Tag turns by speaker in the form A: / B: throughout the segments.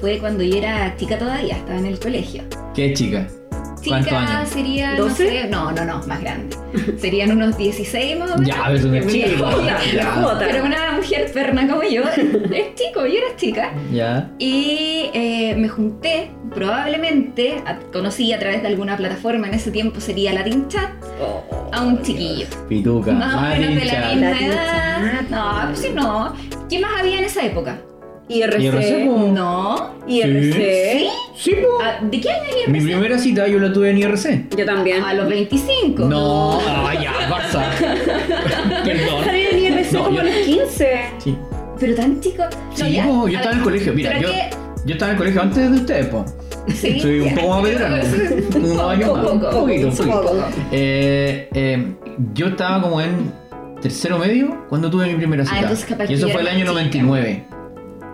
A: fue cuando yo era chica todavía, estaba en el colegio.
B: ¿Qué chica? ¿Cuántos
A: Chica
B: años?
A: sería, no
C: 12?
A: sé, no, no, no, más grande. Serían unos 16 más o menos.
B: Ya, pero tú no eres
C: Sí,
B: chico.
C: ya,
B: Ya.
C: ya.
A: Pero una mujer perna como yo es chico, yo era chica.
B: Ya.
A: Y eh, me junté, probablemente, a- conocí a través de alguna plataforma, en ese tiempo sería Latin Chat, a
C: Oh,
A: un chiquillo.
B: Pituca.
A: Más o menos de la
B: Marincha.
A: misma
C: Latin
A: edad.
C: Chat.
A: No, pues sí, no. ¿Qué más había en esa época?
C: IRC.
B: IRC,
C: Oh.
B: po.
A: No.
C: IRC.
B: Sí, po.
A: Ah, ¿De qué año era?
B: Mi primera cita yo la tuve en IRC.
C: Yo también.
A: A los 25.
B: No, ah, ya, pasa. Perdón.
C: Salí en IRC
B: No,
C: como
B: yo-
C: a los 15.
B: Sí,
A: Pero tan chico.
B: sí
A: No, ya,
B: po,
A: a
B: yo estaba
A: ver,
B: en el colegio. Mira,
A: pero
B: yo,
A: que-
B: yo estaba en el colegio antes de ustedes, po.
A: Sí,
B: Soy un
A: ya.
B: poco más veterano. Un
A: Poco,
B: año más. Un
A: poco,
B: poquito, un
A: poco.
B: poquito. Eh, eh, yo estaba como en tercero medio cuando tuve mi primera cita.
A: Ah, entonces capaz
B: y
A: que
B: eso
A: yo
B: fue el
A: era
B: año
A: más
B: 99.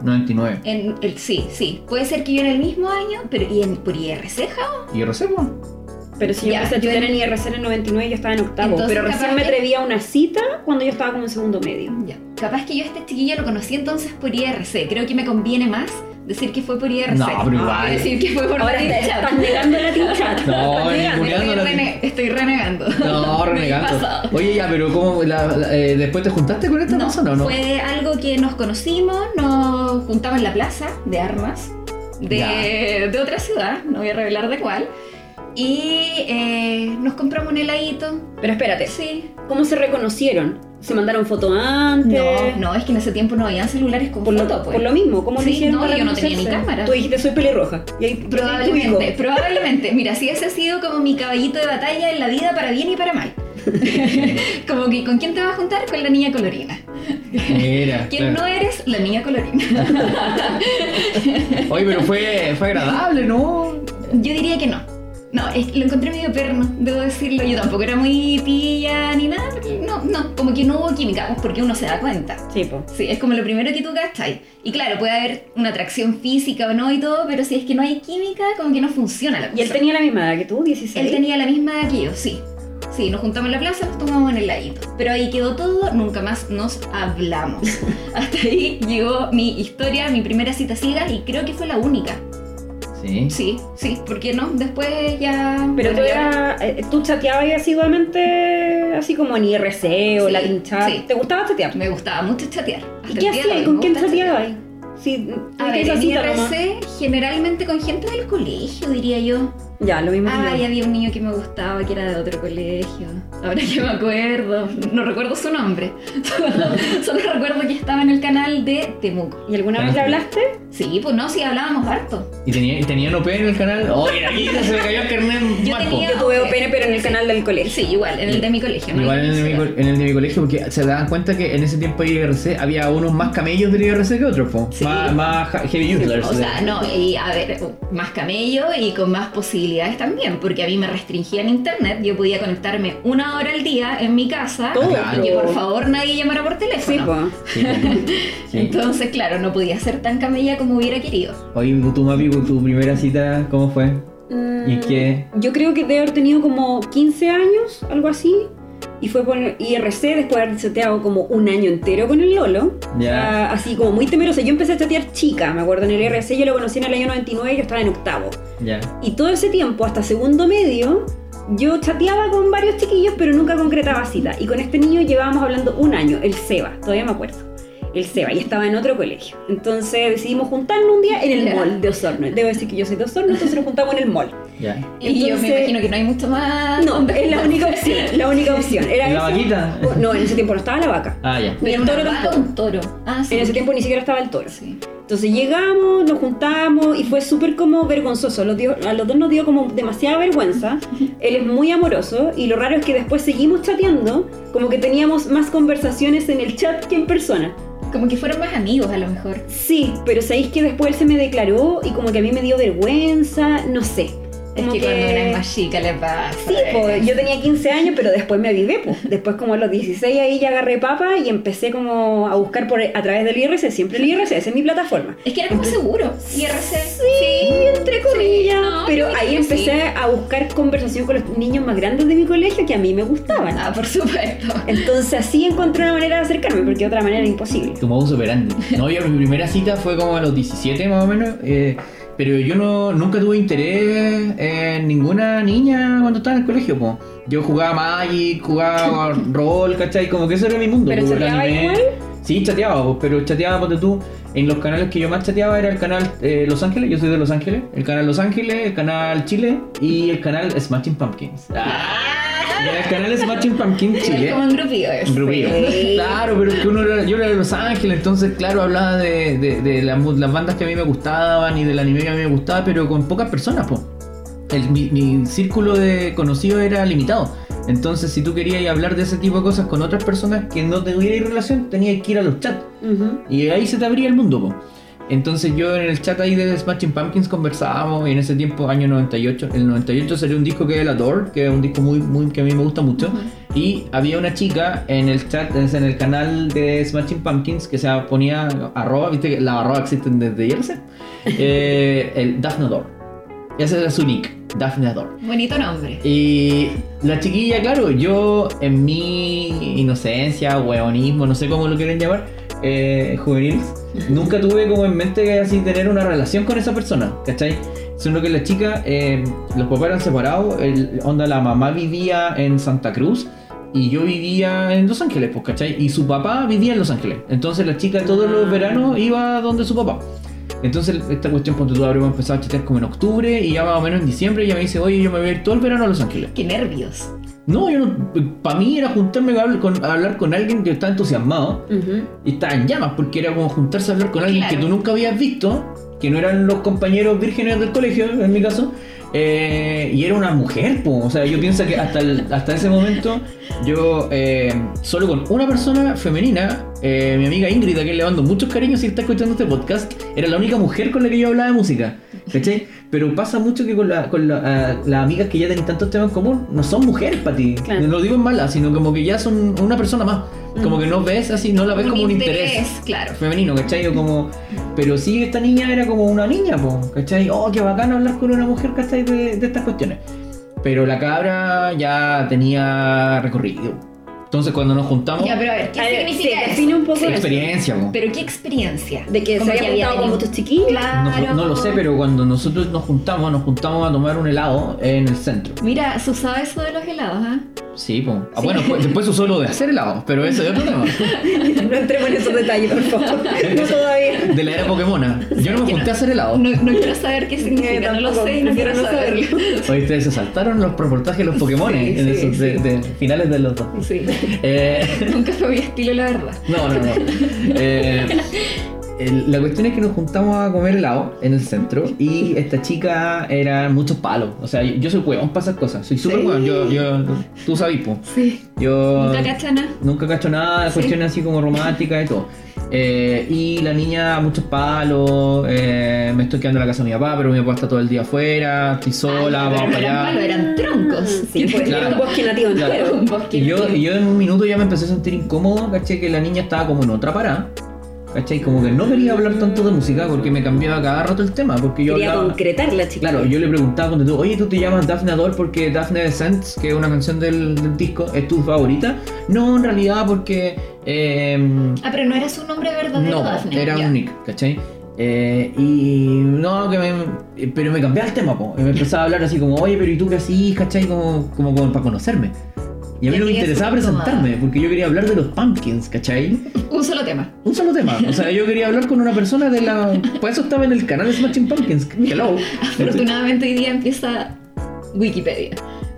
B: 99.
A: En el, sí, sí. Puede ser que yo en el mismo año, pero ¿y en, por IRC, Jao?
B: ¿Y reservo?
C: Pero si yo
A: Ya,
C: empecé a
A: yo
C: estudiar
A: en-
C: en IRC en el 99 yo estaba en octavo.
A: Entonces,
C: pero recién
A: capaz
C: me
A: que-
C: atreví a una cita cuando yo estaba como en segundo medio.
A: Ya. Capaz que yo a este chiquillo lo conocí entonces por IRC. Creo que me conviene más decir que fue por IRC.
B: No, pero igual.
A: Que Ah, decir que fue por
C: Ahora
A: Latin
C: estás,
A: Chat.
C: estás negando la tinchata.
B: No, ni
A: Estoy
B: culiando la-
A: rene- Estoy renegando.
B: No,
A: Del
B: renegando.
A: pasado.
B: Oye, ya, pero ¿cómo? la- la- eh, ¿Después te juntaste con esta
A: No,
B: persona o no?
A: fue algo que nos conocimos, nos juntamos en la plaza de armas de, de otra ciudad, no voy a revelar de cuál. Y eh, nos compramos un heladito.
C: Pero espérate,
A: Sí.
C: ¿cómo se reconocieron? ¿Se mandaron foto antes?
A: No, no, es que en ese tiempo no habían celulares con
C: Por lo,
A: foto, pues.
C: por lo mismo, ¿cómo
A: Sí,
C: lo hicieron
A: no,
C: para
A: yo no tenía ni
C: conocerse?
A: cámara.
C: Tú dijiste, soy pelirroja. Y ahí
A: Probablemente,
C: tú dijo,
A: probablemente. Mira, si ese ha sido como mi caballito de batalla en la vida para bien y para mal. como que, ¿con quién te vas a juntar? Con la niña colorina.
B: Mira.
A: ¿Quién no
B: claro.
A: eres? La niña colorina.
B: Oye, pero fue, fue agradable, ¿no?
A: Yo diría que no. No, es- lo encontré medio perno, debo decirlo. Yo tampoco era muy pilla ni nada. porque No, no, como que no hubo química, pues, porque uno se da cuenta.
C: Sí, po.
A: Sí, es como lo primero que tú gastas. Y claro, puede haber una atracción física o no y todo, pero si es que no hay química, como que no funciona la cosa.
C: Y él tenía la misma edad que tú, 16.
A: Él tenía la misma edad que yo, sí. Sí, nos juntamos en la plaza, nos tomamos en el ladito. Pero ahí quedó todo, nunca más nos hablamos. Hasta ahí llegó mi historia, mi primera cita ciega y creo que fue la única.
B: Sí.
A: Sí, sí, porque no, después ya...
C: Pero
A: bueno,
C: tú,
A: ya-
C: era, eh, tú chateabas asiduamente, así como en IRC o
A: Sí,
C: la tinchata.
A: sí.
C: ¿Te gustaba chatear?
A: Me gustaba mucho chatear. Hasta
C: ¿Y
A: el
C: qué
A: día de
C: hacías?
A: hoy
C: ¿Con
A: me
C: quién
A: gusta
C: chateabas? Sí,
A: A ver,
C: esa
A: en
C: cita nomás.
A: IRC, generalmente con gente del colegio, diría yo.
C: Ya, lo mismo. que yo.
A: Ay, había un niño que me gustaba, que era de otro colegio. Ahora que me acuerdo, no recuerdo su nombre. Solo recuerdo que estaba en el canal de Temuco.
C: ¿Y alguna
B: Ah,
C: vez le hablaste?
A: Sí, pues no, sí, hablábamos harto.
B: ¿Y tenía, tenían OP en el canal? Oye, aquí se me cayó el carnet
A: Yo
B: Marco.
A: tenía-
C: Yo tuve OPN, pero en el canal del colegio.
A: Sí, igual, en el de mi colegio. ¿no?
B: Igual en el, de mi, co- en el de mi colegio, porque se daban cuenta que en ese tiempo de IRC había unos más camellos del IRC que otros, po.
A: Sí.
B: Más, más ja- heavy users.
A: O sea, no, y a ver, más camello y con más posibilidades también, porque a mí me restringían internet, yo podía conectarme una hora al día en mi casa
C: Todo.
B: Claro.
A: y que por favor nadie llamara por
C: Sí, pues.
A: teléfono.
C: po.
B: Sí, sí.
A: Entonces, claro, no podía ser tan camella como hubiera querido.
B: Oye, tu mapi, con tu primera cita, ¿cómo fue? ¿Y
C: Mm,
B: qué?
C: Yo creo que debe haber tenido como 15 años, algo así. Y fue por IRC después de haber chateado como un año entero con el Lolo.
B: Ya.
C: O sea, así como muy temerosa. Yo empecé a chatear chica, me acuerdo, en el IRC. Yo lo conocí en el año 99, yo estaba en octavo.
B: Ya.
C: Y todo ese tiempo, hasta segundo medio, yo chateaba con varios chiquillos, pero nunca concretaba cita. Y con este niño llevábamos hablando un año, el Seba, todavía me acuerdo. El Seba, y estaba en otro colegio. Entonces decidimos juntarnos un día en el
A: Ya.
C: mall de Osorno. Debo decir que yo soy de Osorno, entonces nos juntamos en el mall.
B: Ya.
A: Y yo me
C: Entonces-
A: imagino que no hay mucho más.
C: No, es la única opción, la única opción. Era
B: ¿Y la
C: eso.
B: vaquita?
C: O- No, en ese tiempo no estaba la vaca.
B: Ah, ya.
C: Ni
A: Pero
C: el
A: una
C: toro
A: vaca,
C: tampoco.
A: un toro. Ah, sí.
C: En ese tiempo ni siquiera estaba el toro.
A: Sí.
C: Entonces llegamos, nos juntamos y fue súper como vergonzoso. Los dio- a los dos nos dio como demasiada vergüenza. Él es muy amoroso y lo raro es que después seguimos chateando, como que teníamos más conversaciones en el chat que en persona.
A: Como que fueron más amigos a lo mejor.
C: Sí, pero sabéis que después él se me declaró y como que a mí me dio vergüenza, no sé.
A: Es
C: Como
A: que, cuando una es más chica le pasa.
C: Sí, pues yo tenía 15 años, pero después me avivé, pues. Después como a los 16 ahí ya agarré papa y empecé como a buscar por a través del IRC, siempre el IRC, esa es mi plataforma.
A: Es que era como seguro. IRC. Sí,
C: entre comillas,
A: Sí, no, yo
C: pero ahí
A: creo que
C: empecé
A: sí.
C: a buscar conversación con los niños más grandes de mi colegio que a mí me gustaban.
A: Ah, por supuesto.
C: Entonces así encontré una manera de acercarme, porque de otra manera era imposible.
B: Tu modus operandi. No, yo mi primera cita fue como a los 17 más o menos. eh, pero yo no, nunca tuve interés en ninguna niña cuando estaba en el colegio, po. Yo jugaba Magic, jugaba rol, ¿cachai? Como que eso era mi mundo.
C: ¿Pero
B: po, el
C: chateaba
B: anime.
C: igual?
B: Sí, chateaba, po, pero chateaba, ponte tú. En los canales que yo más chateaba era el canal eh, Los Ángeles, yo soy de Los Ángeles. El canal Los Ángeles, el canal Chile y el canal Smashing Pumpkins. Ah, el canal Smashing Pumpkins Chile.
A: Es como un grupillo eso.
B: Rubio.
C: Sí.
B: Claro, pero es que uno era- yo era de Los Ángeles, entonces, claro, hablaba de, de- de la mu- las bandas que a mí me gustaban y del anime que a mí me gustaba, pero con pocas personas, po. El- mi, mi círculo de conocidos era limitado. Entonces, si tú querías hablar de ese tipo de cosas con otras personas que no tuvieran relación, tenías que ir a los chats.
C: Ujú.
B: Y ahí se te abría el mundo, po. Entonces yo en el chat ahí de Smashing Pumpkins conversábamos y en ese tiempo, año 98, el 98 salió un disco que es La Door, que es un disco muy, muy que a mí me gusta mucho. Y había una chica en el chat, es en el canal de Smashing Pumpkins que se ponía arroba, viste que las arroba existen desde Jersey. Eh, el Daphne Door. Ese era su nick, Daphne Door.
A: Bonito nombre.
B: Y la chiquilla, claro, yo en mi inocencia, hueonismo, no sé cómo lo quieren llamar, eh, juvenil, nunca tuve como en mente así tener una relación con esa persona, ¿cachai? Sino que la chica, eh, los papás eran separados, el, onda la mamá vivía en Santa Cruz y yo vivía en Los Ángeles, pues, ¿cachai? Y su papá vivía en Los Ángeles. Entonces la chica todos los veranos iba donde su papá. Entonces, esta cuestión, ponte tú, habremos empezado a chatear como en octubre y ya más o menos en diciembre ella me dice, oye, yo me voy a ir todo el verano a Los Ángeles.
A: Qué nervios.
B: No, yo no, para mí era juntarme a hablar con, a hablar con alguien que está entusiasmado
C: Ujú.
B: y estaba en llamas, porque era como juntarse a hablar con alguien
A: Claro.
B: que tú nunca habías visto, que no eran los compañeros vírgenes del colegio, en mi caso, eh, y era una mujer, po. o sea, yo pienso que hasta, el- hasta ese momento yo eh, solo con una persona femenina, eh, mi amiga Ingrid, a quien le mando muchos cariños si está escuchando este podcast, era la única mujer con la que yo hablaba de música, ¿cachai? Pero pasa mucho que con, la- con la- ah, las amigas que ya tienen tantos temas en común, no son mujeres para ti,
C: Claro.
B: no lo digo en mala, sino como que ya son una persona más, como que no ves así, no la ves como un interés
A: Claro.
B: femenino, ¿cachai? O como... Pero sí, esta niña era como una niña, po, ¿cachai? Oh, qué bacán hablar con una mujer, ¿cachai? De, de estas cuestiones. Pero la cabra ya tenía recorrido. Entonces cuando nos juntamos...
A: Ya, pero a ver, ¿qué
C: A ver,
A: significa
C: sí,
A: eso?
C: define un poco eso.
B: experiencia, po.
A: Pero qué experiencia.
C: De que se
A: Como
C: había juntado con
A: tenido-
C: muchos chiquillos.
A: Claro.
B: No, no lo sé, pero cuando nosotros nos juntamos, nos juntamos a tomar un helado en el centro.
A: Mira, se usaba eso de los helados, ¿ah?
B: Sí, po. Ah,
A: Sí.
B: bueno, pues, después usó lo de hacer helado, pero eso es otro tema.
C: No entremos en esos detalles, por favor. No todavía.
B: De la era Pokémona. Yo no me junté a hacer helado.
A: No, no quiero saber qué significa, no lo
C: tampoco,
A: sé y no
C: prefiero
A: quiero
C: no
A: saberlo.
B: Hoy ustedes se saltaron los reportajes de los Pokémon
C: Sí,
B: en
C: sí,
B: esos de-
C: sí.
B: de finales de los dos.
A: Sí,
B: Eh,
A: nunca fue mi estilo, la verdad.
B: no, no, no. Eh, el- la cuestión es que nos juntamos a comer helado en el centro y esta chica era muchos palos. O sea, yo soy huevón para esas cosas. Soy súper
C: Sí.
B: huevón. Yo, yo, tú sabes, po.
A: Sí.
B: Yo
A: Nunca cachana.
B: nunca cacho nada,
A: Sí.
B: cuestiones así como románticas y todo. Eh, y la niña, muchos palos. eh, me estoy quedando en la casa de mi papá, pero mi papá está todo el día afuera. Estoy sola,
A: Ay, Ah, pero
B: vamos
A: no eran
B: para allá.
A: palos, eran troncos.
C: Sí, pues,
B: Claro.
C: era un bosque nativo
B: Claro.
C: entero.
A: Un bosque.
B: Y yo, y yo en un minuto ya me empecé a sentir incómodo, caché que la niña estaba como en otra parada. ¿Cachai? Como que no quería hablar tanto de música porque me cambiaba cada rato el tema. Porque yo
C: Quería
B: hablaba.
C: concretar la chica.
B: Claro, yo le preguntaba cuando tú, oye, tú te llamas Daphne Adol porque Daphne Descent, que es una canción del, del disco, es tu favorita. No, en realidad, porque. em,
A: Ah, pero no era su nombre verdadero,
B: no,
A: Daphne.
B: era
A: ya.
B: un nick, ¿cachai? Eh, y no, que me, pero me cambiaba el tema, po. Y me empezaba a hablar así como, oye, pero ¿y tú qué hacís, cachai? Como, como, como para conocerme. Y a mí
A: Ya
B: no me
A: querías
B: interesaba
A: ser tomada.
B: presentarme, porque yo quería hablar de los pumpkins, ¿cachai?
A: Un solo tema.
B: Un solo tema. O sea, yo quería hablar con una persona de la. Por eso estaba en el canal Smashing Pumpkins. Hello.
A: Afortunadamente hoy día empieza Wikipedia.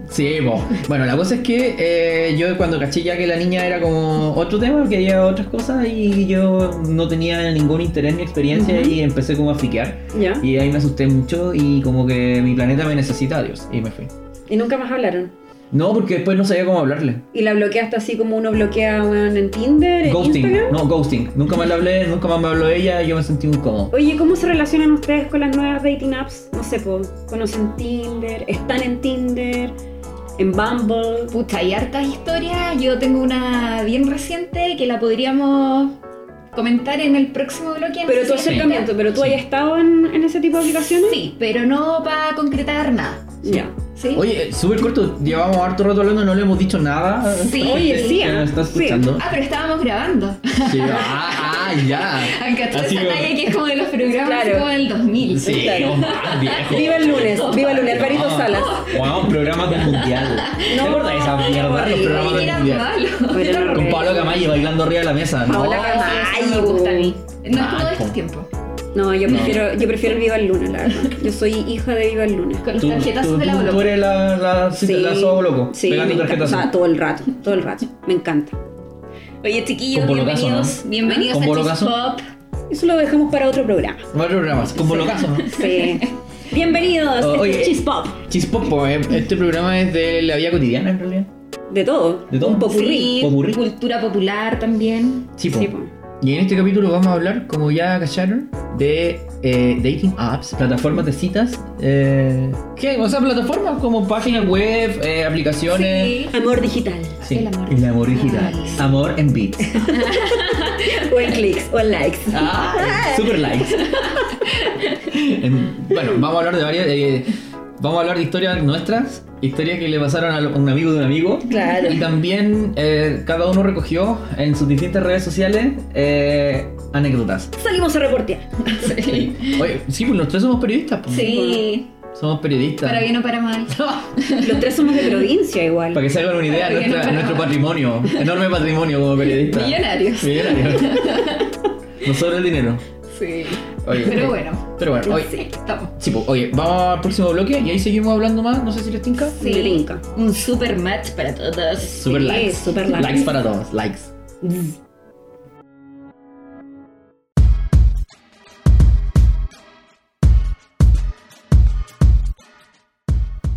B: Sí, po. bueno, la cosa es que eh, yo cuando caché ya que la niña era como otro tema, quería otras cosas y yo no tenía ningún interés ni experiencia y empecé como a fiquear.
C: ¿Ya?
B: Y ahí me asusté mucho y como que mi planeta me necesita a Dios. Y me fui.
C: Y nunca más hablaron.
B: No, porque después no sabía cómo hablarle.
C: Y la bloqueaste así como uno bloquea weón, en Tinder, en Instagram.
B: Ghosting. No, ghosting. Nunca más le hablé, nunca más me habló ella y yo me sentí muy cómodo.
C: Oye, ¿cómo se relacionan ustedes con las nuevas dating apps? No sé, po, ¿conocen Tinder? ¿Están en Tinder? ¿En Bumble?
A: Pucha, hay hartas historias. Yo tengo una bien reciente que la podríamos comentar en el próximo bloque. no
C: Pero
A: sé
C: tu
A: si es
C: acercamiento, ¿pero tú
B: Sí.
C: hayas estado en, en ese tipo de aplicaciones?
A: Sí, pero no para concretar nada.
C: Ya.
A: ¿Sí?
B: Oye, eh, súper corto, llevamos harto rato hablando, no le hemos dicho nada.
A: Sí.
C: Oye, sí,
B: Que
C: ¿eh?
B: nos está
C: Sí.
B: escuchando.
A: Ah, pero estábamos grabando.
B: Sí, Ah, ah, ya.
A: Han cachado
B: Así
A: esa
B: como-
A: talla que es como de los programas
C: Claro.
A: así como del 2000.
B: Sí,
C: Claro.
B: más viejo.
C: Viva el lunes, viva el lunes, Alvarito
B: No.
C: Salas.
B: Wow, programas del mundial.
C: No,
B: ¿Te acuerdas de esa mierda? Los
C: horrible,
B: programas
A: Oye,
B: del
A: eran
B: mundial.
A: malos.
C: Bueno,
A: Eran
B: Con Pablo Camalle bailando arriba de la mesa. No,
C: Paola
A: Ay, eso no
C: Camayo.
A: me gusta a mí. No es
B: Ah,
A: como de
B: ¿cómo?
A: estos tiempos.
C: No, yo
B: No.
C: prefiero, yo prefiero el Viva el Luna, la verdad. Yo soy hija de Viva el Luna.
A: Con los tarjetazos
B: tú,
A: de la
B: tú-
A: bola.
B: tú eres la, la, sí, la sobo loco.
C: Sí, me
B: pegando
C: encanta. O
B: tarjetazos.
C: sea, todo el rato, todo el rato. Me encanta.
A: Oye, chiquillos,
B: Con bolocazo,
A: bienvenidos.
B: ¿no?
A: Bienvenidos
B: Con
A: a
B: bolocazo.
A: Chispop.
C: Eso lo dejamos para otro programa.
B: Varios programas, con bolocazo, ¿no?
C: Sí. Bienvenidos
B: Oh,
C: este
B: oye.
C: es Cheese Pop.
B: Chispopo, eh, este programa es de la vida cotidiana en realidad.
C: De todo.
B: De todo.
C: Un popurrí.
A: Sí,
B: popurrí.
A: cultura popular también.
B: Sí, po.
C: Sí, po.
B: Y en este capítulo vamos a hablar, como ya cacharon, de eh, dating apps, plataformas de citas. Eh, ¿Qué? O sea, plataformas como páginas web, eh, aplicaciones.
A: Sí.
C: Amor digital.
A: Sí. El amor.
B: digital.
A: Ay.
B: Amor en beats.
C: O en clics, o en likes.
B: Ah, super likes. En- bueno, vamos a hablar de varias. eh, vamos a hablar de historias nuestras, historias que le pasaron a lo- a un amigo de un amigo.
C: Claro.
B: Y también eh, cada uno recogió en sus distintas redes sociales eh, anécdotas.
C: Salimos a reportear.
A: Sí.
B: Oye, sí, pues nosotros somos periodistas. pues.
A: Sí.
B: Somos periodistas.
A: Para bien o para mal.
C: Los tres somos de provincia igual.
B: Para que se hagan una idea de
A: Para bien o
B: nuestra-
A: para
B: nuestro
A: mal.
B: patrimonio, enorme patrimonio como periodista.
A: Millonarios.
B: Millonarios. Nosotros el dinero.
A: Sí.
B: Oye, eh,
A: Pero bueno.
B: Pero bueno, oye,
A: Sí, estamos.
B: Sí, pues, oye, vamos al próximo bloque y ahí seguimos hablando más. No sé si les tinca.
A: Sí.
C: Me tinca.
A: Un super match para todos.
B: Super
C: Sí,
B: likes.
C: super likes.
B: Likes para todos, likes.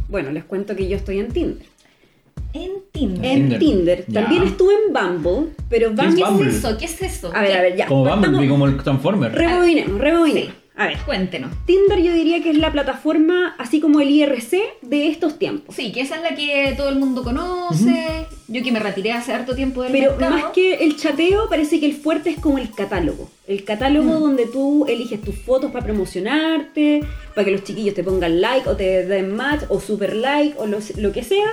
C: Bueno, les cuento que yo estoy en Tinder.
A: En Tinder.
C: En
B: Tinder.
C: Tinder.
B: Ya.
C: También estuve en Bumble, pero
B: es
C: Bumble...
B: Bumble?
A: ¿Qué es eso? ¿Qué es eso?
C: A ver, a ver, ya.
B: Como
C: partamos.
B: Bumblebee, como el Transformer.
C: Rebobinemos, rebobinemos. A ver,
A: Cuéntenos.
C: Tinder yo diría que es la plataforma, así como el IRC, de estos tiempos.
A: Sí, que esa es la que todo el mundo conoce. Yo que me retiré hace harto tiempo del
C: Pero
A: mercado.
C: más que el chateo, parece que el fuerte es como el catálogo. El catálogo donde tú eliges tus fotos para promocionarte, para que los chiquillos te pongan like o te den match o super like o los- lo que sea.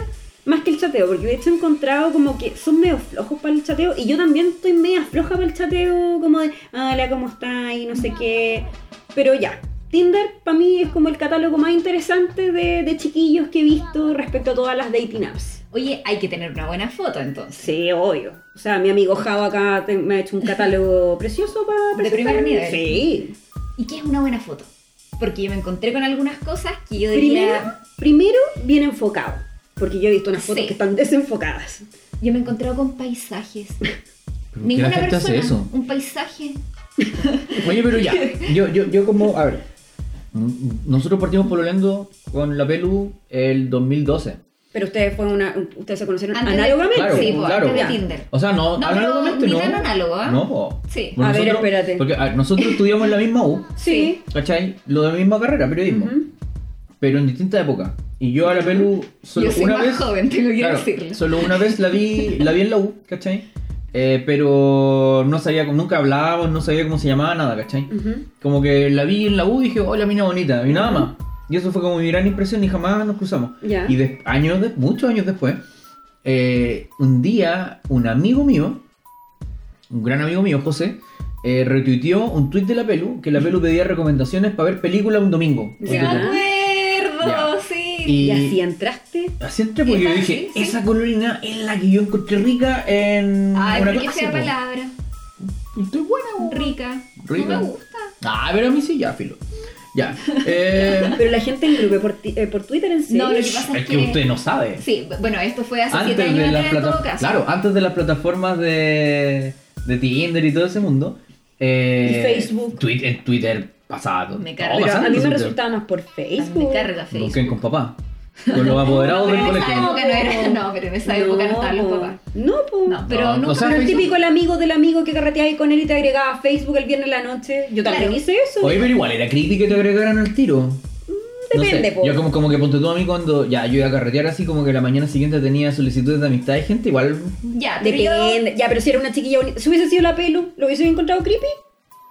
C: Más que el chateo, porque de hecho he encontrado como que son medio flojos para el chateo y yo también estoy media floja para el chateo, como de, hola, ¿cómo estás? Y no sé qué. Pero ya, Tinder para mí es como el catálogo más interesante de, de chiquillos que he visto respecto a todas las dating apps.
A: Oye, hay que tener una buena foto entonces.
C: Sí, obvio. O sea, mi amigo Jao acá te- me ha hecho un catálogo precioso para
A: De primer nivel.
C: Sí.
A: ¿Y qué es una buena foto? Porque yo me encontré con algunas cosas que yo
C: Primero,
A: diría...
C: primero bien enfocado. Porque yo he visto unas fotos
A: Sí.
C: que están desenfocadas.
A: Yo me he encontrado con paisajes.
B: ¿Por qué
A: Ninguna
B: la gente
A: persona,
B: hace eso?
A: un paisaje.
B: Oye, pero ya. Yo, yo, yo como, a ver. mm, Nosotros partimos pololeando con la Pelu el 2012.
C: Pero ustedes fue una, ustedes se conocieron
A: Antes de-
C: análogamente.
B: Claro,
A: sí, pues,
B: claro.
A: antes
C: Ya.
A: de Tinder.
B: O sea, no,
A: No,
B: análogamente
A: pero
B: no.
A: ni tan análogo, ¿eh?
B: No, po.
A: Sí.
B: Porque
C: A ver,
B: nosotros-
C: espérate.
B: Porque a ver, nosotros estudiamos en la misma U,
C: Sí.
B: ¿cachai? Lo de la misma carrera,
A: pues.
B: periodismo.
C: Ujú.
B: Pero en distintas épocas. Y yo a la Pelu solo
A: yo soy
B: una
A: más
B: vez.
A: joven, tengo que
B: Claro,
A: decirlo.
B: solo una vez la vi, la vi en la U, ¿cachai? Eh, pero no sabía, cómo- nunca hablábamos, no sabía cómo se llamaba nada, ¿cachai?
C: Ujú.
B: Como que la vi en la U y dije, hola, mina bonita, y nada más. Y eso fue como mi gran impresión y jamás nos cruzamos.
C: Ya.
B: Y de- años, de- muchos años después, eh, un día un amigo mío, un gran amigo mío, José, eh, retuiteó un tuit de la Pelu, que la Pelu pedía recomendaciones para ver película un domingo.
A: Me
C: Ya.
A: acuerdo,
B: Ya.
A: sí.
C: Y
B: Y-
C: así entraste.
B: Así entré porque yo
A: Esa,
B: dije,
A: sí, sí.
B: esa colorina es la que yo encontré rica en
A: Ay,
B: una
A: Ah, pero que sea
B: po.
A: palabra.
B: Y Estoy buena, bo.
A: Rica.
B: Rica.
A: No me gusta.
B: Ah, pero a mí sí, ya, filo. Ya. Eh,
C: Pero la gente engrupe por, ti- eh, por Twitter en serio.
A: No, lo que pasa
B: es que usted no sabe.
A: Sí, bueno, esto fue hace
B: Antes
A: 7 años
B: de
A: atrás
B: las
A: en todo
B: plataformas.
A: caso.
B: Claro, antes de las plataformas de, de Tinder y todo ese mundo. eh,
C: Y Facebook.
B: Twi- en Twitter pasado.
A: Me
B: Todo
A: carga.
C: Pero a
B: pasando
C: mí me
B: Twitter.
C: resultaba más por
A: Ah,
C: Facebook.
A: Me carga Facebook.
B: Busquen con papá. Con los apoderados
A: pero en
B: del
A: esa
B: colegio.
A: época no era. No, pero en esa época no estaban los
C: po.
A: papás.
C: No, po.
A: No, pero
B: No,
A: no,
B: o sea,
C: Pero el
B: Facebook.
C: típico el amigo del amigo que carreteaba ahí con él y te agregaba a Facebook el viernes en la noche. Yo también
A: Claro.
C: hice eso.
B: Oye, pero igual era creepy que te agregaran al tiro.
A: Mm,
C: depende, po.
B: Yo como, como que ponte tú a mí cuando ya yo iba a carretear así como que la mañana siguiente tenía solicitudes de amistad de gente, igual
A: ya, pero yo-
C: Depende. Ya, pero si era una chiquilla bonita. Si hubiese sido la pelu, ¿lo hubiese encontrado creepy?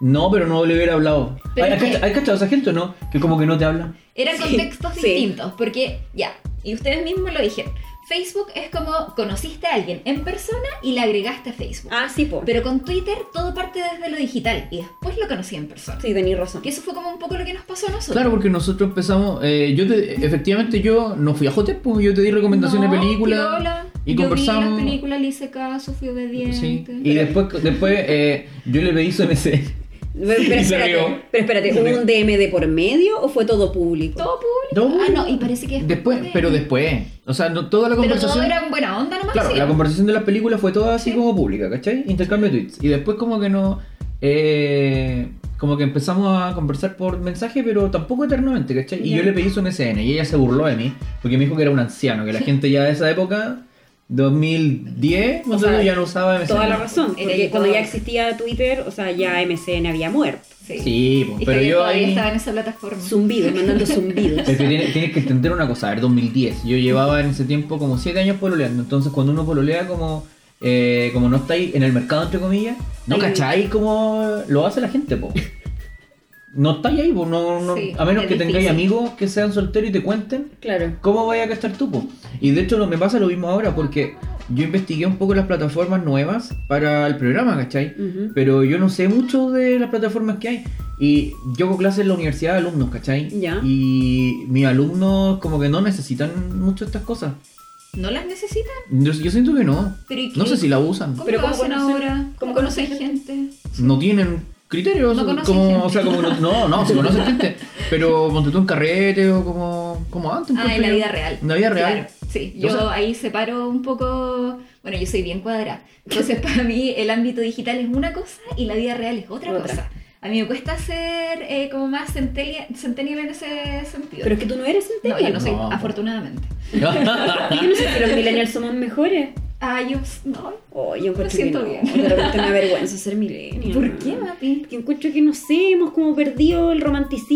B: no, pero no le hubiera hablado.
A: Pero
B: ¿Hay,
A: es que-
B: hay cachado a esa gente o no? Que como que no te habla.
A: Eran
C: Sí,
A: contextos
C: sí.
A: distintos, porque ya, y ustedes mismos lo dijeron. Facebook es como conociste a alguien en persona y le agregaste a Facebook.
C: Ah, sí, po.
A: Pero con Twitter todo parte desde lo digital y después lo conocí en persona.
C: Sí, tenías razón.
A: Que eso fue como un poco lo que nos pasó a nosotros.
B: Claro, porque nosotros empezamos, eh, yo te- efectivamente yo no fui a Jotep, pues, yo te di recomendaciones de
A: No,
B: películas
A: piola.
B: y
A: Yo
B: conversamos.
A: Vi las películas, le hice caso, fui obediente.
B: Sí. Y después, después eh, yo le pedí su MC.
C: Pero, pero
B: Y se rió.
C: espérate, pero espérate,
B: Se rió.
C: ¿hubo un DM de por medio o fue todo público?
A: Todo público.
B: No,
A: ah, no, y parece que
B: Después, pero después. O sea, no, toda la
A: Pero todo
B: conversación.
A: era en buena onda nomás.
B: Claro,
A: sí.
B: la conversación de las películas fue toda así
A: Sí.
B: como pública, ¿cachai? Intercambio de tweets. Y después como que no... eh, como que empezamos a conversar por mensaje, pero tampoco eternamente, ¿cachai? Y
C: Ya.
B: yo le pedí su MSN y ella se burló de mí, porque me dijo que era un anciano, que la gente ya de esa época, 2010, más o
C: sea,
B: menos, ya no usaba MSN.
C: Toda la razón.
A: Era
C: Porque
A: yo
C: cuando
A: todo.
C: ya existía Twitter, o sea, ya MCN había muerto.
A: Sí.
B: Sí, pues,
A: Y
B: pero
A: que
B: yo
A: todavía
B: ahí...
A: estaba en esa plataforma.
C: Zumbidos, mandando zumbidos.
B: Es que tiene- tienes que entender una cosa, a ver, 2010. Yo llevaba en ese tiempo como 7 años pololeando. Entonces, cuando uno pololea, como, eh, como no estáis en el mercado, entre comillas, no
C: Ahí.
B: cacháis como lo hace la gente, po. No estáis ahí, po. No, no-
A: Sí,
B: a menos
A: es
B: que tengáis
A: difícil.
B: amigos que sean solteros y te cuenten
C: Claro.
B: cómo vaya a gastar tú, po. Y de hecho, no me pasa lo mismo ahora, porque yo investigué un poco las plataformas nuevas para el programa, ¿cachai?
C: Ujú.
B: Pero yo no sé mucho de las plataformas que hay. Y yo hago clases en la universidad de alumnos, ¿cachai?
C: Ya.
B: Y mis alumnos como que no necesitan mucho estas cosas.
A: ¿No las necesitan?
B: Yo, yo siento que no.
A: Pero ¿y qué?
B: No sé si la usan.
A: ¿Cómo
C: Pero
A: lo
C: ¿cómo
A: hacen
C: conocen-
A: ahora?
C: cómo
A: ¿Cómo
C: conocen
A: conocen gente?
B: No tienen criterios.
A: No conocen
B: como,
A: gente.
B: O sea, como no, no, no, se conoce gente. Pero ponte tú en carrete o como, como antes. pues,
A: Ah, en la
B: encuentro yo.
A: vida real.
B: En la vida real.
A: Claro, sí,
B: O
A: yo
B: sea-
A: ahí separo un poco. Bueno, yo soy bien cuadrada. Entonces, para mí, el ámbito digital es una cosa y la vida real es otra,
C: Otra.
A: cosa. A mí me cuesta ser eh, como más centennial, centennial en ese sentido.
C: Pero es que tú no eres
A: no,
C: centennial.
A: yo no soy,
B: No. pues.
A: afortunadamente.
C: Yo no sé si los millennials somos mejores.
A: Ah, yo no.
C: Oh, yo encuentro
A: siento
C: que no.
A: bien.
C: De repente me avergüenza ser millennial.
A: ¿Por qué, Mati?
C: Porque encuentro que no sé, hemos como perdido el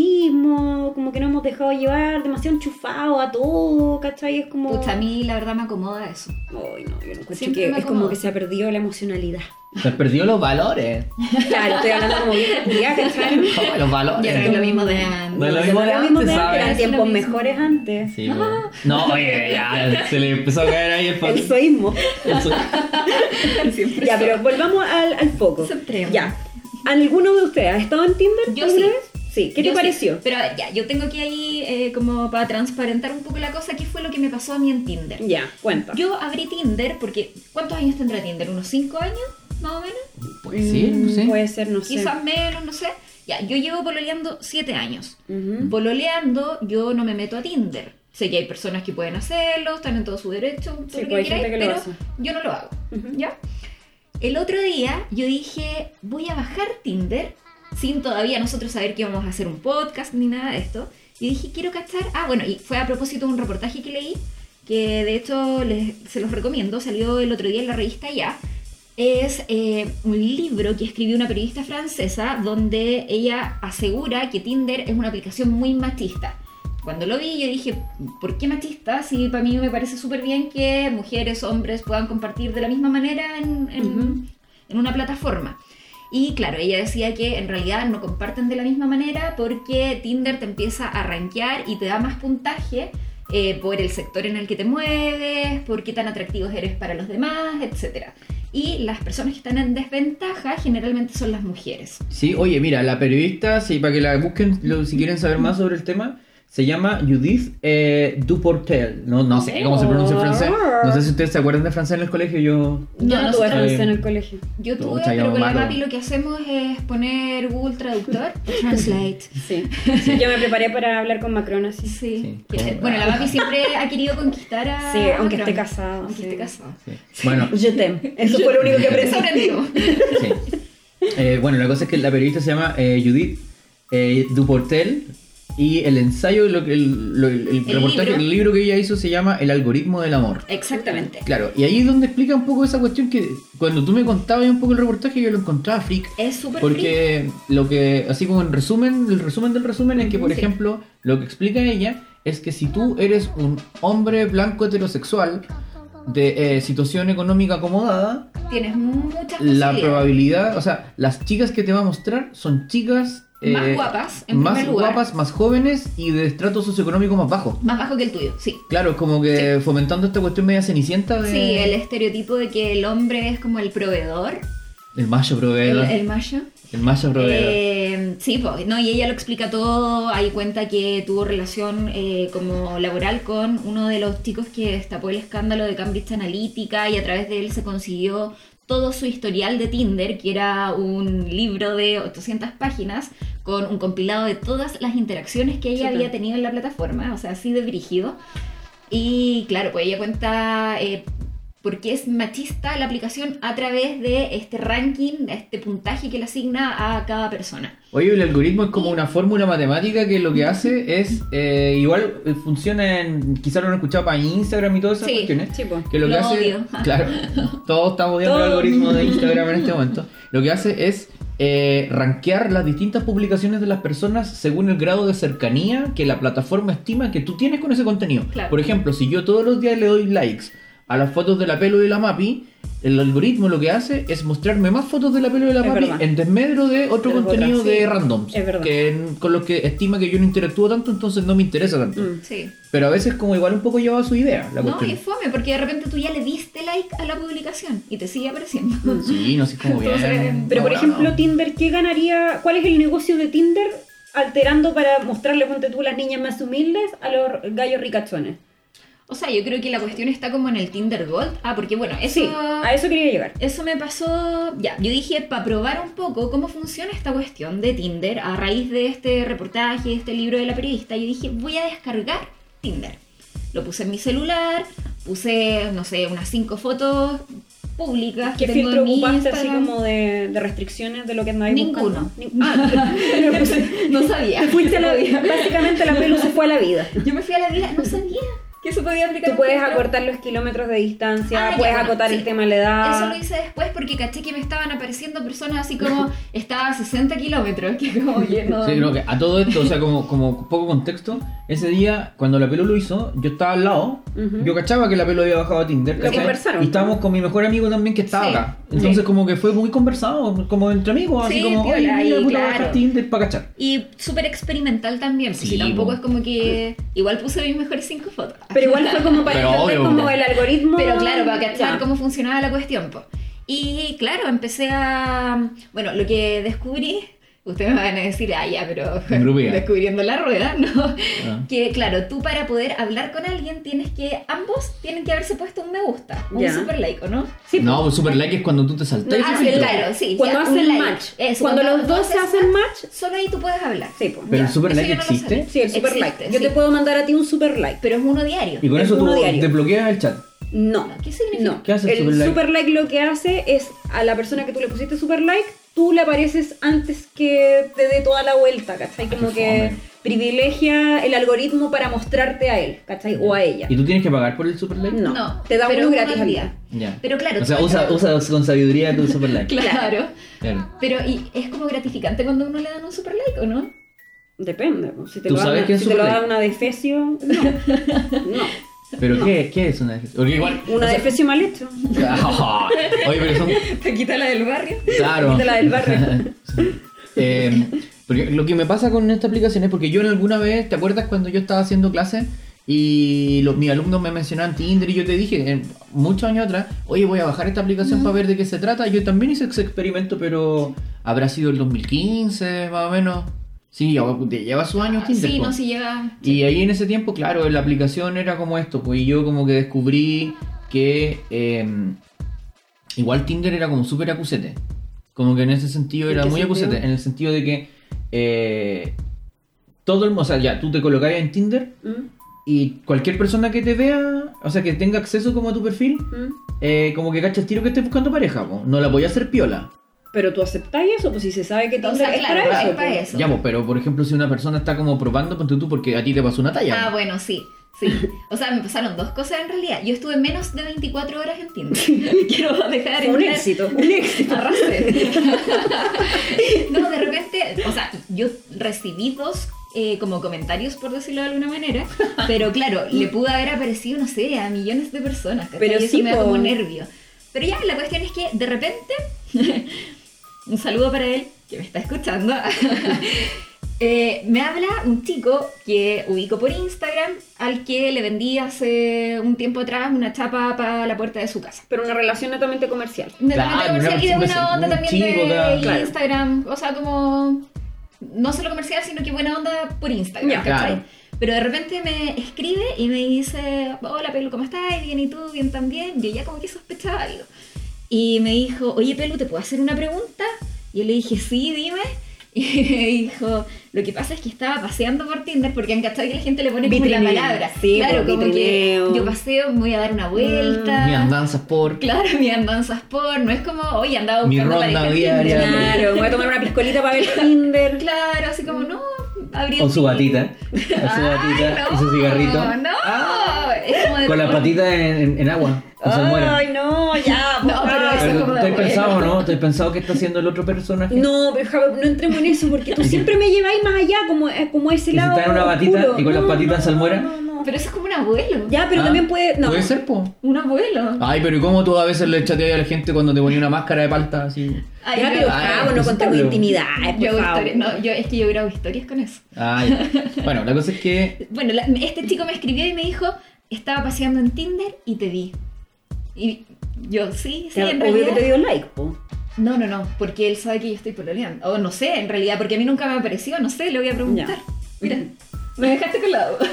C: romanticismo, como que no hemos dejado llevar, demasiado enchufado a todo, ¿cachai? Es como.
A: Pucha, a mí la verdad me acomoda eso.
C: Ay, no, yo no encuentro
A: Siempre
C: que
A: me
C: es como
A: acomodo.
C: que se ha perdido la emocionalidad.
B: Se han perdido los valores.
C: Claro, estoy hablando como vieja culiá, ¿cachai?
B: Oh, los
A: Ya no
B: valores.
A: es lo mismo de antes.
B: No es lo mismo de
C: Lo
B: antes,
C: mismo de antes, eran
B: ¿sabes?
C: tiempos
A: Lo mismo.
C: mejores antes.
B: Sí, po. No, oye, ya se le empezó a caer ahí el,
C: El soísmo.
B: el so-
A: Siempre
C: Ya,
A: soy.
C: pero volvamos al, al foco.
A: Centremos.
C: Ya. ¿Alguno de ustedes ha estado en Tinder
A: Yo
C: alguna
A: sí.
C: vez? Sí. ¿Qué
A: Yo sí,
C: te pareció?
A: Pero ya, yo tengo que ahí eh, como para transparentar un poco la cosa, ¿qué fue lo que me pasó a mí en Tinder?
C: Ya, cuenta.
A: Yo abrí Tinder porque, ¿cuántos años tendrá Tinder? ¿Unos 5 años? Más o menos.
B: Pues sí, no sé.
C: Mm, Puede ser, no sé.
A: Quizás menos, no sé. Ya, yo llevo pololeando 7 años.
C: Ujú.
A: Pololeando, yo no me meto a Tinder. Sé que hay personas que pueden hacerlo, están en todo su derecho, todo
C: Sí,
A: lo que
C: pues hay
A: queráis,
C: gente que lo
A: pero
C: hace.
A: yo no lo hago.
C: Ujú.
A: ¿Ya? El otro día yo dije, voy a bajar Tinder sin todavía nosotros saber que íbamos a hacer un podcast ni nada de esto. Y dije, quiero cachar. Ah, bueno, y fue a propósito de un reportaje que leí, que de hecho les- se los recomiendo, salió el otro día en la revista Ya. Es eh, un libro que escribió una periodista francesa donde ella asegura que Tinder es una aplicación muy machista. Cuando lo vi yo dije, ¿por qué machista? Si para mí me parece súper bien que mujeres, hombres puedan compartir de la misma manera en, en-
C: Ujú.
A: en una plataforma. Y claro, ella decía que en realidad no comparten de la misma manera porque Tinder te empieza a rankear y te da más puntaje eh, por el sector en el que te mueves, por qué tan atractivos eres para los demás, etc. Y las personas que están en desventaja generalmente son las mujeres.
B: Sí, oye, mira, la periodista, sí, para que la busquen lo- si quieren saber más sobre el tema, se llama Judith eh, Duportel. No, no sé cómo se pronuncia en francés. No sé si ustedes se acuerdan de francés en el colegio. Yo.
C: Yo no,
A: no
C: tuve
A: sé.
C: francés en el colegio.
A: Yo tuve,
B: Pucha, yo
A: pero con la
B: malo.
A: Mapi lo que hacemos es poner Google Traductor, Translate.
C: Sí. Sí, Yo me preparé para hablar con Macron así. Sí,
A: Sí.
B: Sí,
A: Que-
B: como-
A: Bueno, la Mapi siempre ha querido conquistar a.
C: aunque
A: a
C: esté
A: Trump.
C: casado.
A: Ah, Aunque
C: sí.
A: esté casado.
B: Sí. Bueno,
C: Je t'aime. Eso fue lo único que aprendí.
A: Sorprendido.
B: sí. Eh, bueno, la cosa es que la periodista se llama eh, Judith eh, Duportel. Y el ensayo, lo que- el, lo- el- el
A: El
B: reportaje,
A: libro.
B: el libro que ella hizo se llama El algoritmo del amor.
A: Exactamente.
B: Claro, y ahí es donde explica un poco esa cuestión que cuando tú me contabas un poco el reportaje yo lo encontraba freak.
A: Es súper freak.
B: Porque lo que, así como en resumen, el resumen del resumen es que, por
A: Sí.
B: ejemplo, lo que explica ella es que si tú eres un hombre blanco heterosexual de eh, situación económica acomodada,
A: Tienes muchas
B: la
A: posibilidades.
B: probabilidad, o sea, las chicas que te va a mostrar son chicas
A: Más
B: eh,
A: guapas, en
B: más
A: primer lugar.
B: guapas, más jóvenes y de estrato socioeconómico más bajo.
A: Más bajo que el tuyo, sí.
B: Claro, como que fomentando esta cuestión media cenicienta de
A: Sí, el estereotipo de que el hombre es como el proveedor,
B: el macho
A: el,
B: proveedor, el,
A: el macho.
B: macho proveedor.
A: Eh, sí, pues, no, y ella lo explica todo. Ahí cuenta que tuvo relación eh, como laboral con uno de los chicos que destapó el escándalo de Cambridge Analytica y a través de él se consiguió todo su historial de Tinder, que era un libro de 800 páginas con un compilado de todas las interacciones que ella
C: Chuta.
A: había tenido en la plataforma, o sea, así de brígido. Y claro, pues ella cuenta eh, por qué es machista la aplicación a través de este ranking, este puntaje que le asigna a cada persona.
B: Oye, el algoritmo es como una fórmula matemática que lo que hace es, eh, igual eh, funciona en, quizás lo han escuchado para Instagram y todas esas
A: Sí.
B: cuestiones.
C: Sí, po.
B: Que lo,
A: Lo
B: que hace,
A: odio.
B: claro, todos estamos odiando el
C: Todos.
B: algoritmo de Instagram en este momento. Lo que hace es eh, rankear las distintas publicaciones de las personas según el grado de cercanía que la plataforma estima que tú tienes con ese contenido.
A: Claro.
B: Por ejemplo, si yo todos los días le doy likes a las fotos de la pelo y la mapi, el algoritmo lo que hace es mostrarme más fotos de la pelo y la
C: Es
B: mapi
C: verdad.
B: en desmedro de otro
C: Pero es
B: contenido
C: otra,
B: de
C: sí.
B: randoms,
C: Es verdad.
B: que en- con los que estima que yo no interactúo tanto, entonces no me interesa tanto.
C: Mm.
A: Sí.
B: Pero a veces como igual un poco lleva a su idea la
A: No,
B: cuestión.
A: y fome, porque de repente tú ya le diste like a la publicación y te sigue apareciendo.
B: Sí, no sé cómo bien.
A: Entonces,
C: Pero por
B: elaborado.
C: ejemplo, Tinder, ¿qué ganaría? ¿Cuál es el negocio de Tinder alterando para mostrarle, ponte tú, las niñas más humildes a los gallos ricachones?
A: O sea, yo creo que la cuestión está como en el Tinder Gold. Ah, porque bueno, eso...
C: Sí, a eso quería llegar.
A: Eso me pasó, ya, yo dije, para probar un poco cómo funciona esta cuestión de Tinder, a raíz de este reportaje, de este libro de la periodista, yo dije, voy a descargar Tinder. Lo puse en mi celular, puse, no sé, unas cinco fotos públicas que
C: ¿Qué
A: tengo
C: filtro
A: en mi
C: ocupaste así
A: Instagram.
C: como de, de restricciones de lo que andáis
A: Ninguno.
C: buscando? Ni- Ah, pero pues,
A: No sabía.
C: fuiste a la vida.
A: vida.
C: Básicamente la pelo se fue a la vida.
A: Yo me fui a la vida, no sabía que eso podía aplicar.
C: Tú
A: un
C: puedes
A: filtro.
C: acortar los kilómetros de distancia,
A: Ah, ya,
C: puedes
A: bueno,
C: acotar
A: sí.
C: el tema de la edad.
A: Eso lo hice después porque caché que me estaban apareciendo personas así como estaba a 60 kilómetros, que como oye, no-
B: Sí, creo que a todo esto, o sea, como, como poco contexto, ese día cuando la Pelo lo hizo, yo estaba al lado,
C: Ujú.
B: yo cachaba que la Pelo había bajado a Tinder,
C: Lo
B: ¿cachai?
C: conversaron.
B: y estábamos con mi mejor amigo también que estaba
A: Sí.
B: acá. Entonces
C: Sí.
B: como que fue muy conversado, como entre amigos, así
A: Sí,
B: como,
A: piola,
B: oye, mira,
A: y
B: puta,
A: claro.
B: bajaste Tinder para cachar.
A: Y súper experimental también, porque
B: Sí,
A: tampoco
B: po.
A: es como que. Igual puse mis mejores cinco fotos.
C: Pero igual fue como para
B: Pero
C: entender
B: obvio,
C: como
B: pues.
C: el algoritmo.
A: Pero claro, para cachar
C: Ya.
A: cómo funcionaba la cuestión, po. Y claro, empecé a. Bueno, lo que descubrí. Ustedes me van a decir, ah, ya, pero
B: En Ah. rubia.
A: descubriendo la rueda, ¿no? Que claro, tú para poder hablar con alguien tienes que. Ambos tienen que haberse puesto un me gusta, un
C: Ya.
A: super like, ¿o no?
C: Sí,
B: No, pues super like es cuando tú te saltas.
A: Ah,
B: ese
A: sí,
B: filtro.
A: claro, sí.
C: Cuando
A: ya, un
C: hacen
A: like.
C: match.
A: Eso,
C: cuando, los dos se
A: haces
C: hacen
A: match,
C: match.
A: Solo ahí tú puedes hablar.
C: Sí, pues.
B: Pero el super
A: Eso
B: like
A: yo no lo
B: existe.
A: sabía.
C: Sí, el super
A: Existe,
C: like. Yo te
A: sí.
C: puedo mandar a ti un super like.
A: Pero es uno diario.
B: Y con
C: Es
B: eso tú
C: uno diario.
B: desbloqueas el chat.
C: No.
A: ¿Qué significa?
C: No.
B: ¿Qué hace el
C: el
B: super like?
C: super like lo que hace es a la persona que tú le pusiste super like, tú le apareces antes que te dé toda la vuelta, ¿cachai? Como
B: qué
C: que
B: fome.
C: privilegia el algoritmo para mostrarte a él, ¿cachai? O a ella.
B: ¿Y tú tienes que pagar por el super like?
C: No.
A: No,
C: Te da
A: pero
C: uno
A: uno
C: gratis
A: al
C: al
A: día.
C: día.
B: Ya.
A: Pero claro,
B: O sea,
A: tú-
B: usa, usa con sabiduría tu super like.
A: Claro.
B: Claro.
A: Pero y es como gratificante cuando a uno le dan un super like, ¿o no?
C: Depende. pues, Si te
B: ¿Tú
C: lo da
B: sabes
C: una-
B: qué es
C: si te lo
B: super
C: da
B: like?
C: una defecio, no. no.
B: Pero ¿qué, ¿qué es una defecio? Porque igual.
C: Una
B: o sea-
C: defecio mal hecho.
B: Oye, pero son.
A: Te quita la del barrio.
B: Claro.
C: De la del barrio.
B: Eh, porque lo que me pasa con esta aplicación es porque yo en alguna vez, ¿te acuerdas cuando yo estaba haciendo clases? Y los, mis alumnos me mencionaban Tinder y yo te dije, en- muchos años atrás, oye, voy a bajar esta aplicación para ver de qué se trata. Yo también hice ese experimento, pero habrá sido el 2015, más o menos. Sí, ya- lleva sus años Tinder.
A: Ah, Sí,
B: po.
A: no, si llega.
B: Y ahí en ese tiempo, claro, la aplicación era como esto, pues y yo como que descubrí que eh, igual Tinder era como súper acusete. Como que en ese sentido
C: ¿En
B: era
C: qué
B: muy
C: sentido?
B: acusete, en el sentido de que eh, todo el mundo, o sea, ya, tú te colocabas en Tinder
C: Mm,
B: y cualquier persona que te vea, o sea, que tenga acceso como a tu perfil,
C: mm.
B: eh, como que cacha el tiro que estés buscando pareja, po. no la podía hacer piola.
C: Pero tú aceptáis eso, pues si se sabe que
A: O
C: Tinder
A: sea,
C: es
A: claro,
C: para eso.
A: es para
C: pues.
A: eso.
B: Ya, pues, pero por ejemplo, si una persona está como probando, ponte tú porque a ti te pasó una talla.
A: Ah, bueno, sí. Sí, o sea, me pasaron dos cosas en realidad. Yo estuve menos de 24 horas en Tinder. Quiero dejar
C: Fue
A: en
C: un
A: claro-
C: éxito, un éxito.
A: Arrasé. no, de repente, o sea, yo recibí dos eh, como comentarios, por decirlo de alguna manera, pero claro, le pudo haber aparecido, no sé, a millones de personas, ¿cachai?
C: Pero
A: Y eso
C: sí,
A: me da como
C: po.
A: nervio. Pero ya, la cuestión es que de repente, un saludo para él, que me está escuchando, Eh, me habla un chico que ubico por Instagram, al que le vendí hace un tiempo atrás una chapa para la puerta de su casa
C: Pero una relación netamente comercial.
A: netamente
B: Claro,
A: comercial y de
B: una
A: buena onda
B: un
A: también
B: chico,
A: de
B: claro, claro.
A: Instagram. O sea, como. No solo comercial, sino que buena onda por Instagram.
C: Ya,
A: ¿cachai?
B: claro.
A: Pero de repente me escribe y me dice: Hola, Pelu, ¿cómo estás? Bien, ¿y tú? Bien, también. Yo ya como que sospechaba algo. Y me dijo: Oye, Pelu, ¿te puedo hacer una pregunta? Y yo le dije: Sí, dime. Y me dijo, lo que pasa es que estaba paseando por Tinder porque han cachado que la gente le pone como la
C: Vitrineo,
A: palabra.
C: sí,
B: pues,
A: claro,
C: por
A: como que
C: vitrineo.
A: yo paseo, me voy a dar una vuelta.
B: Mi andanzas por.
A: Claro, mi andanzas por, no es como, oye, andaba
B: Mi
A: buscando
B: ronda
A: pareja en
B: diaria.
A: Tinder".
C: Claro, voy a tomar una piscolita para ver Tinder.
A: Claro, así como, no, abrí
B: O
A: el
B: su
A: Tinder.
B: batita. O su batita y su cigarrito.
A: No,
B: Ah,
A: es como de
B: con las
A: terror.
B: patitas en, en agua. O se mueren.
C: Ay, no, ya.
A: No,
C: por
A: pero
C: favor.
A: eso es como
B: Pero
A: de
B: estoy
A: abuelo.
B: pensado, ¿no? Estoy pensado que está haciendo el otro personaje.
C: No, pero Jacob, no entremos en eso porque tú siempre me lleváis más allá, como, eh, como a ese
B: Que si
C: lado.
B: está en una
C: oscuro.
B: batita y con las
C: No,
B: patitas
C: no,
B: salmuera.
C: no, no, no.
A: Pero eso es como un abuelo.
C: Ya, pero
B: Ah,
C: también puede. No.
B: Puede ser, po.
A: Un abuelo.
B: Ay, pero ¿y cómo tú a veces le chateas a la gente cuando te ponía una máscara de palta así?
A: Ay,
C: ya,
A: yo-
C: pero
B: ay,
C: Jacob, no
B: pues,
C: contemos
B: Pablo.
C: intimidades,
A: ah, yo
C: por
A: hago
C: favor.
A: historias- no, yo, es que yo grabo historias con eso.
B: Ay. Bueno, la cosa es que.
A: Bueno, la- este chico me escribió y me dijo, estaba paseando en Tinder y te vi. Y yo, sí, sí,
C: Ya,
A: en
C: Obvio
A: realidad.
C: que te dio like, po.
A: No, no, no, porque él sabe que yo estoy pololeando. O no sé, en realidad, porque a mí nunca me apareció, no sé, le voy a preguntar.
C: Ya.
A: Mira, me dejaste con la duda.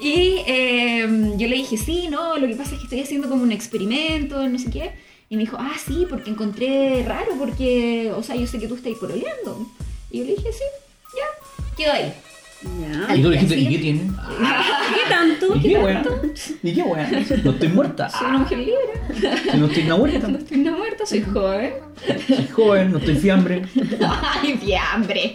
A: y eh, yo le dije, sí, no, lo que pasa es que estoy haciendo como un experimento, no sé qué. Y me dijo, ah, sí, porque encontré raro, porque, o sea, yo sé que tú estás pololeando. Y yo le dije, sí, ya, quedó ahí.
C: Ya.
B: Y tú le dijiste,
A: sí.
B: ¿y qué tiene?
C: ¿Qué tanto?
B: ¿Y
C: ¿Qué
B: qué
C: tanto?
B: weá? ¿Y qué weá? No estoy muerta.
A: Soy una mujer libre,
B: Si no estoy una muerta.
A: no estoy una muerta, soy joven.
B: Soy joven, no estoy fiambre.
A: ¡Ay, fiambre!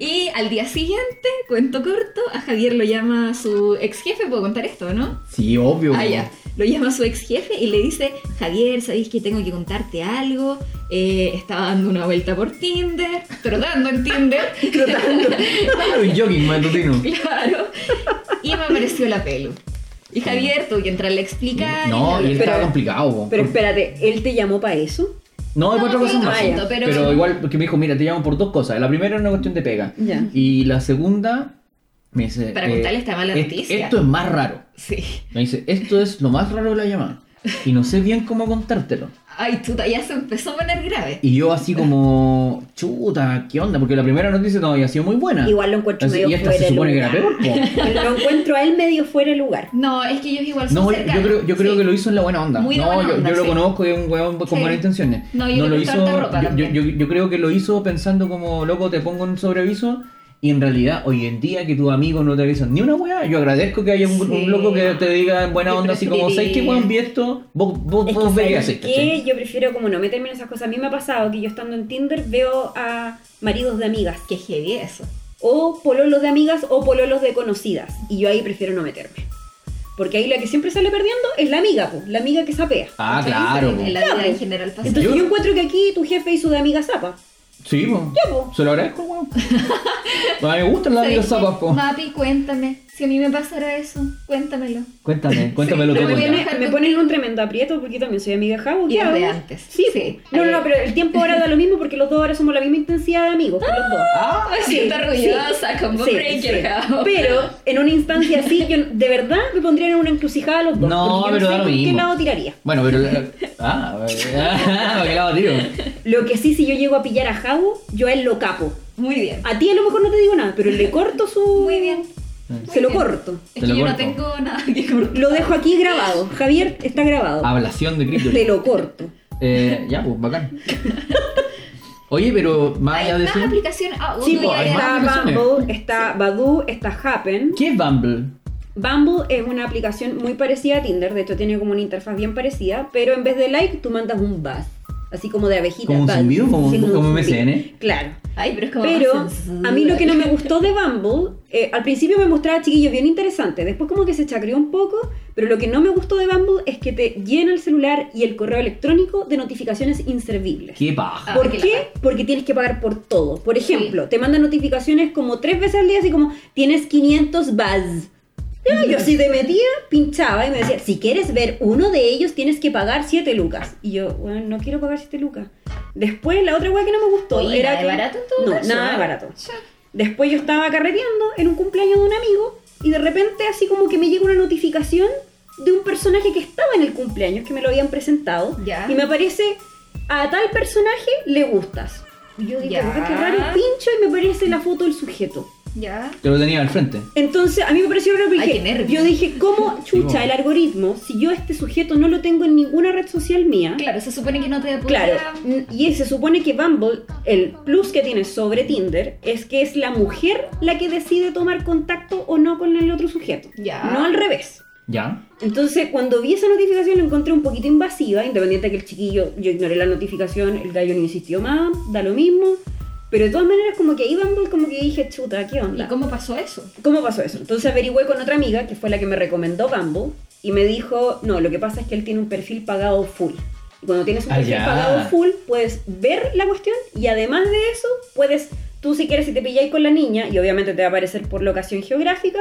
A: Y al día siguiente, cuento corto, a Javier lo llama su ex jefe, puedo contar esto, ¿no?
B: Sí, obvio.
A: Ah, ya. Lo llama su ex jefe y le dice, Javier, ¿sabéis que tengo que contarte algo? Eh, estaba dando una vuelta por Tinder, trotando en Tinder.
B: Claro, y jogging matutino.
A: claro. Y me apareció la pelu. Y Javier tuvo que entrarle a explicar.
B: No,
A: y
B: y
A: bla,
B: él
A: bla,
B: estaba
C: Pero-
B: complicado. po.
C: Pero espérate, ¿él te llamó para eso?
B: No, hay
A: No,
B: cuatro
A: sí,
B: cosas más.
A: ah, ya.
B: pero...
A: Pero-
B: igual, porque me dijo, mira, te llamo por dos cosas. La primera es una cuestión de pega.
C: Ya.
B: Y la segunda, me dice...
A: Para contarle esta mala
B: "Est-
A: noticia".
B: Esto es más raro.
A: bla. Sí.
B: Me dice, esto es lo más raro de la llamada. Y no sé bien cómo contártelo.
A: Ay, chuta, ya se empezó a poner grave.
B: Y yo así como, chuta, ¿qué onda? Porque la primera noticia no había sido muy buena.
C: Igual lo encuentro
B: Así-
C: medio
B: Ah. Y esta
C: fuera
B: se
C: de
B: supone que era
C: lugar.
B: peor. po.
C: Pero lo encuentro a él medio fuera de lugar.
A: No, es que ellos igual son
B: No, yo
A: cercanos.
B: creo, yo creo
A: Sí.
B: que lo hizo en la buena onda.
A: Muy de
B: no,
A: buena
B: yo,
A: onda,
B: yo lo
A: sí.
B: conozco y es un weón con
A: Sí.
B: buenas intenciones.
A: No, yo le
B: lo
A: compré
B: hizo.
A: harta ropa
B: yo,
A: también.
B: yo- yo creo que lo hizo pensando como, loco, te pongo un sobreaviso. Y en realidad, hoy en día que tus amigos no te avisan ni una weá, yo agradezco que haya un,
A: Sí.
B: un loco que te diga en buena
A: Yo
B: onda, así como, ¿sabes qué
A: preferiría.
B: weón vi esto? Vos, vos,
C: Es que,
B: vos ve qué
C: ¿sabes
B: haces,
C: qué?
B: ¿cachai?
C: Yo prefiero como no meterme en esas cosas. A mí me ha pasado que yo estando en Tinder veo a maridos de amigas.
A: Qué heavy eso.
C: O pololos de amigas o pololos de conocidas. Y yo ahí prefiero no meterme. Porque ahí la que siempre sale perdiendo es la amiga, po, la amiga que sapea.
B: Ah,
A: ¿Cachai?
B: claro. po.
A: En la vida en general pues. pasa.
C: Entonces
B: Yo-
C: yo, encuentro que aquí tu jefe hizo de amiga zapa.
B: Sí, po.
C: po.
B: Se lo agradezco, weón. A mí me gustan las
A: ¿Sabes
B: amigas
A: qué?
B: zapas, po.
A: Mapi, cuéntame. Si a mí me pasara eso, cuéntamelo.
B: Cuéntame, cuéntame lo
A: pero
B: que
A: me
C: Me
A: Bueno.
B: cuentas.
C: pone- me ponen en un tremendo aprieto porque yo también soy amiga de Javo.
A: Y
C: ¿qué
A: desde
C: hago?
A: antes.
C: Sí,
A: Sí.
C: po. No, no, no, pero el tiempo ahora da lo mismo porque los dos ahora somos la misma intensidad de amigos. los dos.
B: Ah,
A: Me siento orgullosa con
C: Sí,
A: Breaker
C: sí.
A: Jao.
C: Pero en una instancia así, yo de verdad me pondría en una encrucijada los dos.
B: No,
C: porque yo
B: pero da
C: no
B: lo
C: sé por qué
B: mismo.
C: lado tiraría.
B: Bueno, pero. Ah, ¿para qué lado tiro?
C: Lo que sí, si yo llego a pillar a Javo, yo a él lo capo.
A: Muy bien.
C: A ti a lo mejor no te digo nada, pero le corto su.
A: Muy bien.
C: Se lo
A: Muy bien.
C: corto.
A: Es
B: Te
A: que
B: lo
A: yo no
B: corto.
A: tengo nada que cortar.
C: Lo dejo aquí grabado. Javier está grabado.
B: Ablación de cripto.
C: Te lo corto.
B: Eh, ya, pues bacán. Oye, pero más
A: Hay
B: allá de
A: más
B: eso.
A: aplicaciones. Ah,
B: Sí,
A: uno
B: po,
A: ya
B: hay
A: era-
B: más.
C: Está
B: aplicaciones.
C: Bumble, está Badoo, está Happen.
B: ¿Qué es Bumble?
C: Bumble es una aplicación muy parecida a Tinder, de hecho tiene como una interfaz bien parecida, pero en vez de like tú mandas un buzz. así como de abejita.
B: Como un
C: pa-
B: zumbido, como un-
C: sí,
B: como
C: un
B: MSN.
C: zumbido. Claro.
A: Ay, pero es como.
C: Pero a mí lo que no me gustó de Bumble, eh, al principio me mostraba chiquillos bien interesante, después como que se chacreó un poco, pero lo que no me gustó de Bumble es que te llena el celular y el correo electrónico de notificaciones inservibles.
B: Qué paja.
A: Ah,
C: ¿Por
A: qué
C: qué?
A: lata.
C: Porque tienes que pagar por todo. Por ejemplo, te mandan notificaciones como tres veces al día, así como tienes 500 buzz. Ya, yo así de metía, pinchaba y me decía, si quieres ver uno de ellos tienes que pagar 7 lucas. Y yo, bueno, no quiero pagar 7 lucas. Después la otra weá que no me gustó
A: Oye,
C: era
A: ¿nada de
C: que...
A: barato en todo
C: No,
A: caso,
C: nada de
A: ¿eh?
C: barato.
A: Ya.
C: Después yo estaba carreteando en un cumpleaños de un amigo y de repente así como que me llega una notificación de un personaje que estaba en el cumpleaños, que me lo habían presentado,
A: Ya.
C: y me aparece, a tal personaje le gustas. Y yo dije,
A: Ya.
C: "Puta, qué raro, pincho y me aparece la foto del sujeto.
A: Ya.
B: Que lo tenía al frente.
C: Entonces, a mí me pareció raro porque
A: Ay, qué nervios.
C: yo dije, ¿cómo chucha
B: bueno.
C: el algoritmo si yo a este sujeto no lo tengo en ninguna red social mía?
A: Claro, se supone que no te
C: Claro,
A: podría-
C: n- y se supone que Bumble, el plus que tiene sobre Tinder, es que es la mujer la que decide tomar contacto o no con el otro sujeto.
A: Ya.
C: No al revés.
B: Ya.
C: Entonces, cuando vi esa notificación, la encontré un poquito invasiva, independiente de que el chiquillo, yo ignoré la notificación, el gallo no insistió más, da lo mismo. Pero de todas maneras, como que ahí Bumble, como que dije, chuta, ¿qué onda?
A: ¿Y cómo pasó eso?
C: ¿Cómo pasó eso? Entonces averigüé con otra amiga, que fue la que me recomendó Bumble, y me dijo, no, lo que pasa es que él tiene un perfil pagado full. Y cuando tienes un
B: Ah,
C: perfil
B: ya.
C: pagado full, puedes ver la cuestión y además de eso, puedes, tú si quieres, si te pilláis con la niña, y obviamente te va a aparecer por locación geográfica,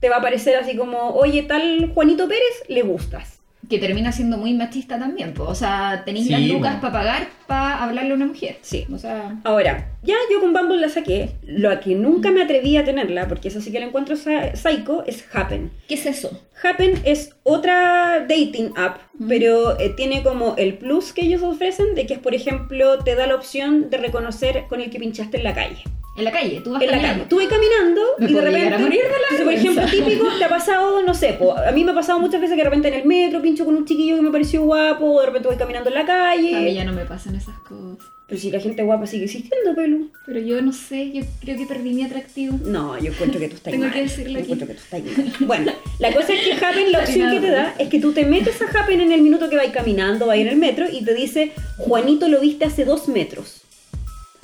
C: te va a aparecer así como, oye, tal Juanito Pérez, le gustas.
A: Que termina siendo muy machista también, po. O sea, tenéis
B: Sí,
A: las lucas
B: bueno.
A: para pagar para hablarle a una mujer.
C: Sí.
A: O sea.
C: Ahora, ya yo con Bumble la saqué, lo que nunca me atreví a tenerla, porque eso sí que la encuentro sa- psycho, es Happen.
A: ¿Qué es eso?
C: Happen es otra dating app, pero eh, tiene como el plus que ellos ofrecen de que es, por ejemplo, te da la opción de reconocer con el que pinchaste en la calle.
A: En la calle, tú vas
C: En la calle.
A: caminando.
C: Tú vas caminando
A: Ah, Me
C: y de
A: puedo llegar
C: repente,
A: a morir de la
C: entonces, por
A: vergüenza.
C: ejemplo, típico, te ha pasado, no sé, po, a mí me ha pasado muchas veces que de repente en el metro pincho con un chiquillo que me pareció guapo, o de repente voy caminando en la
A: A mí
C: calle.
A: Ah, ya no me pasan esas cosas.
C: Pero si la gente guapa sigue existiendo, pelo.
A: Pero yo no sé, yo creo que perdí mi atractivo.
C: No, yo encuentro que tú estás
A: Tengo
C: mal.
A: que decirlo
C: Yo
A: aquí.
C: encuentro que tú estás mal. Bueno, la cosa es que Happen, la opción que te da es que tú te metes a Happen en el minuto que vais caminando, vais en el metro y te dice, Juanito lo viste hace dos metros.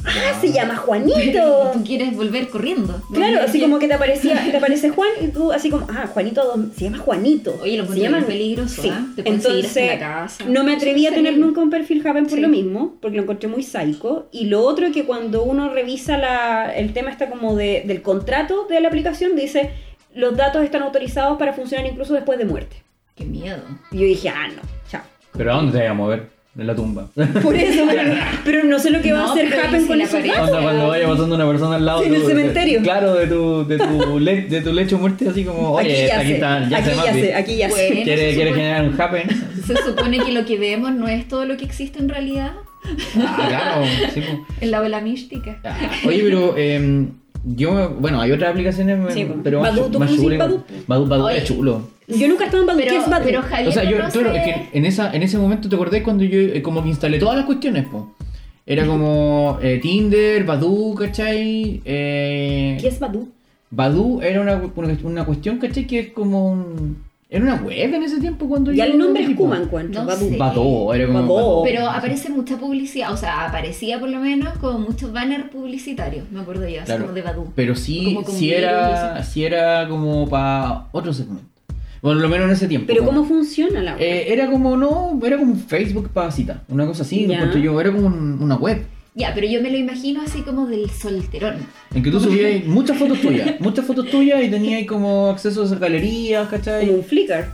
C: Ah, se llama
A: Pero
C: Juanito.
A: tú quieres volver corriendo.
C: Claro, así
A: Volver-
C: como que te aparecía, te aparece Juan y tú así como, ah, Juanito a dos- se llama Juanito.
A: Oye, lo
C: Se
A: encuentro
C: llama-
A: bien peligroso,
C: Sí.
A: ¿ah? Te pueden seguir hasta
C: Entonces,
A: la casa.
C: no me atreví a
A: Sí,
C: tener
A: sí.
C: nunca un perfil Happen por
A: Sí.
C: lo mismo, porque lo encontré muy psycho. Y lo otro es que cuando uno revisa la, el tema está como de- del contrato de la aplicación, dice, los datos están autorizados para funcionar incluso después de muerte.
A: Qué miedo.
C: Y yo dije, ah, no, chao.
B: Pero ¿a dónde te vas a mover? En la tumba. Onda,
C: Por eso, pero, pero no sé lo que va a
A: No,
C: hacer
A: pero ¿y
C: Happen
A: si
C: con
A: la
C: esos
A: pareja?
C: datos.
B: cuando vaya pasando una persona al lado.
C: En el
B: tú- eh,
C: cementerio.
B: Claro, de tu, de tu, le- de tu lecho de muerte, así como, oye,
C: aquí ya
B: aquí,
C: sé,
B: está, ya
C: aquí
B: se
C: ya
B: mate.
C: sé, aquí ya sé.
A: Bueno,
B: ¿Quiere,
A: se
B: quiere
A: supone-
B: generar un happen?
A: Se supone que lo que vemos no es todo lo que existe en realidad.
B: Ah, claro. sí, pues.
A: El lado de la mística.
B: Ah, Oye, pero eh, yo, bueno, hay otras aplicaciones, me-
C: Sí, pues.
B: pero
C: Badu, ¿tú
B: más
C: conoces
B: chulas.
C: Badu?
B: Badu, Badu
A: Oye.
B: es chulo.
C: Yo nunca estaba en Badu. ¿Qué
A: Pero,
C: es Badu?
A: pero Javier
B: O sea, yo,
A: conoce-
B: claro, es que en, esa, en ese momento te acordás cuando yo eh, como que instalé todas las cuestiones, po. Era como eh, Tinder, Badu, ¿cachai? Eh,
C: ¿Qué es Badu?
B: Badu era una, una- una cuestión, ¿cachai? Que es como un... Era una web en ese tiempo cuando
C: Ya
B: yo-
C: el nombre es
B: tipo,
C: Kuma, encuentro.
A: No
C: Badu.
A: sé.
B: Badoo, era como
C: Badoo.
B: Badoo.
A: Pero aparece mucha publicidad, o sea, aparecía por lo menos con muchos banners publicitarios, me acuerdo yo, así
B: Claro.
A: como de Badu.
B: Pero sí,
A: Como con
B: sí
A: virus
B: era, sí era como para otro segmento. Bueno, lo menos en ese tiempo.
C: Pero
B: como-
C: ¿cómo funciona la web?
B: Eh, era como, no, era como un Facebook para cita, una cosa así,
C: Ya.
B: encuentro yo, era como un- una web.
A: Ya, pero yo me lo imagino así como del solterón.
B: En que tú subías muchas fotos tuyas, muchas fotos tuyas y tenías ahí como acceso a esas galerías,
C: Como
B: ¿cachai?
C: un Flickr.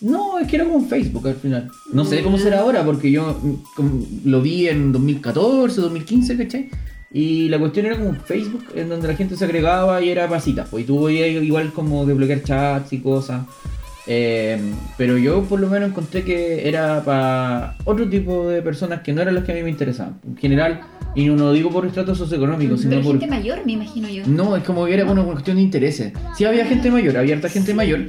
B: No, es que era como un Facebook al final. No sé cómo será ahora, porque yo mm, como lo vi en 2014, 2015, ¿cachai? Y la cuestión era como un Facebook en donde la gente se agregaba y era para citas, pues, y tú podías igual como desbloquear chats y cosas. Eh, pero yo por lo menos encontré que era para otro tipo de personas que no eran las que a mí me interesaban. En general, y no lo digo por estratos socioeconómicos, sino
A: Pero
B: por...
A: gente mayor, me imagino yo.
B: No, es como que era una cuestión de intereses. Sí había gente mayor, había harta gente mayor,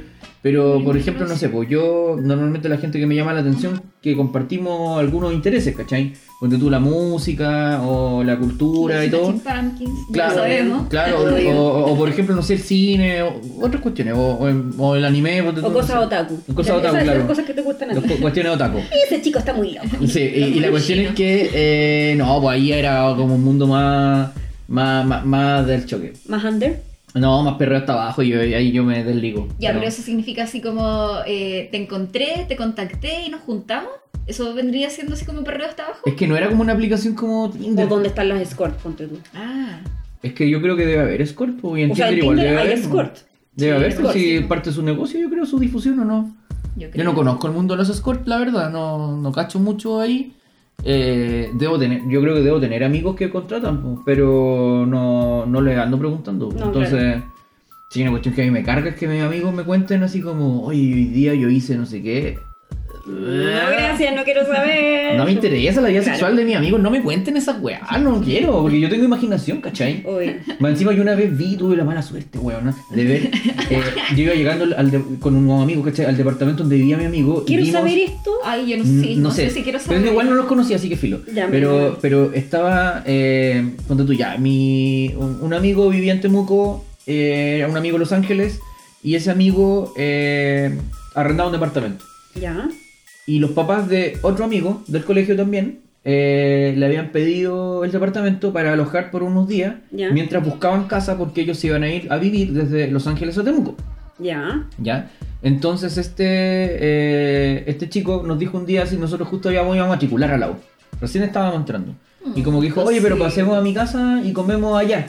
B: Pero,
A: Muy
B: por ejemplo,
A: peligroso.
B: no sé, pues yo normalmente la gente que me llama la atención que compartimos algunos intereses, ¿cachai? Ponte tú la música o la cultura y
A: Los
B: todo.
A: Smashing Pumpkins,
B: Claro,
A: lo sabemos.
B: claro
C: Lo
B: o,
C: digo.
B: o- o por ejemplo, no sé, el cine, o, otras cuestiones, o, o el- o el anime. ponte tú,
C: O
B: no sé.
C: cosas otaku.
B: Cosas otaku,
C: Esas son
B: claro.
C: las cosas que te gustan a
B: Las
C: ti.
B: cu- cuestiones otaku.
C: Ese chico está muy loco.
B: Sí, y, y la
A: Los
B: cuestión es
A: chinos.
B: que, eh, no, pues ahí era como un mundo más, más, más, más del choque.
C: Más under.
B: No, más perro hasta abajo y yo- y ahí yo me desligo.
A: Ya, pero eso significa así como eh, te encontré, te contacté y nos juntamos. Eso vendría siendo así como perreo hasta abajo.
B: Es que no era como una aplicación como
C: O
B: Tinder.
C: dónde están las escorts, ponte tú.
A: Ah,
B: Es que yo creo que debe haber escort, pues, y en
C: O sea,
B: Tinder
C: en
B: igual
C: Tinder
B: debe
C: hay
B: haber.
C: escort.
B: Debe
A: Sí,
B: haber,
A: escort,
B: pues, si
A: sí.
B: parte de su negocio, yo creo, su difusión o no.
A: yo creo.
B: Yo no conozco el mundo de los escorts, la verdad, no, no cacho mucho ahí. Eh, debo tener, yo creo que debo tener amigos que contratan, pues, pero no, no les ando preguntando.
C: No,
B: Entonces, sí, una cuestión que a mí me carga es que mis amigos me cuenten así como, oye, hoy día yo hice no sé qué.
C: No, gracias, no quiero saber.
B: Ah. No me interesa la vida
C: Claro.
B: sexual de mis amigos, no me cuenten esas weas, ah, no quiero, porque yo tengo imaginación, ¿cachai?
C: Oye,
B: Más encima yo una vez vi, tuve la mala suerte, weón, ¿no? de ver. eh, yo iba llegando al- al de- con unos amigos, ¿cachai? Al departamento donde vivía mi amigo. y
C: quiero
B: vimos-
C: saber esto.
A: Ay, yo no
B: Mm,
A: sé, no, sé. si quiero saber.
B: Pero igual no los conocía, así que filo.
C: Ya, mira,
B: pero,
C: no.
B: pero estaba, eh, ponte tú ya, mi, un, un amigo vivía en Temuco, eh, era un amigo en Los Ángeles, y ese amigo eh, arrendaba un departamento.
C: Ya.
B: Y los papás de otro amigo del colegio también eh, le habían pedido el departamento para alojar por unos días
C: Ya.
B: mientras buscaban casa porque ellos se iban a ir a vivir desde Los Ángeles a Temuco.
C: Ya.
B: ¿Ya? Entonces este, eh, este chico nos dijo un día si nosotros justo íbamos íbamos a matricular a la U. Recién estábamos entrando. Y como que dijo,
A: pues
B: oye, pero
A: sí.
B: pasemos a mi casa y comemos allá.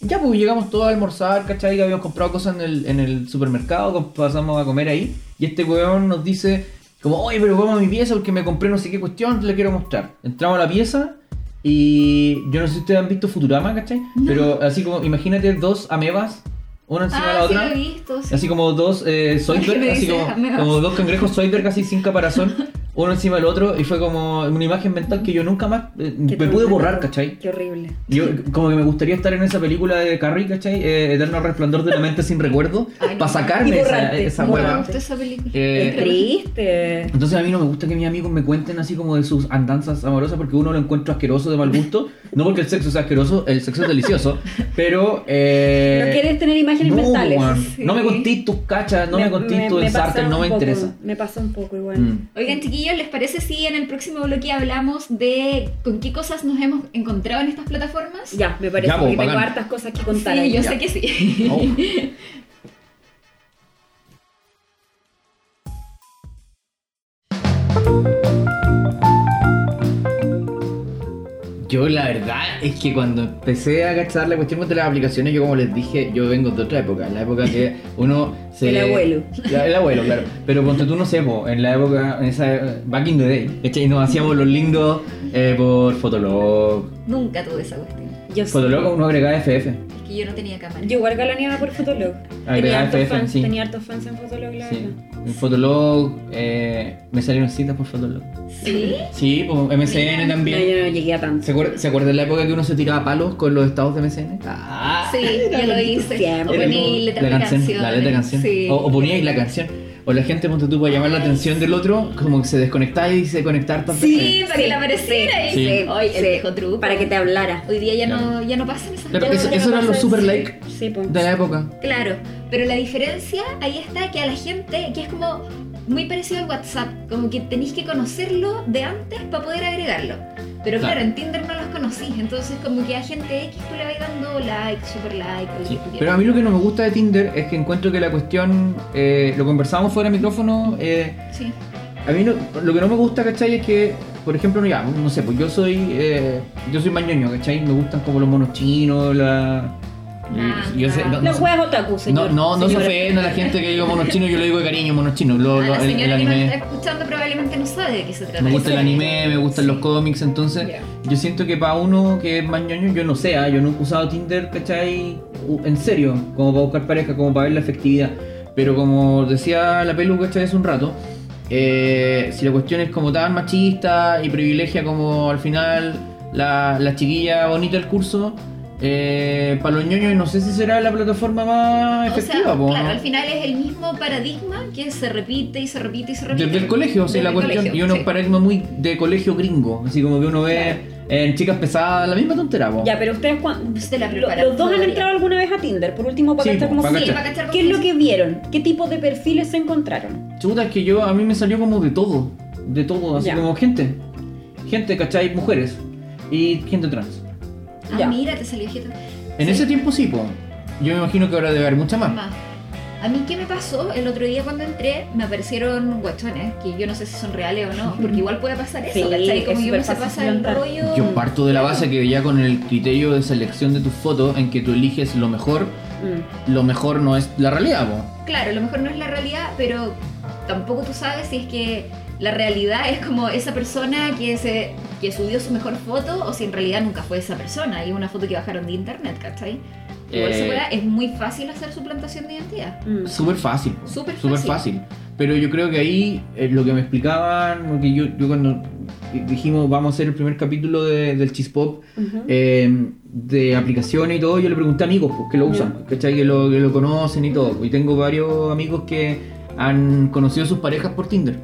B: Ya, pues llegamos todos a almorzar, ¿cachai? Que habíamos comprado cosas en el, en el supermercado, com- pasamos a comer ahí. Y este weón nos dice, como, oye, pero vamos a mi pieza porque me compré no sé qué cuestión, te la quiero mostrar. Entramos a la pieza y yo no sé si ustedes han visto Futurama, ¿cachai? Pero así como, imagínate dos amebas, una encima de
A: Ah,
B: la
A: sí
B: otra.
A: lo he visto. sí.
B: Así como dos eh, Zoidberg,
A: Me
B: así
A: dice,
B: como,
A: "Amebas".
B: como dos cangrejos Zoidberg así sin caparazón, uno encima del otro, y fue como una imagen mental que yo nunca más eh,
C: Qué
B: me
C: terrible.
B: pude borrar, ¿cachai?
C: Qué horrible.
B: Yo como que me gustaría estar en esa película de Carrie, ¿cachai? Eh, Eterno resplandor de la mente sin recuerdo,
A: Ay, no.
B: para sacarme
C: Y
B: esa,
C: borrarte,
B: esa
A: Nunca me
B: hueva.
C: borrarte.
A: gustó esa película.
B: Eh,
C: Qué triste.
B: Entonces a mí no me gusta que mis amigos me cuenten así como de sus andanzas amorosas porque uno lo encuentro asqueroso de mal gusto, no porque el sexo sea asqueroso, el sexo es delicioso, pero... Eh,
C: no quieres tener imágenes
B: no,
C: mentales.
B: weón.
A: sí.
B: no me contéis tus cachas, no me, contéis tus
C: pasa
B: ensartes, no
C: un
B: me
C: poco,
B: interesa.
C: Me pasa un poco igual.
B: Mm.
A: Oigan, chiquillos, ¿les parece si en el próximo bloque hablamos de con qué cosas nos hemos encontrado en estas plataformas?
C: Ya, me parece
B: Ya, pues,
C: porque tengo
B: bacán.
C: hartas cosas que contar.
A: Sí,
C: ahí.
A: yo
B: Ya.
A: sé que sí.
B: Oh. Yo la verdad es que cuando empecé a cachar la cuestión de las aplicaciones, yo como les dije, yo vengo de otra época, la época que uno se...
C: El abuelo.
B: Ya, el abuelo, claro. Pero ponte tú, no sé, po, en la época, en esa, back in the day, ¿cachai? Nos hacíamos los lindos eh, por Fotolog.
A: Nunca tuve esa cuestión.
C: Yo,
B: Fotolog uno agregaba FF.
A: Es que yo no tenía cámara.
C: yo igual galaneaba por Fotolog.
B: Agregaba
C: Tenía hartos,
B: FF,
C: fans,
B: sí.
C: tenía hartos fans en Fotolog, la
B: Sí.
C: verdad.
B: En Fotolog, eh, me salieron citas por Fotolog.
A: ¿Sí?
B: Sí, pues, por MSN
C: No,
B: también.
C: yo no llegué a tanto.
B: ¿Se acuer- ¿Se acuerdan la época que uno se tiraba palos con los estados de MSN? Ah.
A: Sí, yo lo hice.
C: Siempre.
A: O
B: Era
A: poní
B: como
A: letras
B: la
A: de
B: canción, la letra de canción.
A: Sí.
B: O, o ponía ahí la canción. O la gente, ponte tú, para llamar la atención del otro, como que se desconectaba y se conectaba tantas
A: Sí, para que
C: Sí,
A: la apareciera ahí.
B: sí.
A: Hoy el
C: Sí.
A: viejo truco.
C: Para que te hablara.
A: Hoy día ya no,
B: Claro.
A: ya no pasan esas
B: Pero
A: cosas.
B: eso-
C: Ya no
B: eran
C: pasa
B: los super
C: sí.
B: like.
C: Sí, pues.
B: veces. De la época.
A: Claro, pero la diferencia ahí está que a la gente, que es como muy parecido al WhatsApp, como que tenéis que conocerlo de antes para poder agregarlo. Pero claro,
B: Claro.
A: en Tinder no los conocís, entonces como que a gente X tú le vais dando like, super like, o lo que
B: Sí,
A: tú
B: Pero a
A: quieras.
B: mí lo que no me gusta de Tinder es que encuentro que la cuestión, eh, lo conversamos fuera de micrófono, eh,
A: Sí.
B: A mí no- lo que no me gusta, ¿cachai? Es que, por ejemplo, no, ya, no sé, pues yo soy eh, yo soy mañoño, ¿cachai? Me gustan como los monos chinos, la...
A: Ah,
B: yo sé, no, no,
C: Los
B: sé.
C: juegos otaku,
B: no,
C: señor.
B: no, no se
C: señora.
B: ofenda a la gente que digo monos chinos, yo lo digo de cariño, monos chinos,
A: A
B: lo, lo-
A: Ah, la
B: el, el
A: señora que nos está
B: anime.
A: escuchando probablemente no sabe de qué se trata.
B: Me gusta el
A: eso.
B: anime, me gustan los cómics, entonces
A: Ya.
B: yo siento que para uno que es mañoño, yo no sé, ah, yo nunca he usado Tinder, ¿cachai? U- En serio, como para buscar pareja, como para ver la efectividad. Pero como decía la pelu, ¿cachai? Hace un rato, eh, si la cuestión es como tan machista y privilegia como al final la, la chiquilla bonita del curso, eh, para los ñoños no sé si será la plataforma más
A: O sea,
B: efectiva. po,
A: claro,
B: ¿no?
A: al final es el mismo paradigma que se repite y se repite y se repite.
B: Desde el colegio, o sea,
A: Desde
B: la
A: el
B: cuestión.
A: colegio,
B: y uno
A: sí.
B: un paradigma muy de colegio gringo. Así como que uno ve
A: Claro.
B: en chicas pesadas la misma tontera, po.
C: Ya, pero ustedes, cuan-
A: Desde la
C: lo-
A: preparatoria.
C: los dos han entrado alguna vez a Tinder, por último, para
B: Sí,
C: cachar
B: po,
C: cómo
B: para
A: Sí,
C: funciona.
A: para cachar
C: ¿Qué es lo que vieron? ¿Qué tipo de perfiles se encontraron?
B: Chuta, es que yo, a mí me salió como de todo. De todo, así
C: Ya.
B: como gente. Gente, ¿cachai? Mujeres. Y gente trans.
A: Ah,
C: Ya.
A: mira, te salió ojito.
B: En
A: Sí.
B: ese tiempo sí, po. Yo me imagino que ahora debe haber mucha más.
A: Más. A mí, ¿qué me pasó? El otro día cuando entré, me aparecieron guachones, que yo no sé si son reales o no, porque igual puede pasar eso,
C: Sí,
A: ¿cachai? Como
C: es
A: que uno
C: súper
A: se
C: fácil
A: pasa el
C: plantar.
A: rollo...
B: Yo parto de la base que ya con el criterio de selección de tus fotos en que tú eliges lo mejor,
C: Mm.
B: lo mejor no es la realidad, po.
A: Claro, a lo mejor no es la realidad, pero tampoco tú sabes si es que la realidad es como esa persona que se que subió su mejor foto o si en realidad nunca fue esa persona y es una foto que bajaron de internet, ¿cachai? Igual se
B: Eh.
A: puede- es muy fácil hacer suplantación de identidad.
C: Mm.
B: Súper fácil. po.
A: Súper
B: Súper
A: fácil.
B: fácil. Pero yo creo que ahí eh, lo que me explicaban, porque yo, yo cuando dijimos vamos a hacer el primer capítulo de- del Chispop
C: Ujú.
B: eh, de aplicaciones y todo, yo le pregunté a amigos pues, que lo usan, ¿cachai? Que lo, que lo conocen y todo. Y tengo varios amigos que han conocido a sus parejas por Tinder,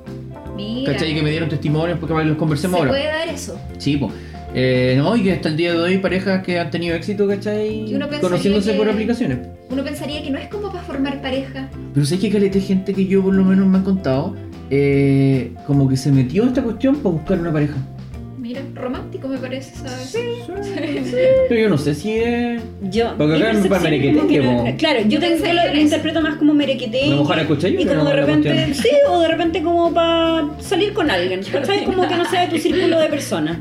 A: Mira,
B: ¿cachai? Que me dieron testimonios porque capaz los
A: se
B: conversemos ahora.
A: puede dar eso.
B: Sí, pues. Eh, no, y que hasta el día de hoy parejas que han tenido éxito, ¿cachai?
A: Que uno pensaría
B: Conociéndose
A: que-
B: por aplicaciones.
A: Uno pensaría que no es como para formar pareja.
B: Pero sé que caleta de gente que yo por lo menos me han contado, eh, como que se metió a esta cuestión para buscar una pareja.
A: Mira, romántico me parece, ¿sabes?
B: Pero yo no sé si es...
C: Yo,
B: Porque
C: mi
B: acá es para
C: percepción es como
B: merequetengue,
C: que no-
B: po.
C: no- claro, yo,
A: Yo
C: tengo
A: pensé
C: que lo,
A: que era
C: lo
A: eso.
C: interpreto más como merequetengue.
B: A lo mejor la escuché yo,
C: Y
B: pero
C: como
B: no
C: de
B: la
C: repente,
B: cuestión.
C: sí, o de repente como para salir con alguien, ¿sabes? Como que no sea de tu círculo de personas.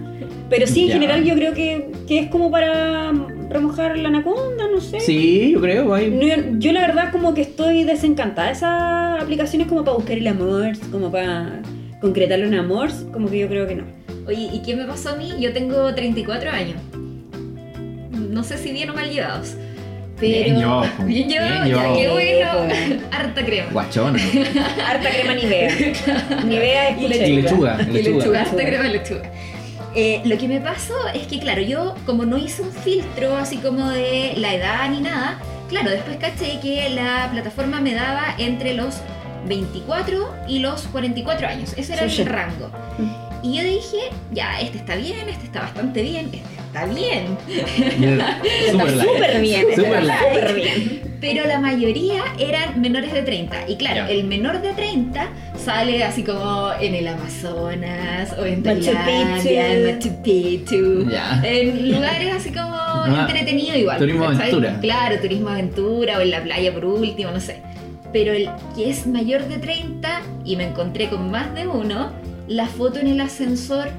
C: Pero sí, en
B: Ya.
C: general yo creo que, que es como para remojar la anaconda, no sé.
B: Sí, yo creo, hay...
C: No, yo, yo la verdad como que estoy desencantada de esas aplicaciones como para buscar el amor, como para concretarle un amor, como que yo creo que no.
A: Oye, ¿y qué me pasó a mí? Yo tengo 34 años. No sé si bien o mal llevados. Pero...
B: Bien llevado, po.
A: Bien llevado,
B: Bien
A: ya, qué
C: llevado.
A: bueno. Harta crema.
B: Guachona.
C: Harta crema Nivea. Nivea es
A: Y
C: pucha
B: Y
A: lechuga.
C: chica.
B: lechuga,
A: Y lechuga,
B: lechuga.
A: harta crema de lechuga. Eh, lo que me pasó es que, claro, yo como no hice un filtro así como de la edad ni nada, claro, después caché que la plataforma me daba entre los 24 y los 44 años. Ese era
C: Sí, Mm.
A: el
C: sí.
A: rango. Y yo dije, ya, este está bien, este está bastante bien, este está bien.
B: Súper
C: Está
B: light.
C: súper bien, está
B: Súper light.
C: súper bien.
A: Pero la mayoría eran menores de 30. Y claro,
B: Ya.
A: el menor de 30 sale así como en el Amazonas o en
C: Machu
A: Tailandia, en
C: Picchu.
A: Machu Picchu.
B: Ya.
A: En lugares así como entretenido igual.
B: Ah, turismo
A: ¿cachai?
B: aventura.
A: Claro, turismo aventura o en la playa por último, no sé. Pero el que es mayor de 30, y me encontré con más de uno, la foto en el ascensor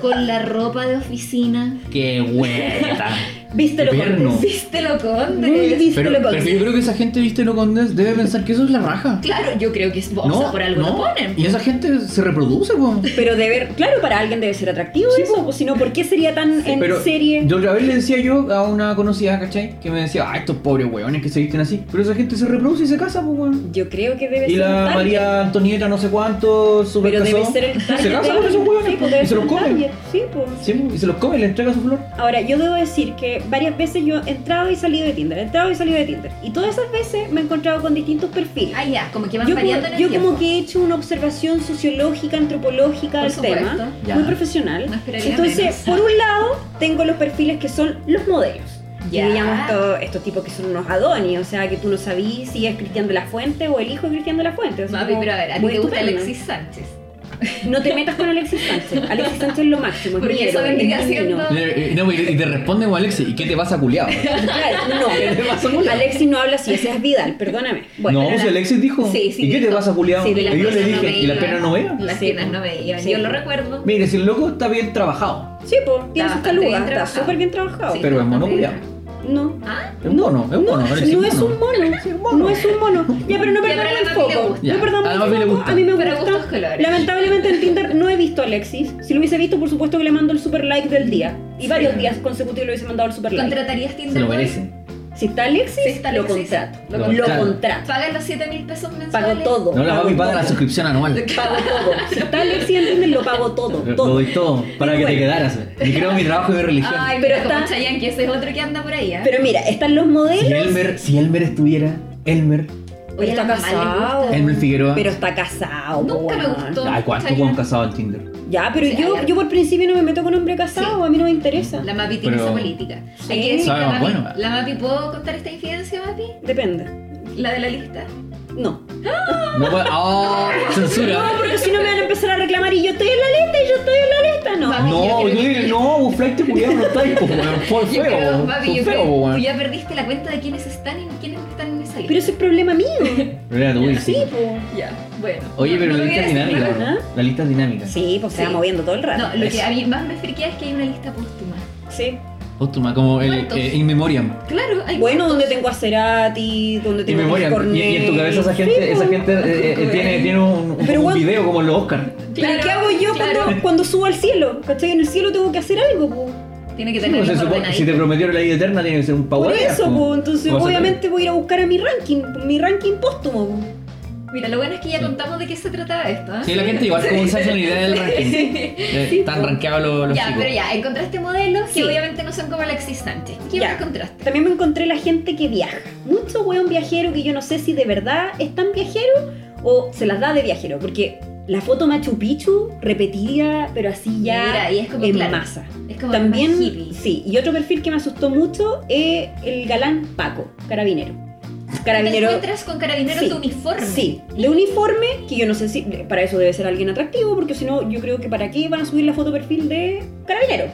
A: con la ropa de oficina.
B: Qué hueá.
C: Viste lo
B: Perno.
C: que
A: ¿Viste lo conde?
C: Muy viste
B: Pero,
C: lo
B: pero
C: condes.
B: yo creo que esa gente, viste, lo condes, debe pensar que eso es la raja.
A: Claro, yo creo que es o sea, por algo lo ponen.
B: Y esa gente se reproduce, po.
C: Pero de ver, claro, para alguien debe ser atractivo
B: Sí,
C: eso, pues si no, ¿por qué sería tan en
B: Pero
C: serie?
B: yo otra vez le decía yo a una conocida, ¿cachai? Que me decía, ah, estos pobres hueones que se visten así. Pero esa gente se reproduce y se casa, pues, weón.
C: Yo creo que debe
B: Y
C: ser un
B: la
C: target.
B: María Antonieta, no sé cuánto, super
C: Pero debe
B: casó,
C: ser el target.
B: Se casa
C: de
B: con esos
C: alguien.
B: hueones
C: Sí, pues,
B: po,
C: debe
B: y se
C: ser
B: los
C: un
B: come.
C: target, Sí, pues.
B: Sí, po, y se los come, le entrega su flor.
C: Ahora, yo debo decir que varias veces yo he entrado y salido de Tinder, he entrado y salido de Tinder. Y todas esas veces me he encontrado con distintos perfiles.
A: Ah, ya, como que van
C: yo como,
A: variando en el
C: yo
A: tiempo.
C: como que he hecho una observación sociológica, antropológica
A: Por
C: del
A: supuesto.
C: tema,
B: Ya.
C: muy profesional.
A: No esperaría menos.
C: Entonces, por un lado, tengo los perfiles que son los modelos.
A: Ya.
C: Yo llamo esto- estos tipos que son unos adonis, o sea, que tú no sabís si es Cristian de la Fuente o el hijo de Cristian de la Fuente. o sea,
A: Mami,
C: como
A: pero a ver, a ti
C: muy
A: te gusta
C: estupendo.
A: Alexis Sánchez.
C: No te metas con Alexis Sánchez. Alexis Sánchez es lo máximo. es
A: Porque
C: mi
A: eso
C: héroe,
A: vendría
C: es divino.
A: siendo-
B: Eh, eh, No, y y te responde con Alexis, ¿y qué te vas a culiar?
C: Claro, no, Alexis no habla así, ese es Vidal, perdóname. Bueno,
B: no,
A: pero
B: si
A: la-
B: Alexis dijo,
A: Sí, sí,
B: ¿y qué te
A: dijo.
B: vas a culiar?
A: Sí, de las
B: y yo le
A: piernas
B: dije,
A: me
B: ¿y las
A: iban.
B: piernas no vean?
A: Las
C: Sí,
A: piernas
C: po.
A: no veían,
C: Sí,
A: yo
C: po.
A: lo recuerdo.
B: Mire, si el loco está bien trabajado,
C: sí, pues,
A: Está
C: tiene sus
A: bastante bien
C: calugas, está
A: trabajado.
C: súper bien trabajado.
A: Sí.
B: pero es mono
A: bastante
B: culiado.
A: bien.
C: No,
A: ¿Ah?
B: Es un mono, es un mono.
C: no
B: Alexis
C: es un mono, no es un mono. Ya, pero no
A: Ya,
C: perdamos
A: pero a la Mapi
C: el
A: le
C: foco.
A: gusta.
B: Ya,
C: No
B: a la
C: perdamos
B: Mapi le
C: el foco.
B: gusta.
C: A mí me
A: Pero gustos
C: gusta.
A: colores.
C: Lamentablemente en Tinder no he visto a Alexis. Si lo hubiese visto, por supuesto que le mando el super like del día. Y varios días consecutivos le hubiese mandado el super like.
A: ¿Contratarías
B: Se
A: Tinder
B: lo
A: Boy?
B: merece.
C: Si está Alexis,
A: Si está
C: lo
A: Alexis.
C: contrato.
B: Lo
C: Lo,
B: contrato.
C: contrato.
A: Pagan los 7 mil pesos mensuales.
C: Pago todo.
B: No la
C: pago
B: pago y paga
C: todo.
B: la suscripción anual.
C: Pago todo. Si está Alexis, entienden, lo pago todo.
B: Lo
C: todo.
B: doy todo para que te
C: Bueno.
B: quedaras. Yo creo mi trabajo y mi religión.
A: Ay,
C: Pero
A: pero está
C: está-
A: como Chayanne, que ese es otro que anda por ahí, ¿eh?
C: Pero mira, están los
B: Si
C: modelos.
B: Elmer, si Elmer estuviera, Elmer,
C: Oye, está
A: a las mamás les
C: casado.
A: gusta.
B: Elmer Figueroa.
C: Pero está casado. po,
A: Nunca me
C: weón.
A: gustó.
B: Ay, cuánto
A: Chayanne.
B: hubo casado en Tinder.
C: Ya, pero
A: Sí,
C: yo,
A: hay-
C: yo por principio no me meto con hombre casado,
A: Sí.
C: a mí no me interesa.
A: La Mapi tiene
B: Pero-
A: esa política.
C: Sí.
A: Hay que decir,
B: Sabe
A: la,
B: más
A: Mapi,
B: bueno.
A: la Mapi, ¿puedo contar esta infidencia, Mapi?
C: Depende.
A: La de la lista.
C: No.
B: No puedo. ¡Oh!
C: No,
B: ¡Censura!
C: porque si no me van a empezar a reclamar y yo estoy en la lista y yo estoy en la lista. No.
A: Vamos.
B: No, yo dije, no, vos flaite culiado, no estáis, po, weón. Fue
A: Yo creo,
B: feo,
A: Mapi,
B: fue
A: yo
B: feo,
A: creo
B: po,
A: tú
B: weón.
A: ya perdiste la cuenta de quiénes están y quiénes no están en esa lista.
C: Pero ese es problema mío.
B: Pero era tu bici.
C: Sí, pues.
A: Ya, bueno.
B: Oye,
A: No,
B: pero
A: no lo
B: la lista es
A: voy a decir,
B: dinámica,
C: ¿verdad?
B: ¿no? La lista es dinámica.
C: Sí, pues se va
A: Sí.
C: moviendo todo el rato.
A: No, lo que a mí más me friquea es que hay una lista póstuma.
C: Sí.
B: Póstuma, como el
A: ¿Cuántos?
B: eh, In Memoriam.
A: Claro, hay
C: Bueno, donde
A: te
C: tengo a Cerati, donde
B: In
C: tengo a Chris
B: Memoriam. Y, y en tu cabeza esa gente,
C: Cornell. Sí,
B: esa
C: po.
B: gente eh, eh,
A: Cornell.
B: tiene, tiene un, un-
C: Pero
B: un
C: what-
B: video como en los Oscar.
C: Pero ¿qué hago yo cuando, cuando subo al cielo? ¿Cachai? En el cielo tengo que hacer algo, pues.
A: Tiene que
B: Sí,
A: tener
B: pues, se
A: orden
B: supone-
A: ahí.
B: si te prometieron la vida eterna, tiene que ser un power.
C: Por eso, pues. Entonces,
B: Vamos a
C: obviamente voy a ir a buscar a mi ranking, mi ranking póstumo, po.
A: Mira, lo bueno es que ya
B: Sí.
A: contamos de qué se trataba esto. ¿eh?
B: Sí, la gente igual como se hace una idea del ranking. Eh, Están rankeados los, los
A: Ya,
B: chicos.
A: pero ya, encontraste modelos
C: Sí.
A: que obviamente no son como Alexis Sánchez. ¿Qué
C: Ya.
A: más encontraste?
C: También me encontré la gente que viaja. Mucho weón viajero que yo no sé si de verdad es tan viajero o se las da de viajero. Porque la foto Machu Picchu repetida, pero así
A: Mira,
C: ya
A: y es como
C: en
A: claro,
C: masa.
A: Es como
C: También,
A: más hippie.
C: sí. Y otro perfil que me asustó mucho es el galán Paco, carabinero.
A: Te
C: Carabinero.
A: encuentras con carabineros
C: Sí.
A: de uniforme.
C: Sí, de uniforme, que yo no sé si para eso debe ser alguien atractivo, porque si no, yo creo que para qué van a subir la foto perfil de carabinero.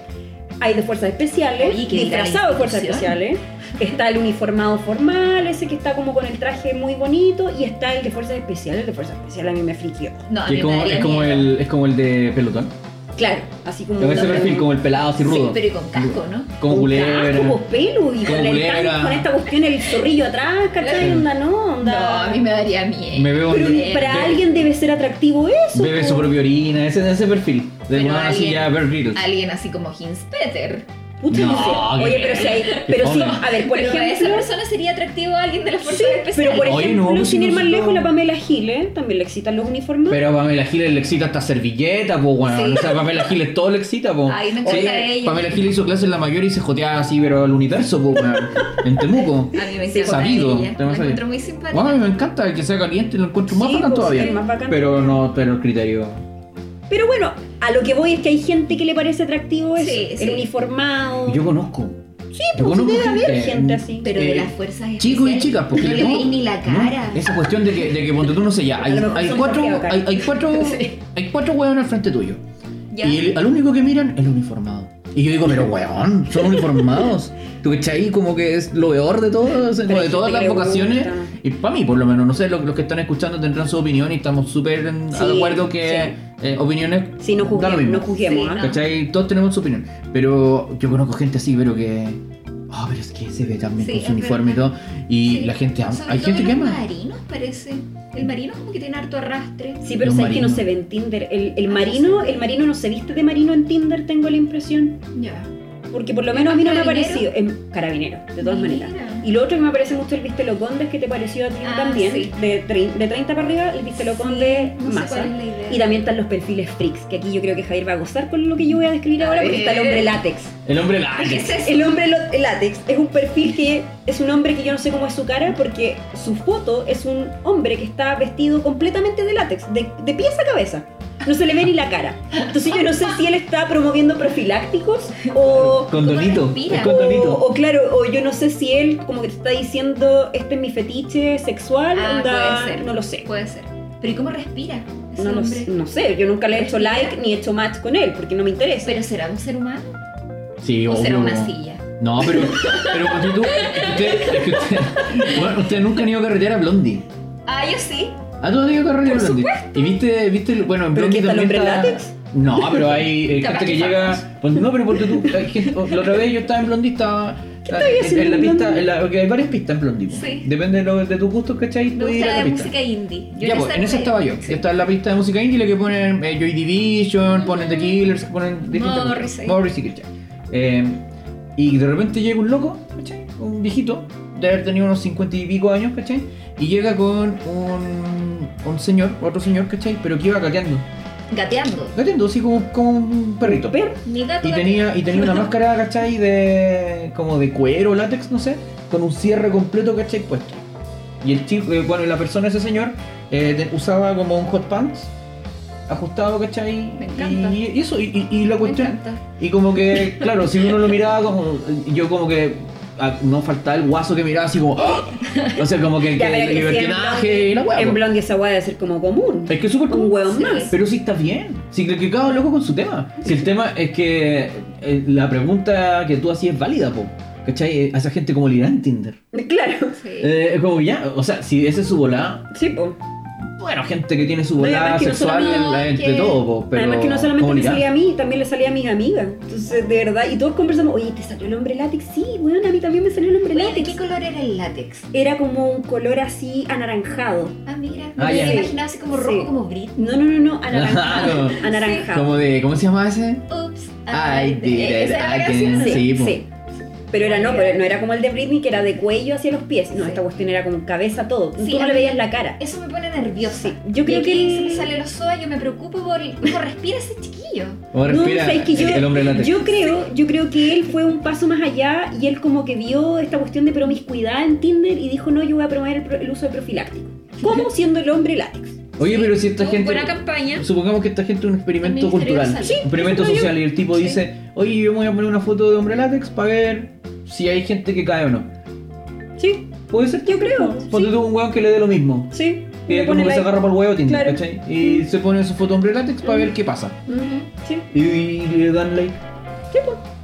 C: Hay de fuerzas especiales,
A: Oye, qué
C: disfrazado de
A: gran
C: fuerzas
A: institución.
C: especiales. Está el uniformado formal, ese que está como con el traje muy bonito, y está el de fuerzas especiales. El de fuerzas especiales a mí me friquió.
A: No, a
B: Que
A: mí
B: es
A: me
B: como,
A: daría
B: es, como
A: miedo.
B: el, es como el de pelotón.
C: Claro, así como.
B: Con ese perfil, como el pelado así
A: Sí,
B: rudo.
A: pero y con casco, ¿no?
B: Como culebra.
C: Como pelo, y con,
B: Como
C: el
B: culebra.
C: tango, con esta cuestión, el zorrillo atrás, ¿cachai?
B: Claro.
C: Onda, no, onda.
A: No, a mí me daría miedo.
B: Me veo
C: Pero
B: en-
C: para
B: Bebe-
C: alguien debe ser atractivo eso.
B: Bebe
C: po.
B: su propia orina, ese, ese perfil. De
A: Pero
B: weón así
A: alguien-
B: ya, Bear Grylls.
A: Alguien así como Hinspeter.
C: Puta,
B: No,
C: no sé.
B: qué-
C: Oye, pero si hay. Pero sí,
B: fome.
C: a ver, por
A: Pero a esa
C: ejemplo.
A: persona sería atractivo a alguien de las
C: Sí,
A: fuerzas especiales.
C: pero por
B: Oye,
C: ejemplo,
B: no,
C: sin
B: pues
C: ir más
B: no-
C: lejos, la Pamela Gil, ¿eh? También le excitan los uniformes.
B: Pero a Pamela Giles le excita hasta servilleta, pues bueno.
A: Sí.
B: O sea, Pamela Giles todo le excita, pues.
A: Ay, me encanta ella.
B: Pamela Giles hizo clases en la mayor y se joteaba así, pero al universo, pues weón. En Temuco.
A: A mí me
C: Sí,
A: encanta
B: sabido,
A: ella.
B: te
A: La
B: vas a ir.
A: encuentro muy simpática.
B: Guau, me encanta que sea caliente, lo encuentro más
C: Sí,
B: bacán
C: pues,
B: todavía.
C: sí, más bacán.
B: pero no, pero el criterio.
C: Pero bueno, a lo que voy es que hay gente que le parece atractivo eso.
A: Sí,
C: el
A: sí.
C: uniformado.
B: Yo conozco. Sí, yo
C: pues,
B: conozco
C: debe haber gente así.
A: Pero
B: eh,
A: de las fuerzas especiales.
B: Chicos y chicas, porque
A: no le veis ni la
B: no,
A: cara.
B: esa cuestión de que, de que ponte tú no sé ya, hay,
C: A lo mejor
B: hay
C: son
B: cuatro,
C: Santiago, Cari.
B: hay, hay cuatro,
A: Sí.
B: hay cuatro hueones al frente tuyo.
A: Ya.
B: Y el- al único que miran es el uniformado. Y yo digo, pero weón, son uniformados. Tú que ahí como que es lo peor de todo, o sea, como
C: Pero
B: de
C: hay
B: todas
C: gente
B: las
C: que le
B: vocaciones.
C: gusta.
B: Y para mí, por lo menos, no sé, lo- los, que están escuchando tendrán su opinión y estamos súper en-
C: Sí,
B: de acuerdo que eh, opiniones
C: Sí, no
B: da lo
C: juzguemos,
B: mismo.
C: no juzguemos.
A: Sí,
C: ¿ah?
A: no.
B: ¿Cachai? Todos tenemos su opinión. Pero yo conozco gente así, pero que. Ah, pero es que se ve también
A: Sí,
B: con su
A: es
B: uniforme
A: verdad.
B: y todo. Y
A: Sí.
B: la gente ama.
A: Sobre
B: Hay
A: todo
B: gente que
A: los
B: ama.
A: marinos, parece. El marino como que tiene harto arrastre.
C: Sí, pero
B: Los
C: sabes que no
B: marinos.
C: se ve en Tinder. El, el
A: Ah,
C: marino,
A: sí.
C: el marino no se viste de marino en Tinder, tengo la impresión.
A: Ya.
C: Porque por lo menos a mí no me ha parecido.
A: ¿Carabinero?
C: En carabinero, de todas
A: Mira.
C: maneras. Y lo otro que me parece mucho el vistelocondes que te pareció a ti
A: Ah,
C: también.
A: sí.
C: De, tre- de 30 para arriba, el vistelocondes
A: No sé
C: masa.
A: cuál es la idea.
C: y también están los perfiles freaks, que aquí yo creo que Javier va a gozar con lo que yo voy a describir
A: A
C: ahora, porque está el
A: ver.
C: hombre látex.
B: El hombre la.
A: ¿Qué es eso?
C: El hombre lo- el látex es un perfil que es un hombre que yo no sé cómo es su cara, porque su foto es un hombre que está vestido completamente de látex, de, de pies a cabeza. No se le ve ni la cara. Entonces yo no sé si él está promoviendo profilácticos o
B: Condonito.
A: respira? Oh,
B: Es
C: o,
B: condonito.
C: o claro, o yo no sé si él como que te está diciendo este es mi fetiche sexual,
A: Ah,
C: onda,
A: puede ser.
C: no lo sé.
A: Puede ser. Pero ¿y cómo respira? ese
C: No, lo
A: hombre?
C: sé, no sé, yo nunca le he hecho like ni he hecho match con él porque no me interesa.
A: ¿Pero será un ser humano?
B: Sí,
A: ¿O será
B: obvio.
A: una silla?
B: No, pero. Pero ponte tú. Usted, es que usted, bueno, usted nunca han ido a carretera a Blondie.
A: Ah, yo sí.
B: Ah, tú has ido a carretera a Blondie. Y viste, viste, el- bueno, en
C: ¿Pero
B: Blondie
C: qué está el
B: también
C: hombre
B: está-
C: látex?
B: No, pero hay eh,
A: Capaz
B: gente que
A: que
B: llega. ponte- No, pero ponte tú. hay gente- oh, La otra vez yo estaba en Blondie, estaba. en-
C: haciendo
B: en la
C: en
B: pista,
C: Blondie?
B: en la- porque hay varias pistas en Blondie. po.
A: Sí.
B: Depende de, lo- de tus gustos, ¿cachai?
A: Me
B: Puedes ir
A: gusta la
B: a
A: de
B: la pista.
A: música indie. Yo
B: Ya, pues, en esa estaba yo. Yo estaba en la pista de música indie, la que ponen eh, Joy Division, ponen The Killers, ponen distintas cosas.
A: Morrissey.
B: Morrissey, ¿cachai? Eh, y de repente llega un loco, ¿cachai? un viejito, de haber tenido unos cincuenta y pico años, ¿cachai? Y llega con un, un señor, otro señor, ¿cachai? Pero que iba gateando.
A: Gateando.
B: Gateando, así como, como un perrito.
C: Pero,
A: Mi gato
B: Y
A: gatea.
B: tenía, y tenía una máscara, ¿cachai? De, como de cuero, látex, no sé, con un cierre completo, ¿cachai? Puesto. Y el chico, eh, bueno, y la persona, ese señor, eh, te- usaba como un hot pants ajustado, ¿cachai?
A: Me encanta.
B: Y, y eso, y, y- y la
A: Me
B: cuestión.
A: encanta.
B: Y como que, claro, si uno lo miraba, como yo como que ah, no faltaba el guaso que miraba así como. ¡ah! O sea, como que,
C: ya,
B: que
C: pero
B: el
C: que sí, en
B: libertinaje y la
C: Blondie-
B: hueá.
C: En
B: po.
C: Blondie esa weá debe ser como común.
B: Es que es súper
C: Un hueón
A: Sí.
C: más.
B: pero si está bien. Si que que cada loco con su tema. Si el tema es que eh, la pregunta que tú hacías es válida, po. ¿Cachai? Eh, A esa gente como le irá en Tinder.
C: Claro.
A: Sí.
B: Eh, es como ya, o sea, si ese es su volada,
C: Sí, po.
B: bueno, gente que tiene su
C: No, y
B: volada
C: además que no
B: sexual
A: solo-
B: en-
A: que-
B: de todo, po. Pero
C: Además que no solamente
B: ¿cómo le
C: me
B: irá?
C: salía a mí, también le salía a mis amigas. Entonces, de verdad, y todos conversamos, oye, ¿te salió el hombre látex? Sí, weón, a mí también me salió el hombre
A: Oye, ¿de
C: látex.
A: qué color era el látex?
C: Era como un color así anaranjado.
A: Ah, mira.
B: Ah,
A: me
B: ya.
A: lo imaginaba así como rojo,
C: Sí.
A: como brillo.
C: No, no, no, no, anaranjado.
B: Como-
C: anaranjado.
B: Como de, ¿cómo se llama ese?
A: Oops. eh,
B: I did it
A: Esa era la
B: again.
A: canción.
C: Sí,
B: Sí, po.
C: sí. Pero era no, pero no era como el de Britney que era de cuello hacia los pies. No, esta cuestión era como cabeza todo.
A: Sí,
C: Tú
A: a
C: no le
A: mí-
C: veías la cara.
A: Eso me pone nerviosa.
C: Sí, yo creo
A: Y aquí
C: que-
A: se me sale los ojos, yo me preocupo por cómo respira ese chiquillo.
B: ¿Cómo
C: No,
B: respira
C: sabes que yo-
B: el hombre látex?
C: Yo creo, yo creo que él fue un paso más allá y él como que vio esta cuestión de promiscuidad en Tinder y dijo, no, yo voy a promover el, pro- el uso de profiláctico. ¿Cómo siendo el hombre látex?
B: Oye,
A: Sí.
B: pero si esta
C: Oh,
A: Tuvo
B: gente.
A: Buena campaña.
B: Supongamos que esta gente es un experimento
A: El Ministerio de
B: cultural,
A: Salud. Sí,
B: un experimento
C: eso creo
B: social, y el tipo
A: Sí.
B: dice, oye, yo me voy a poner una foto de hombre látex para ver si hay gente que cae o no.
C: Sí,
B: Puede ser,
C: Yo creo,
B: Ponte
C: sí.
B: tú un hueón que le dé lo mismo.
C: sí.
B: Que
C: Le
B: como
C: pone
B: que se
C: like.
B: agarra para el huevo Tinder,
C: Claro.
B: ¿cachai? Y se pone su foto de hombre látex para ver qué pasa.
C: Ujú, Sí.
B: Y, y le dan like.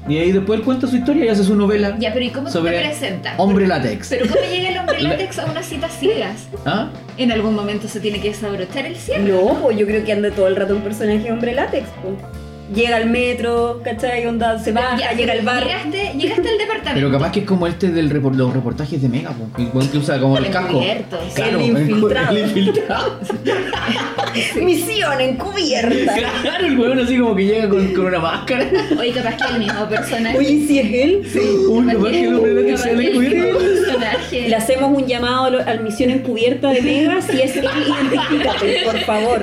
B: Y ahí después él cuenta su historia y hace su novela.
A: Ya, pero ¿y cómo
B: Sobre-
A: se te presenta?
B: Hombre látex.
A: Pero ¿cómo llega el hombre látex a unas citas ciegas?
B: ¿Ah?
A: En algún momento se tiene que desabrochar el cierre.
C: No, pues yo creo que anda todo el rato un personaje hombre látex. po. Llega al metro, ¿cachai? Onda, se baja,
A: Ya,
C: Ah, llega al bar.
A: Llegaste, llegaste al departamento.
B: Pero capaz que es como este de los reportajes de Mega, po, que el hueón que usa como el casco.
A: Encubierto, sí.
B: Claro,
C: El infiltrado.
B: el infiltrado.
C: Misión encubierta.
B: Claro, el huevón así como que llega con, con una máscara.
A: Oye, capaz que el mismo personaje.
C: Oye, si es él.
B: Un
A: capaz
B: capaz que el hombre
A: capaz
B: látex se ha
A: que el mismo
B: descubierto.
A: personaje.
C: Le hacemos un llamado a lo- a la misión encubierta de Mega. Si es él, identifícate, por favor.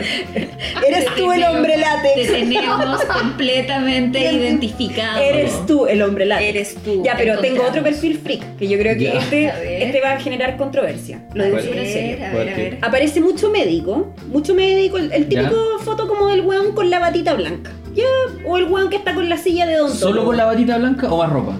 C: Eres tú el hombre
A: Te
C: látex.
A: tenemos completamente identificado.
C: Eres tú el hombre látex.
A: Eres tú.
C: Ya, pero tengo
A: personaje.
C: otro perfil freak, que yo creo que
B: Ya.
A: A ver.
C: este, este va a generar controversia. Lo digo
B: ¿Cuál?
C: súper en serio.
A: A ver, a ver.
C: Aparece mucho médico, mucho médico, el, el típico foto como del weón con la batita blanca. Ya, o el weón que está con la silla de don
B: ¿Solo con la batita blanca o más ropa?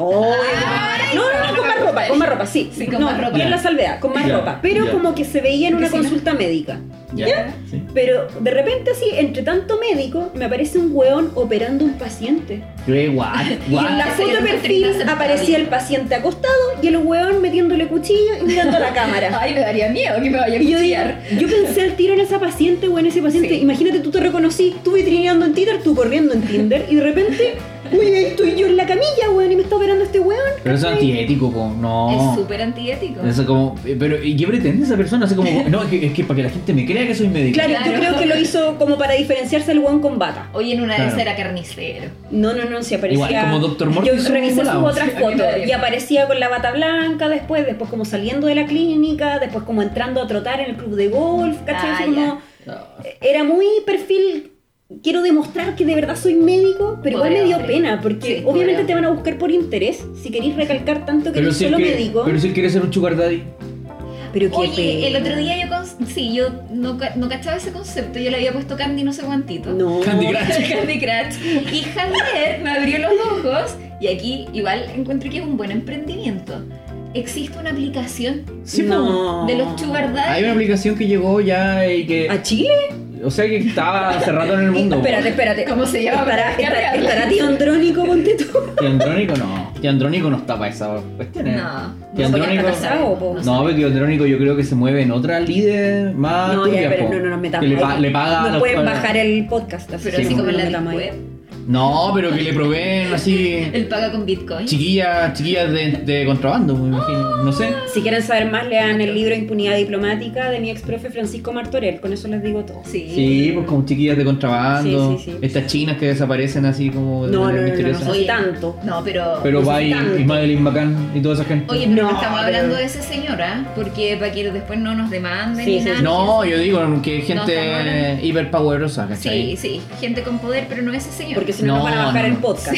C: Oh,
A: Ay,
C: no, no, no, con más ropa, con más ropa, sí.
A: Sí, con
C: no,
A: más ropa.
C: bien la salvedad, con más
B: Ya,
C: ropa. Pero
B: ya.
C: como que se veía en
A: Porque
C: una
A: si no-
C: consulta médica.
B: Ya. Sí.
C: Pero de repente así, entre tanto médico, me aparece un weón operando un paciente.
B: Qué guay.
C: Y en la
A: Ese
C: foto
A: yo
C: de
A: no
C: perfil
A: termino de aceptar
C: aparecía
A: bien.
C: el paciente acostado y el weón metiéndole cuchillo y mirando a la cámara.
A: Ay, me daría miedo que me vaya a
C: Y yo, digo,
A: pillar.
C: yo pensé al tiro en esa paciente, weón, ese paciente.
A: Sí.
C: Imagínate, tú te reconocí, tú vitrineando en Tinder, tú corriendo en Tinder, y de repente, uy, ahí estoy yo en la camilla, weón, y me está operando este weón.
B: Pero eso es antiético, po.
A: Es
B: no.
A: súper antiético.
B: Eso como, eh, pero ¿y qué pretende esa persona? Así como, no, es que, es que para que la gente me crea que soy médico.
C: Claro, yo
A: Claro.
C: creo que lo hizo como para diferenciarse al weón con bata.
A: Hoy en una de esas
B: Claro.
A: era carnicero.
C: No, no, no, si aparecía.
B: Igual, como Dr. Morty,
C: Yo
B: es un
C: revisé sus
B: volado.
C: otras
A: Sí,
C: fotos
A: claro.
C: y aparecía con la bata blanca después, después como saliendo de la clínica, después como entrando a trotar en el club de golf, ¿cachai?
A: Ah,
C: Así como- eh,
B: Ah,
C: Era muy perfil. Quiero demostrar que de verdad soy médico, pero igual
A: Pobre
C: me dio
A: hombre.
C: pena, porque
A: Sí, pobre
C: obviamente
A: hombre.
C: te van a buscar por interés si queréis recalcar tanto que
B: Pero
C: eres
B: si, él
C: solo
B: quiere-
C: médico.
B: pero si él quiere ser un sugar daddy.
C: Pero qué
A: Oye,
C: pena.
A: el otro día yo, con- sí, yo no, ca- no cachaba ese concepto, yo le había puesto Candy no sé cuántito.
C: No.
B: Candy Crush.
A: Candy Crush. Y Javier me abrió los ojos y aquí igual encuentro que es un buen emprendimiento. Existe una aplicación
B: Sí, po.
C: No.
A: de los sugar
B: Hay una
A: daddy.
B: aplicación que llegó ya y que.
C: ¿A Chile?
B: O sea que estaba hace rato en el
C: Y-
B: mundo. po.
C: espérate, espérate.
A: ¿Cómo se llama?
C: ¿Estará, estará,
A: Descargarla.
C: estará tío Andrónico, ponte tú?
B: Tío Andrónico no. Tío Andrónico no está para esa cuestión. ¿eh?
A: No,
B: Tío
A: no, porque
B: Andrónico-
A: hasta casado, po.
C: No
B: No, pero tío Andrónico yo creo que se mueve en otra líder más.
C: No, ya,
B: turbia,
C: pero
B: Ah, po.
C: no, no nos metamos.
B: Que le, pa-
C: ahí.
B: le paga.
C: No
B: a-
C: pueden
B: a-
C: bajar el podcast.
A: Pero
B: Sí,
A: así
B: po.
A: como en la deep
C: No nos metamos ahí.
A: web.
B: No, pero que le proveen así.
A: Él paga con Bitcoin.
B: Chiquillas, chiquillas de, de contrabando, me imagino. No sé.
C: Si quieren saber más, lean el libro Impunidad Diplomática de mi ex profe Francisco Martorell. Con eso les digo todo.
A: Sí.
B: Sí, pues como chiquillas de contrabando.
C: Sí, sí, sí.
B: Estas chinas que desaparecen así como de
C: No, no,
B: manera
C: no, no, no
B: misteriosa.
C: soy tanto.
A: No, pero.
B: pero
C: no
B: va
C: soy
B: y,
C: tanto.
B: y Madeline McCann y toda esa gente.
A: Oye, pero no,
C: No,
A: estamos
C: pero-
A: hablando de ese señor, ¿ah? Porque para que después no nos demanden
C: Sí,
A: ni
C: sí,
A: nada.
C: sí.
B: no, yo digo que hay
A: No, estamos
B: gente
A: hablando-
B: hiperpoderosa,
A: Sí,
B: ¿cachai?
A: sí, gente con poder, pero no ese señor.
C: Porque si no,
B: No,
C: nos van a bajar
B: no.
C: el podcast.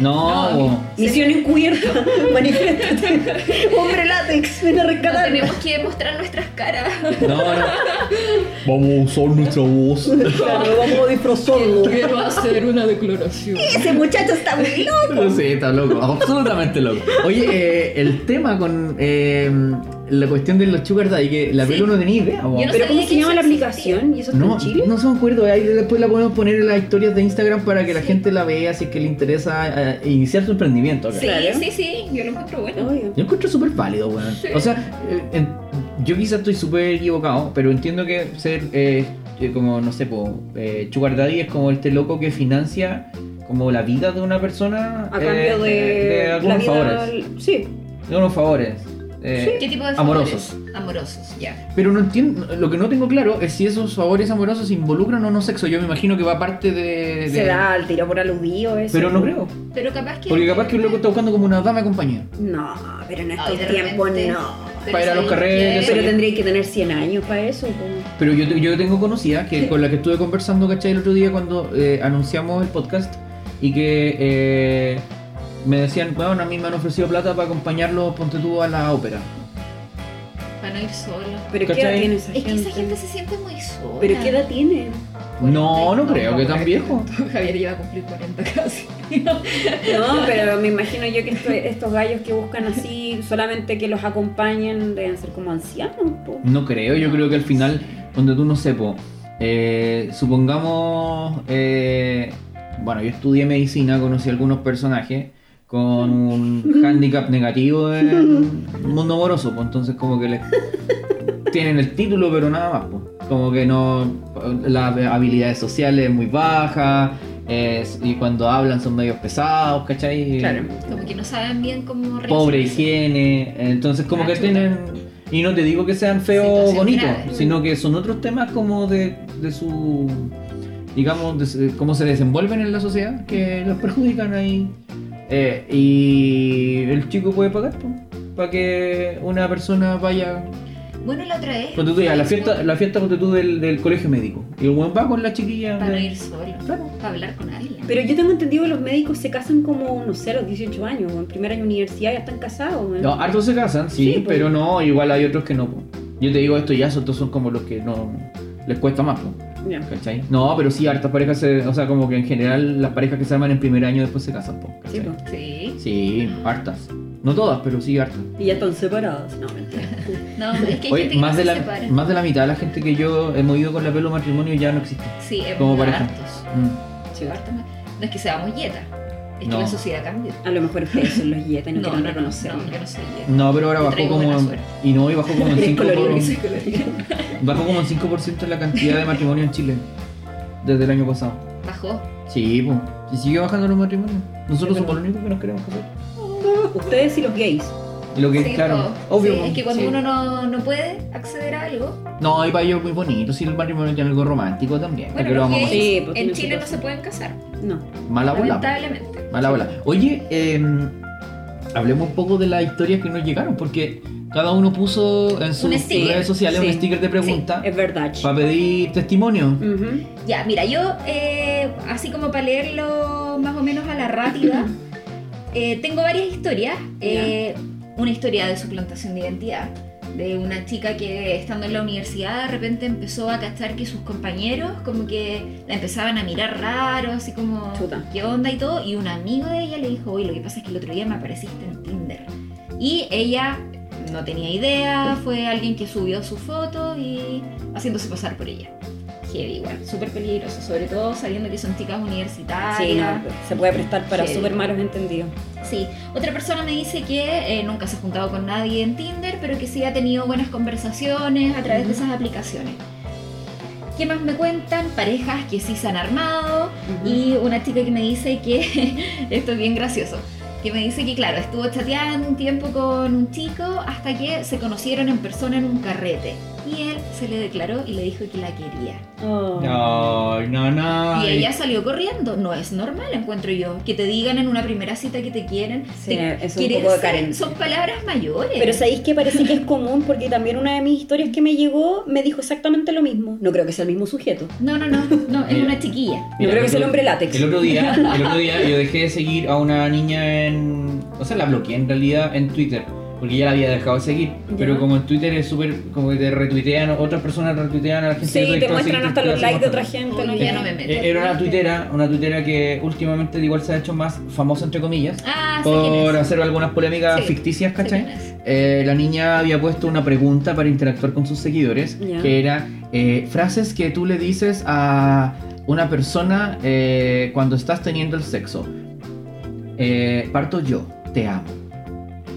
B: No,
A: No,
B: po.
C: Misión encubierta. Manifiéstate. Hombre látex, ven a
A: No
C: rescatarme.
A: tenemos que mostrar nuestras caras.
B: no, no. Vamos a usar nuestra voz.
C: Claro, vamos a disfrazarlo.
A: Quiero hacer una declaración.
C: Ese muchacho está muy loco.
B: No sé, está loco, absolutamente loco. Oye, eh, el tema con eh, la cuestión de los sugar daddy, que la
A: Sí.
B: pelo no tenía idea. weón.
A: Yo no
C: Pero ¿cómo
A: sabía que
C: se llama
A: eso
C: la
A: existía.
C: aplicación? ¿Y eso está
B: No,
C: en Chile?
B: no se me acuerdo, ahí después la podemos poner en las historias de Instagram para que la gente la vea si es que le interesa eh, iniciar su emprendimiento. acá.
A: Sí,
C: Claro.
A: sí, sí, yo lo encuentro bueno.
C: Obvio.
B: Yo encuentro súper válido, weón.
A: Sí.
B: O sea, eh, en- yo quizás estoy súper equivocado, pero entiendo que ser eh, eh, como, no sé, po, eh, sugar daddy es como este loco que financia como la vida de una persona
C: A cambio de,
B: eh, de
C: la
B: algunos
C: vida.
B: favores.
C: Sí.
B: De unos favores. eh,
A: ¿Qué tipo de
B: Amorosos.
A: favores? Amorosos, ya.
B: Pero no entiendo, lo que no tengo claro es si esos favores amorosos involucran o no sexo. Yo me imagino que va parte de... de-
C: Se da al tiro por aludido eso.
B: Pero no creo.
A: Pero capaz que.
B: Porque capaz que un loco está buscando como una dama de compañía.
C: No, pero en
A: Ay, de
C: estos tiempos
A: repente.
C: no.
A: Pero
B: para ir a los
A: ¿sabes
B: carretes,
A: qué?
C: Pero tendría que tener 100 años para eso. pues.
B: Pero yo, te- yo tengo conocida que con la que estuve conversando, ¿cachai? El otro día cuando eh, anunciamos el podcast y que eh, me decían, bueno, a mí me han ofrecido plata para acompañarlo, ponte tú a la ópera.
A: Para no ir solo.
C: Pero ¿qué edad
B: ¿Cachai?
C: tiene esa
A: Es que
C: gente?
A: esa gente se siente muy sola.
C: ¿Pero qué edad tiene?
B: No, no creo que tan
A: Javier.
B: viejo.
A: Javier iba a cumplir 40 casi.
C: No, pero me imagino yo que esto- estos gallos que buscan así, solamente que los acompañen, deben ser como ancianos. po.
B: No creo, yo creo que al final, donde tú no sepo, eh, supongamos, eh, bueno, yo estudié medicina, conocí algunos personajes con un handicap negativo en mundo amoroso, pues entonces como que les tienen el título pero nada más, pues. como que no, las habilidades sociales muy bajas eh, y cuando hablan son medios pesados, ¿cachai?
C: Claro.
A: Como que no saben bien cómo
B: pobre
A: relacionarse.
B: higiene, entonces como
A: Ah,
B: que
A: chuta.
B: tienen... Y no te digo que sean feos o
A: Situación
B: bonitos,
A: grave.
B: sino que son otros temas como de, de su... digamos, de su- cómo se desenvuelven en la sociedad, que los perjudican ahí. Eh, y el chico puede pagar para que una persona vaya...
A: Bueno, la otra vez.
B: Ponte tú, ya, la fiesta, la fiesta ponte tú, del, del colegio médico. Y el buen va con la chiquilla...
A: Para no
B: de-
A: ir solo.
B: Claro.
A: Para hablar con alguien.
C: Pero yo tengo entendido que los médicos se casan como, no sé, a los 18 años, o en primer año de universidad ya están casados. ¿eh?
B: No, hartos se casan, sí,
C: Sí, pues.
B: pero no, igual hay otros que no. po. Yo te digo esto ya, estos son como los que no les cuesta más, po,
C: Ya.
B: ¿cachai? No, pero sí, hartas parejas, se, o sea, como que en general las parejas que se aman en primer año después se casan, po,
C: Sí,
B: ¿cachai?
C: po.
A: Sí.
B: Sí, hartas. No todas, pero sí hartas.
C: Y ya están separados. No, mentira.
A: No, es que hay
B: Oye,
A: gente que
B: más,
A: no
B: de
A: se
B: la,
A: separa.
B: más de la mitad de la gente que yo he movido con la pelo matrimonio ya no existe.
A: Sí, es
B: como
A: muy
B: pareja.
A: hartos.
B: Mm.
C: Sí, va.
A: Hartos. No es que seamos yetas. Es
B: No.
A: que la sociedad cambió.
C: A lo mejor ustedes son los yetas y no,
A: No, no,
C: quieren
A: no, no,
C: reconocerlo.
A: yo no soy yeta.
B: No, pero ahora
A: Yo
B: bajó
A: traigo
B: como.
A: buena suerte.
B: Y no, y bajó como en
C: Eres
B: 5%.
C: colorido.
A: Soy colorida.
B: Bajó como en 5% la cantidad de matrimonio en Chile. Desde el año pasado.
A: Bajó.
B: Sí, pues. Si sigue bajando los matrimonios. Nosotros
C: Sí,
B: somos los únicos que nos queremos casar.
C: Ustedes y los gays.
B: Y lo que es
A: Sí,
B: claro.
A: po.
B: Obvio.
A: Sí,
B: po.
A: es que cuando
B: Sí.
A: uno no, no puede acceder a algo,
B: No, y para ellos es muy bonito. Si el matrimonio tiene algo romántico también. ¿Para
A: bueno,
B: qué lo
A: los
B: vamos
A: gays
B: a hacer?
C: Sí, pues,
A: en
C: tiene su
A: Chile no
C: cosa.
A: se pueden casar,
C: No.
B: Mala bola.
A: lamentablemente.
B: po. Mala bola. Oye, eh, hablemos un poco de las historias que nos llegaron. Porque cada uno puso en sus
A: Un sticker.
B: redes sociales un
C: Sí.
B: sticker de pregunta.
C: Es verdad.
B: Para pedir testimonio.
C: Ujú.
A: Ya, mira, yo, eh, así como para leerlo más o menos a la rápida, eh, tengo varias historias. Eh, una historia de suplantación de identidad, de una chica que estando en la universidad de repente empezó a cachar que sus compañeros como que la empezaban a mirar raro, así como,
C: Chuta.
A: ¿qué onda y todo? Y un amigo de ella le dijo, oye, lo que pasa es que el otro día me apareciste en Tinder. Y ella no tenía idea, fue alguien que subió su foto y haciéndose pasar por ella. Heavy igual, súper peligroso, sobre todo sabiendo que son chicas universitarias.
C: Sí, no, pues. se puede prestar para
A: Ah, Sí.
C: súper malos entendidos.
A: Sí, otra persona me dice que eh, nunca se ha juntado con nadie en Tinder, pero que sí ha tenido buenas conversaciones a través de esas aplicaciones. ¿Qué más me cuentan? Parejas que sí se han armado. Y una chica que me dice que, esto es bien gracioso, que me dice que, claro, estuvo chateando un tiempo con un chico hasta que se conocieron en persona en un carrete. Y él se le declaró y le dijo que la quería.
C: Oh.
B: No, no, no.
A: Y ella salió corriendo. No es normal, encuentro yo. Que te digan en una primera cita que te quieren.
C: Sí,
A: te
C: es un poco de Karen.
A: Son palabras mayores.
C: Pero sabéis que parece que es común porque también una de mis historias que me llegó me dijo exactamente lo mismo. No creo que sea el mismo sujeto.
A: No, no, no, no, es
B: Mira.
A: una chiquilla.
B: Mira,
C: no creo que sea el
B: otro-
C: hombre látex.
B: El otro día, el otro día yo dejé de seguir a una niña en. O sea, la bloqueé en realidad en Twitter. Porque ya la había dejado de seguir.
C: Ya.
B: Pero como en Twitter es súper. Como que te retuitean, otras personas retuitean a la gente. que
C: Sí,
B: tú
C: te
B: dejas de seguir,
C: muestran hasta
B: te
C: los
B: hacen
C: likes de otra
B: mostrar.
C: gente.
A: Uno
C: ¿no?
A: ya no me meto.
B: Eh, Era una tuitera, una tuitera que últimamente igual se ha hecho más famosa entre comillas.
A: Ah, sé quién
B: Por
A: es.
B: hacer algunas polémicas
A: Sí.
B: ficticias,
A: Sé
B: ¿cachai?
A: quién es.
B: Eh, la niña había puesto una pregunta para interactuar con sus seguidores,
C: Ya.
B: que era eh, frases que tú le dices a una persona eh, cuando estás teniendo el sexo. Eh, parto yo, te amo.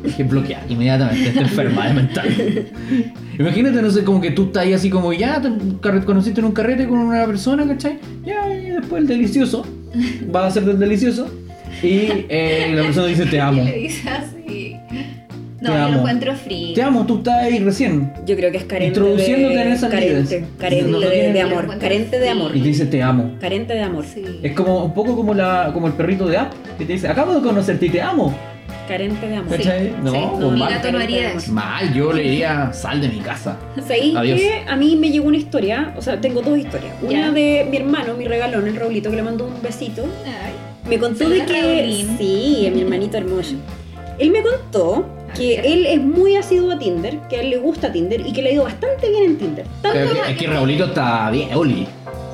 B: Dije bloquear inmediatamente, está enferma de mental. Imagínate, no sé, como que tú estás ahí así como ya, te carre- conociste en un carrete con una persona, ¿cachai? Ya, y después el delicioso, va a ser del delicioso. Y eh, la persona dice te amo.
A: Y le dice así. No,
B: Te
A: yo
B: amo.
A: lo encuentro frío.
B: Te amo, tú estás ahí recién.
C: Yo creo que es carente.
B: Introduciéndote
C: de,
B: en esas
C: carente,
B: vidas.
C: carente
B: No, no
C: de,
B: tiene-
C: de amor. Carente de amor.
B: y te dice te amo.
C: Carente de amor.
A: Sí.
B: Es como un poco como la como el perrito de App que te dice, acabo de conocerte y te amo.
C: Carente de amor.
A: Sí.
B: ¿Cachai? No,
A: sí.
B: pues
A: mi
B: mal.
A: gato no haría eso.
B: Mal, yo le diría, sal de mi casa.
C: ¿Sabéis
B: Adiós.
C: que a mí me llegó una historia? O sea, tengo dos historias. Una
A: Ya.
C: de mi hermano, mi regalón, el Raulito, que le mandó un besito.
A: Ay,
C: Me contó de
A: Saluda,
C: que.
A: Raulín.
C: Sí, a mi hermanito hermoso. Él me contó que él es muy asiduo a Tinder, que a él le gusta Tinder y que le ha ido bastante bien en Tinder. Tanto-
B: Pero que- es que Raulito está bien, Oli.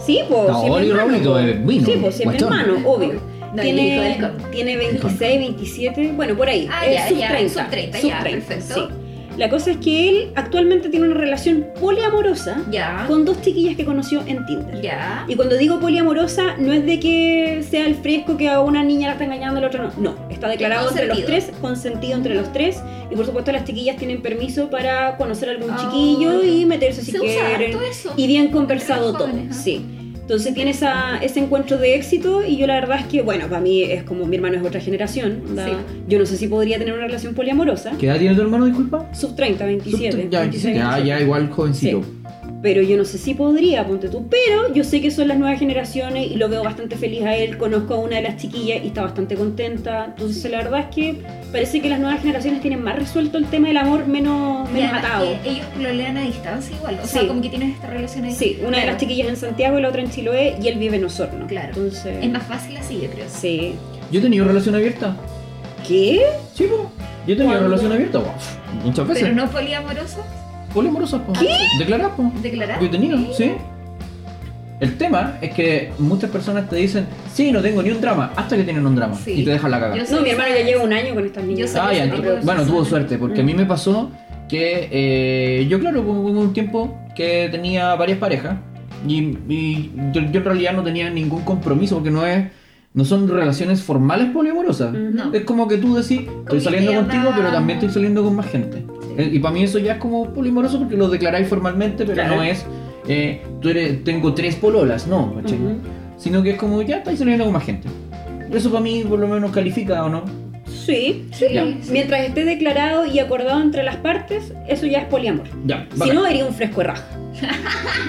C: sí, pues.
B: No, Oli Raulito es vino,
C: Sí, pues, si es mi
B: guachón.
C: hermano, obvio.
A: No, el hijo
C: tiene,
A: del conde.
C: tiene 26, 27, bueno, por ahí.
A: Ah,
C: es
A: ya,
C: sub
A: ya,
C: 30.
A: sub 30,
C: sub
A: ya,
C: 30,
A: perfecto.
C: sí. La cosa es que él actualmente tiene una relación poliamorosa
A: Ya.
C: con dos chiquillas que conoció en Tinder.
A: Ah. Ya.
C: Y cuando digo poliamorosa, no es de que sea el fresco que a una niña la está engañando a la otra no. No, está declarado entre los
A: Consentido.
C: tres, consentido entre los tres. Y por supuesto las chiquillas tienen permiso para conocer a algún
A: Ah.
C: chiquillo y meterse si
A: Se usa
C: quieren.
A: harto eso.
C: Y bien conversado
A: Entre los
C: todo,
A: jóvenes, ¿ah?
C: sí. Entonces tiene esa, ese encuentro de éxito y yo la verdad es que, bueno, para mí es como mi hermano es otra generación. onda,
A: Sí.
C: Yo no sé si podría tener una relación poliamorosa.
B: ¿Qué edad tiene tu hermano, disculpa?
C: Sub 30, 27.
B: Sub- ya,
C: 26,
B: ya,
C: 27.
B: ya, igual jovencito.
C: Pero yo no sé si podría, ponte tú. Pero yo sé que son las nuevas generaciones y lo veo bastante feliz a él. Conozco a una de las chiquillas y está bastante contenta. Entonces, la verdad es que parece que las nuevas generaciones tienen más resuelto el tema del amor, menos,
A: Y
C: menos
A: además
C: atado.
A: que Ellos lo lean a distancia igual. O sea,
C: Sí.
A: como que tienes esta relación ahí.
C: Sí, una de
A: eh, Claro.
C: las chiquillas en Santiago y la otra en Chiloé y él vive en Osorno.
A: Claro.
C: Entonces.
A: Es más fácil así, yo creo.
C: Sí.
B: Yo he tenido relación abierta.
C: ¿Qué?
B: Sí, po. Yo he tenido
C: ¿Cuándo?
B: relación abierta, po. Muchas veces.
A: Pero no poliamoroso,
B: Poliamorosa, po. Declarás, po.
A: declarar.
B: Yo he tenido, sí. El tema es que muchas personas te dicen, sí, no tengo ni un drama, hasta que tienen un drama
A: Sí.
B: y te dejan la cagada.
A: Yo soy
C: No, mi hermano ya
A: esa-
C: lleva un año con estas niñas.
A: Yo soy
B: Ah, ya,
A: ese tipo de
B: entiendo. bueno, tuvo
A: persona.
B: suerte, porque a mí me pasó que eh, yo, claro, hubo hubo un tiempo que tenía varias parejas y, y yo, yo en realidad no tenía ningún compromiso porque no es no son relaciones formales poliamorosas.
C: Ujú.
A: No.
B: Es como que tú decís, estoy
A: que
B: saliendo contigo,
A: andamos.
B: pero también estoy saliendo con más gente. Eh, Y para mí eso ya es como polimoroso porque lo declaráis formalmente, pero
C: Claro.
B: no es, eh, tú eres, tengo tres pololas, no, ¿cachai?
C: Ujú.
B: Sino que es como, ya estáis saliendo con más gente. Eso para mí por lo menos califica o no.
C: Sí.
A: Sí,
B: Ya.
A: sí.
C: Mientras esté declarado y acordado entre las partes, eso ya es poliamor.
B: Ya,
C: Si
B: bacán.
C: no, haría un fresco de raja.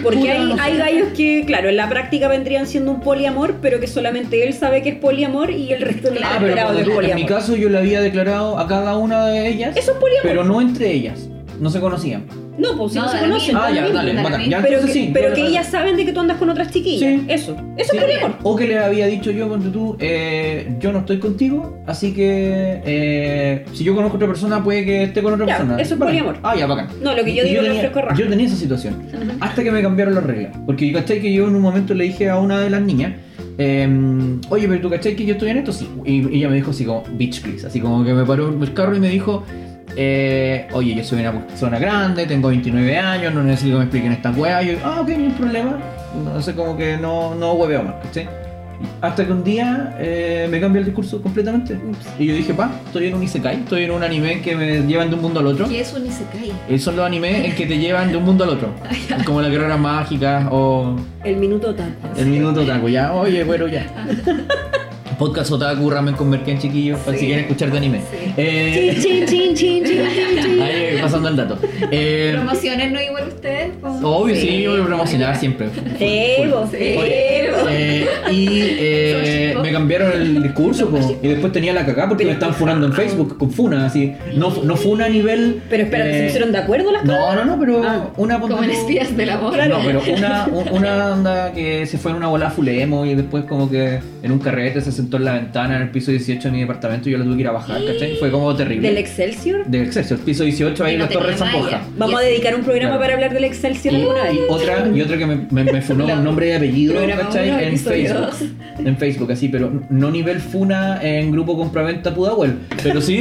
C: Porque
B: Puta,
C: hay,
B: no sé.
C: hay gallos que, claro, en la práctica vendrían siendo un poliamor, pero que solamente él sabe que es poliamor y el resto no
B: Ah,
C: está
B: pero
C: enterado
B: ponte
C: que es
B: tú, en mi
C: poliamor.
B: caso yo le había declarado a cada una de ellas,
C: Eso es poliamor.
B: pero no entre ellas. No se conocían.
C: No, pues si
A: No,
C: no, se
A: da lo
C: conocen.
A: mismo.
C: da
B: Ah,
C: lo
B: ya,
C: mismo.
B: dale,
A: para
B: bacán.
A: mí.
B: Ya,
C: Pero,
B: entonces
C: que,
B: sí.
C: pero
B: yo
C: que
B: le-
C: ellas saben de que tú andas con otras chiquillas.
B: Sí.
C: Eso. Eso
B: Sí. eh,
C: es poliamor.
B: O que le había dicho yo, cuando tú, eh, yo no estoy contigo, así que eh, si yo conozco a otra persona, puede que esté con otra
C: Ya,
B: persona.
C: eso es
B: Bacán.
C: poliamor.
B: Ah, ya, bacán.
C: No, lo que yo
B: Y
C: digo no es
B: tenía,
C: fresco de raja.
B: yo tenía esa situación. Hasta que me cambiaron las reglas. Porque ¿cachai? Que yo en un momento le dije a una de las niñas, em, oye, pero tú ¿cachai? Que yo estoy en esto, sí. Y y ella me dijo así como, bitch, please. Así como que me paró el carro y me dijo, eh, oye, yo soy una persona grande, tengo 29 años, no necesito que me expliquen estas weas. Y yo, ah, ok, no hay problema. No sé, como que no, no hueveo más, ¿cachai? Hasta que un día eh, me cambia el discurso completamente. Y yo dije, pa, estoy en un Isekai, estoy en un anime que me llevan de un mundo al otro.
A: Que es un Isekai.
B: Eh, son los animes en que te llevan de un mundo al otro. Como la guerra mágica o
C: El minuto otaku.
B: el minuto otaku. Ya, oye, bueno, ya. Podcast otaku, ramen con merquén, chiquillos, para si
A: Sí.
B: quieren escuchar de anime.
A: Sí.
B: Eh,
C: Chin, chin, chin, chin, chin, chin, chin.
B: ahí, pasando el dato. Eh,
A: Promociones no igual ustedes. po.
B: obvio, sí, yo voy a promocionar siempre.
C: Sí, vos,
A: Sí.
C: sí.
B: Eh, y eh, me cambiaron el discurso po, y después tenía la cagada porque me estaban funando en Facebook con funa, así. No, no funa a nivel.
C: Pero espérate,
B: eh,
C: ¿se pusieron de acuerdo las cosas?
B: No, no, no, pero
C: Ah,
B: una
A: Como en Espías del Amor.
B: No, pero una, un- una onda que se fue en una bola fulemo y después como que en un carrete se sentó en la ventana en el piso 18 de mi departamento y yo la tuve que ir a bajar, ¿cachai? Fue como terrible.
C: ¿Del Excelsior?
B: Del exceso, el piso 18 ahí
A: Y
B: en
A: no
B: las torres
A: tenía malla.
B: Zampoja.
C: Vamos a
A: Y-
C: dedicar un programa
B: Claro.
C: para hablar del Excelsior
B: Y,
C: alguna vez.
B: y otra, y otra que me, me, me funó con nombre y apellido,
A: Programa
B: ¿cachai?
A: uno,
B: En
A: episodio
B: Facebook. En Facebook, así, pero no nivel funa en grupo compraventa Pudahuel. Pero sí,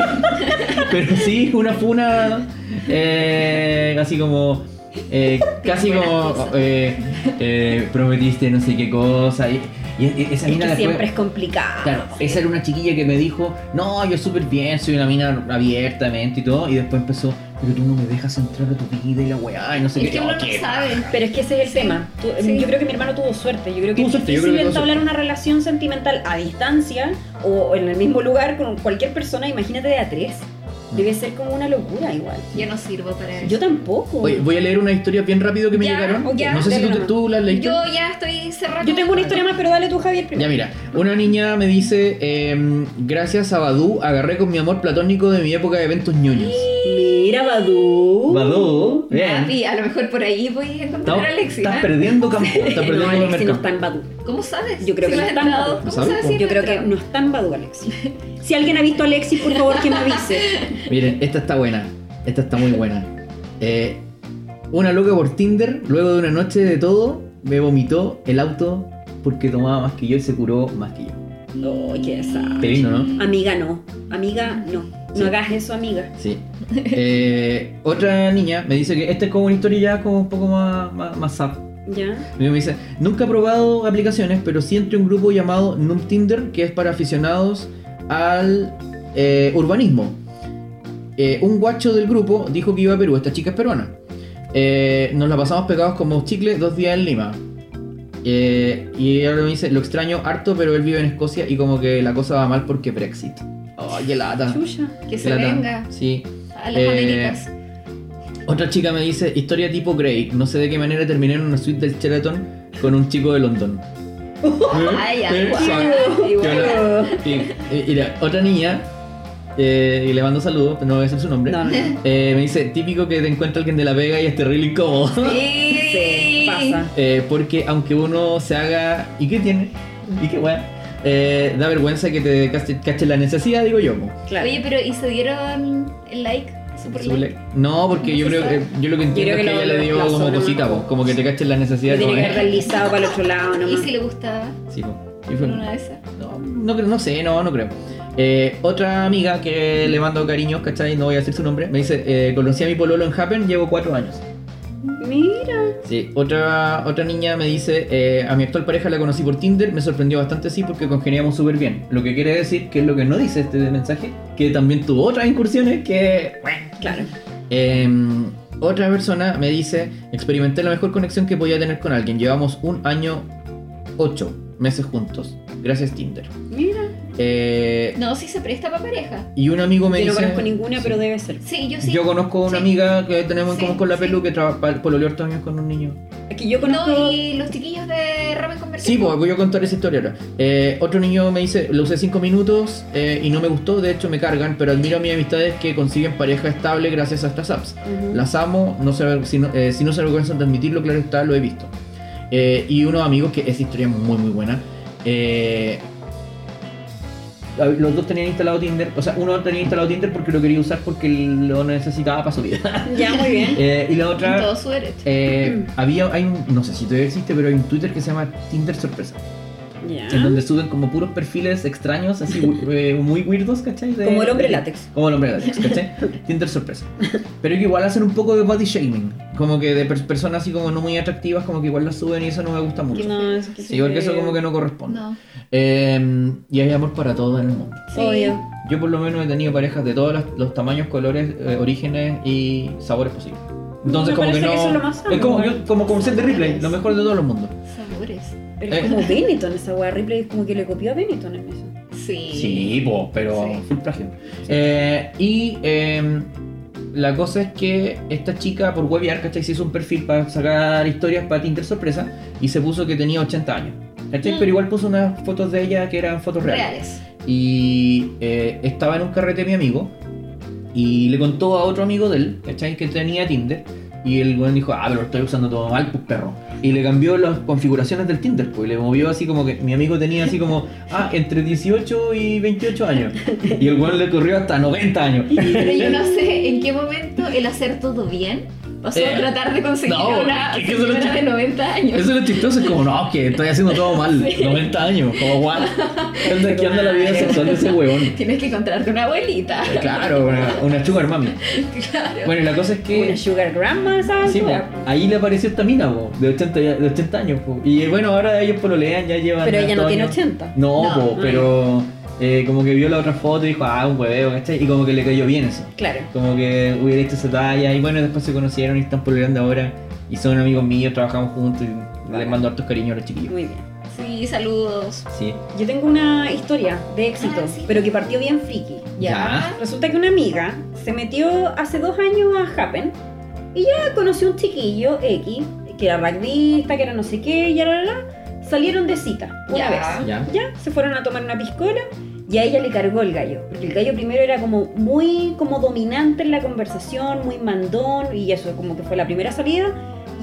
B: pero sí una funa eh, así como. eh, casi como eh, eh, prometiste no sé qué cosa y, y- y esa
C: Es
B: mina
C: que
B: la
C: siempre es complicado.
B: Claro, esa era una chiquilla que me dijo, no, yo súper bien, soy una mina abiertamente y todo, y después empezó, pero tú no me dejas entrar a tu vida y la weá, y no sé
A: Es
B: qué.
A: que uno
B: Oh,
A: no
B: qué
A: sabe.
C: Pero es que ese es el tema. Tú-
A: Sí.
C: Yo creo que mi hermano tuvo suerte. Yo creo que
B: Tuvo
C: es
B: suerte, yo creo
C: difícil
B: que tuvo
C: entablar una relación sentimental a distancia o en el mismo lugar con cualquier persona. Imagínate de a tres. Debe ser como una locura igual.
A: Yo no sirvo para
C: Yo
A: eso.
C: tampoco.
B: Oye, voy a leer una historia bien rápido que me
A: Ya,
B: llegaron.
C: ya,
B: no sé si
C: dale
B: tú,
C: nomás.
B: tú las leíste.
A: Yo ya estoy cerrando.
C: Yo tengo una historia más, pero dale tú, Javier,
B: Ya
C: primero.
B: mira, una niña me dice, ehm, gracias a Badu agarré con mi amor platónico de mi época de eventos ñoños.
C: Mira, Badu.
B: Badu, bien.
A: Papi, Ah, a lo mejor por ahí voy a encontrar
B: Estamos-
A: a Alexis.
B: estás
A: ¿ah?
B: perdiendo campo, estás
C: No,
B: perdiendo
C: Alexi no
B: mercado.
C: está en Badu.
A: ¿Cómo sabes?
C: Yo creo
A: Si
C: que
A: lo has
C: no estamos.
A: dado, ¿Cómo
B: ¿Sabes?
A: sabes? si
C: Yo
A: lo
C: creo
A: has
C: que
A: dado?
C: no está en Badu, Alexi. Si alguien ha visto a Alexi, por favor, que me avise.
B: Miren, esta está buena. Esta está muy buena. Eh, una loca por Tinder, luego de una noche de todo, me vomitó el auto porque tomaba más que yo y se curó más que yo.
C: No, Oh, qué desastre.
B: Qué lindo, ¿no?
A: Ah,
C: Amiga, no. Amiga, no. No
B: Sí.
C: hagas eso, amiga.
B: Sí. Eh, otra niña me dice que esta es como una historia ya como un poco más, más, más zap.
C: ¿Ya?
B: Me dice, nunca he probado aplicaciones, pero sí entre un grupo llamado Num Tinder, que es para aficionados al eh, urbanismo. Eh, un guacho del grupo dijo que iba a Perú, esta chica es peruana. Eh, nos la pasamos pegados como chicle dos días en Lima. Eh, y ahora me dice, lo extraño harto, pero él vive en Escocia y como que la cosa va mal porque Brexit. Ay, qué lata.
C: Chuya.
A: Que
B: Qué
A: se
B: lata.
A: venga
B: Sí.
A: a las
B: Eh,
A: Américas.
B: Otra chica me dice, historia tipo Grey, no sé de qué manera terminé en una suite del Sheraton con un chico de London.
A: Ay, ay, guau.
B: sabe-
A: Igual.
B: Yo
C: Oh,
B: Sí, eh, mira, otra niña, eh, y le mando saludos, pero no voy a decir su nombre,
C: No, no.
B: eh, me dice, típico que te encuentra alguien de La Vega y es terrible incómodo.
A: Sí.
C: Sí, pasa.
B: Eh, porque aunque uno se haga, ¿y qué tiene? ¿Y qué bueno? da vergüenza que te cache, cache la necesidad, digo yo. po.
C: Claro.
A: Oye, pero ¿y se dieron el like? Super
B: Su
A: like.
B: le- No, porque
A: No
B: yo
A: se
B: creo,
A: sabe.
B: eh, yo lo que entiendo es
C: creo que
B: que
C: lo-
B: ella le
C: lo
B: dio como
C: aplazó,
B: cosita,
C: ¿no?
B: po, como que te cache la necesidad.
C: Me tiene
B: como,
C: que
B: eh,
C: haber deslizado para el otro lado
A: ¿Y
C: nomás.
A: si le gustaba?
B: sí, po. Y fue-
A: Con una de esas.
B: No, no, creo- no sé, no, no creo. Eh, otra amiga que le mando cariños, ¿cachai? No voy a decir su nombre. Me dice, eh, conocí a mi pololo en Happen, llevo cuatro años.
C: Mira.
B: Sí, otra, otra niña me dice, eh, a mi actual pareja la conocí por Tinder, me sorprendió bastante sí porque congeniamos súper bien. Lo que quiere decir, que es lo que no dice este mensaje, que también tuvo otras incursiones que...
C: Claro.
B: Eh, otra persona me dice, experimenté la mejor conexión que podía tener con alguien. Llevamos un año, ocho meses juntos. Gracias Tinder.
C: Mira.
B: Eh,
A: No, sí se presta para pareja.
B: Y un amigo me
C: Yo no
B: dice.
C: conozco ninguna, pero debe ser.
A: Sí, yo sí.
B: Yo conozco una
A: Sí.
B: amiga que tenemos en
A: Sí,
B: común con la
A: sí.
B: Pelu que trabaja por los también con un niño.
C: Aquí yo
A: No,
C: conozco.
A: y los chiquillos de Ramen
B: Sí,
A: Convertido.
B: pues voy a contar esa historia ahora. Eh, otro niño me dice, lo usé cinco minutos eh, y no me gustó, de hecho me cargan, pero admiro a mis amistades que consiguen pareja estable gracias a estas apps.
C: Ujú.
B: Las amo, no se, si, no, eh, si no se avergüenzan de admitirlo, claro está, lo he visto. Eh, y unos amigos que esa historia es muy muy buena. Eh, a- los dos tenían instalado Tinder, o sea, uno tenía instalado Tinder porque lo quería usar porque lo necesitaba para su vida.
C: Ah, Ya, muy bien.
B: Eh, y la
A: En todo
B: otra,
A: su derecho.
C: mm.
B: eh, había, hay un, no sé si todavía existe, pero hay un Twitter que se llama Tinder Sorpresa.
C: Ya.
B: en donde suben como puros perfiles extraños, así eh, muy weirdos, ¿cachai? De-
C: Como el hombre látex.
B: Como el hombre látex, ¿cachai? Tinder sorpresa. Pero que igual hacen un poco de body shaming, como que de per- personas así como no muy atractivas, como que igual las suben y eso no me gusta mucho.
C: No, es que
B: Sí, porque eso como que no corresponde.
A: No.
B: Eh, y hay amor para todo en el mundo.
A: Sí.
C: Obvio.
B: Yo por lo menos he tenido parejas de todos los, los tamaños, colores, eh, orígenes y sabores posibles. Entonces
C: Me
B: como que
C: parece
B: no...
C: que eso es lo más sano,
B: es como,
C: igual.
B: yo- como concepto de replay, lo mejor de todos los mundos.
A: Sabores.
C: Pero es
B: Eh.
C: como Benetton esa wea. Ripley como que le copió a Benetton en eso.
A: Sí.
B: Sí, po, pero
A: Sí.
B: full plagio. Eh, y eh, la cosa es que esta chica, por webear, ¿cachai? Se hizo un perfil para sacar historias para Tinder sorpresa y se puso que tenía 80 años. ¿Cachai?
A: Mm.
B: Pero igual puso unas fotos de ella que eran fotos reales.
A: Reales.
B: Y eh, estaba en un carrete mi amigo y le contó a otro amigo de él, ¿cachai? Que tenía Tinder. Y el weón dijo, ah, pero lo estoy usando todo mal, pues perro. Y le cambió las configuraciones del Tinder, pues. Y le movió así como que mi amigo tenía así como, ah, entre 18 y 28 años. Y el weón le corrió hasta 90 años.
A: Pero yo no sé en qué momento el hacer todo bien pasó
B: Eh,
A: a tratar de conseguir
B: no,
A: una
B: es que eso lo-
A: señora de 90 años.
B: Eso es lo chistoso, es como, no, que estoy haciendo todo mal, 90 años, como guau. ¿Qué onda- ¿Qué anda la vida sexual de ese weón?
A: Tienes que encontrarte una abuelita.
B: Claro, una, una sugar mami.
A: Claro.
B: Bueno, y la cosa es que...
C: Una Sugar Grandma, ¿sabes?
B: Sí, po. ahí le apareció esta mina, po, de 80, ya- de 80 años. po. Y eh, bueno, ahora ellos pololean, ya llevan.
C: Pero ella no
B: harto
C: tiene
B: años.
C: 80.
B: No,
A: No,
B: po,
A: no.
B: pero eh, como que vio la otra foto y dijo, ah, un hueveo, ¿cachai? Y como que le cayó bien eso.
C: Claro.
B: Como que hubiera hecho esa talla. Y bueno, después se conocieron y están pololeando ahora. Y son amigos míos, trabajamos juntos. Y les mando hartos cariños a los chiquillos.
C: Muy bien.
A: Sí, saludos.
B: Sí.
C: Yo tengo una historia de éxito,
A: Ah, sí.
C: pero que partió bien friki.
B: Ya.
A: Ya.
C: Resulta que una amiga se metió hace dos años a Happen y ya conoció un chiquillo X, que era rugbyista, que era no sé qué, y ya la, la, la. salieron de cita una
A: Ya.
C: vez.
B: Ya.
C: Ya, se fueron a tomar una piscola y a ella le cargó el gallo, porque el gallo primero era como muy como dominante en la conversación, muy mandón, y eso como que fue la primera salida,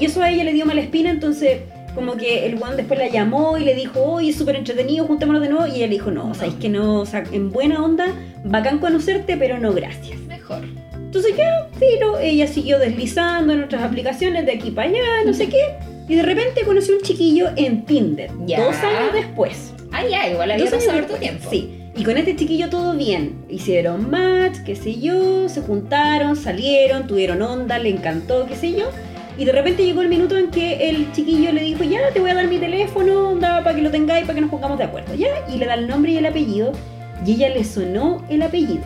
C: y eso a ella le dio mala espina, entonces como que el Juan después la llamó y le dijo, oye, es súper entretenido, juntémonos de nuevo, y ella le dijo, no, sabéis que no, o sea, en buena onda, bacán conocerte, pero no gracias.
A: Mejor.
C: Entonces ya, filo, ella siguió deslizando en otras aplicaciones de aquí para allá, no sé qué. Y de repente conoció un chiquillo en Tinder,
A: Ya.
C: dos años después.
A: Ah, ya, igual había
C: Dos años
A: pasado harto tiempo.
C: después, Sí. Y con este chiquillo todo bien. Hicieron match, qué sé yo, se juntaron, salieron, tuvieron onda, le encantó, qué sé yo. Y de repente llegó el minuto en que el chiquillo le dijo, ya, te voy a dar mi teléfono, onda, para que lo tengáis, para que nos pongamos de acuerdo, ya. Y le da el nombre y el apellido. Y ella le sonó el apellido.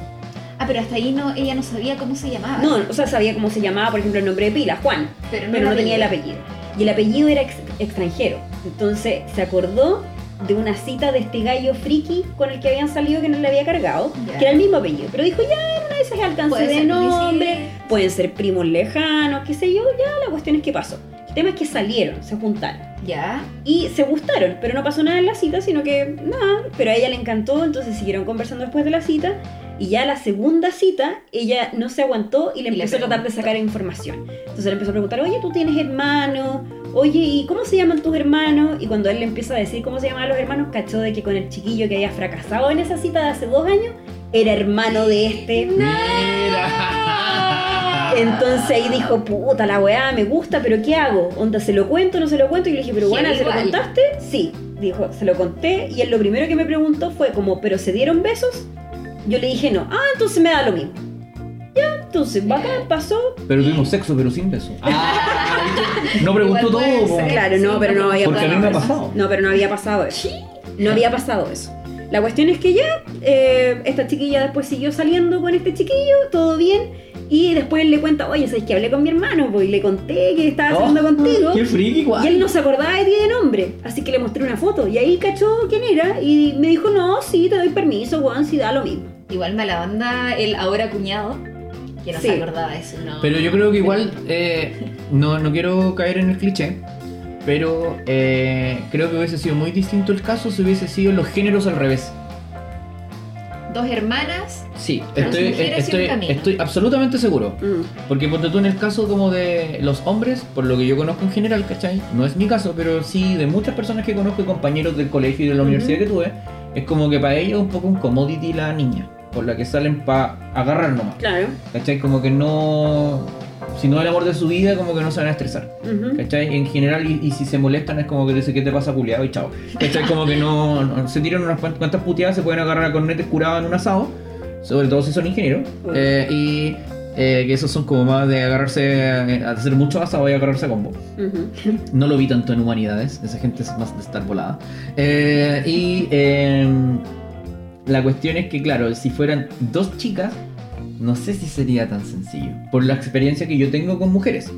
A: Ah, pero hasta ahí no, ella no sabía cómo se llamaba.
C: No, o sea, sabía cómo se llamaba, por ejemplo, el nombre de pila, Juan,
A: pero no,
C: pero no tenía el
A: la
C: apellido. Y el apellido era ex- extranjero. Entonces se acordó de una cita de este gallo friki con el que habían salido que no le había cargado,
A: Ya.
C: que era el mismo apellido. Pero dijo, ya, una vez se alcance
A: Puede
C: de
A: ser
C: nombre,
A: coincidente.
C: pueden ser primos lejanos, qué sé yo, ya, la cuestión es que pasó. El tema es que salieron, se juntaron
A: Ya.
C: y se gustaron, pero no pasó nada en la cita, sino que nada, pero a ella le encantó, entonces siguieron conversando después de la cita y ya la segunda cita ella no se aguantó y le
A: Y le
C: empezó a tratar de
A: preguntó.
C: sacar información. Entonces le empezó a preguntar, oye, tú tienes hermanos, oye, ¿y cómo se llaman tus hermanos? Y cuando él le empieza a decir cómo se llamaban los hermanos, cachó de que con el chiquillo que había fracasado en esa cita de hace dos años, era hermano de este.
B: Mira.
C: Entonces ahí dijo, puta, la weá me gusta, pero ¿qué hago? Onda, ¿se lo cuento no se lo cuento? Y le dije, pero
A: Sí,
C: bueno, ¿se lo
A: igual.
C: contaste? Sí. Dijo, se lo conté. Y él lo primero que me preguntó fue como, ¿pero se dieron besos? Yo le dije, no. Ah, entonces me da lo mismo. Ya, entonces, bacán, pasó.
B: Pero tuvimos sexo, pero sin beso.
C: Ah.
B: no preguntó
A: Igual puede
B: todo, po.
A: ser.
C: Claro, no,
A: Sí,
C: pero no había
B: Porque a mí me ha
C: eso.
B: pasado.
C: No, pero no había pasado eso. No había pasado eso. La cuestión es que ya, eh, esta chiquilla después siguió saliendo con este chiquillo, todo bien. Y después él le cuenta, oye, ¿sabes que hablé con mi hermano? Pues, y le conté que estaba
B: Oh,
C: saliendo contigo.
B: Qué friki, guau.
C: Y él no se acordaba de ti de nombre, así que le mostré una foto. Y ahí cachó quién era y me dijo, no, sí, te doy permiso, Juan, si da lo mismo.
A: Igual mala banda el ahora cuñado, que no
C: Sí.
A: se acordaba de eso, ¿no?
B: Pero yo creo que igual, eh, no, no quiero caer en el cliché, pero eh, creo que hubiese sido muy distinto el caso si hubiese sido los géneros al revés.
A: Dos hermanas,
B: Sí,
A: Pero
B: estoy, eh,
A: las mujeres y un
B: estoy,
A: camino.
B: estoy absolutamente seguro.
C: Mm,
B: Porque ponte tú en el caso como de los hombres, por lo que yo conozco en general, ¿cachai? No es mi caso, pero sí de muchas personas que conozco y compañeros del colegio y de la
C: Ujú.
B: universidad que tuve, es como que para ellos es un poco un commodity la niña, por la que salen para agarrar nomás.
C: Claro.
B: ¿Cachai? Como que no. si no el amor de su vida, como que no se van a estresar.
C: Ujú.
B: ¿Cachai? En general, y, y si se molestan, es como que dice, ¿qué te pasa, culiado? Y chao. ¿Cachai? Como que no, no- se tiran unas cuan- cuantas puteadas, se pueden agarrar a cornetes curados en un asado, sobre todo si son ingenieros.
C: Uy.
B: Eh, y eh, que esos son como más de agarrarse, eh, a- a hacer mucho asado y agarrarse a combo.
C: Ujú.
B: No lo vi tanto en humanidades, esa gente es más de estar volada. Eh, y eh, la cuestión es que, claro, si fueran dos chicas, no sé si sería tan sencillo. Por la experiencia que yo tengo con mujeres.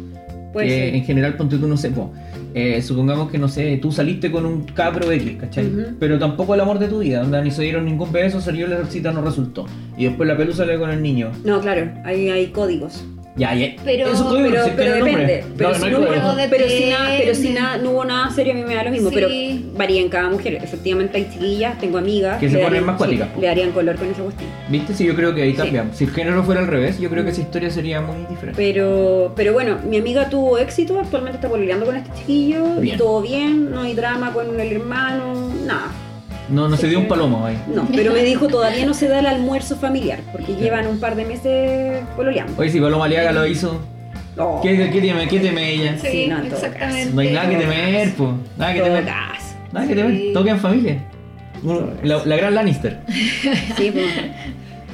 C: Puede
B: que
C: ser.
B: en general, ponte tú, no sé, po, eh, supongamos que, no sé, tú saliste con un cabro X, ¿cachai?
C: Ujú.
B: Pero tampoco el amor de tu vida, onda, ni se dieron ningún beso, salió la cita, no resultó. Y después la pelusa sale con el niño.
C: No, claro, ahí hay códigos.
B: Ya, ya.
A: Pero-
B: Eso es código,
C: pero-
B: si
C: pero
B: tiene nombre.
C: depende, pero
B: No,
C: si
B: no hay
A: no
B: código.
A: hubo de-
C: Pero si, nada, pero si
A: Depende.
C: nada, no hubo nada serio, a mí me da lo mismo.
A: Sí.
C: Pero varía en cada mujer. Efectivamente, hay chiquillas, tengo amigas.
B: Que se
C: le
B: ponen
C: darían-
B: más cuáticas,
C: sí,
B: po.
C: Le darían color con esa cuestión.
B: ¿Viste? Sí, yo creo que ahí
C: Sí.
B: cambiamos. Si el género fuera al revés, yo creo que esa historia sería muy diferente.
C: Pero, pero bueno, mi amiga tuvo éxito, actualmente está pololeando con este chiquillo,
B: Bien.
C: todo bien, no hay drama con el hermano, nada.
B: No, no
C: Sí,
B: se dio
C: sí.
B: un palomo ahí.
C: No, pero me dijo todavía no se da el almuerzo familiar, porque llevan un par de meses pololeando.
B: Oye, si Paloma Aliaga lo hizo,
C: No,
B: ¿qué, qué teme, qué teme ella?
A: Sí,
C: Sí, no, en todo
A: exactamente.
B: No hay nada que
C: Todo
B: temer, po. Nada que
C: todo
B: temer.
C: caso.
B: Nada que temer.
A: Sí.
B: Todo queda en familia. Uno- La, la gran Lannister.
C: Sí, pues.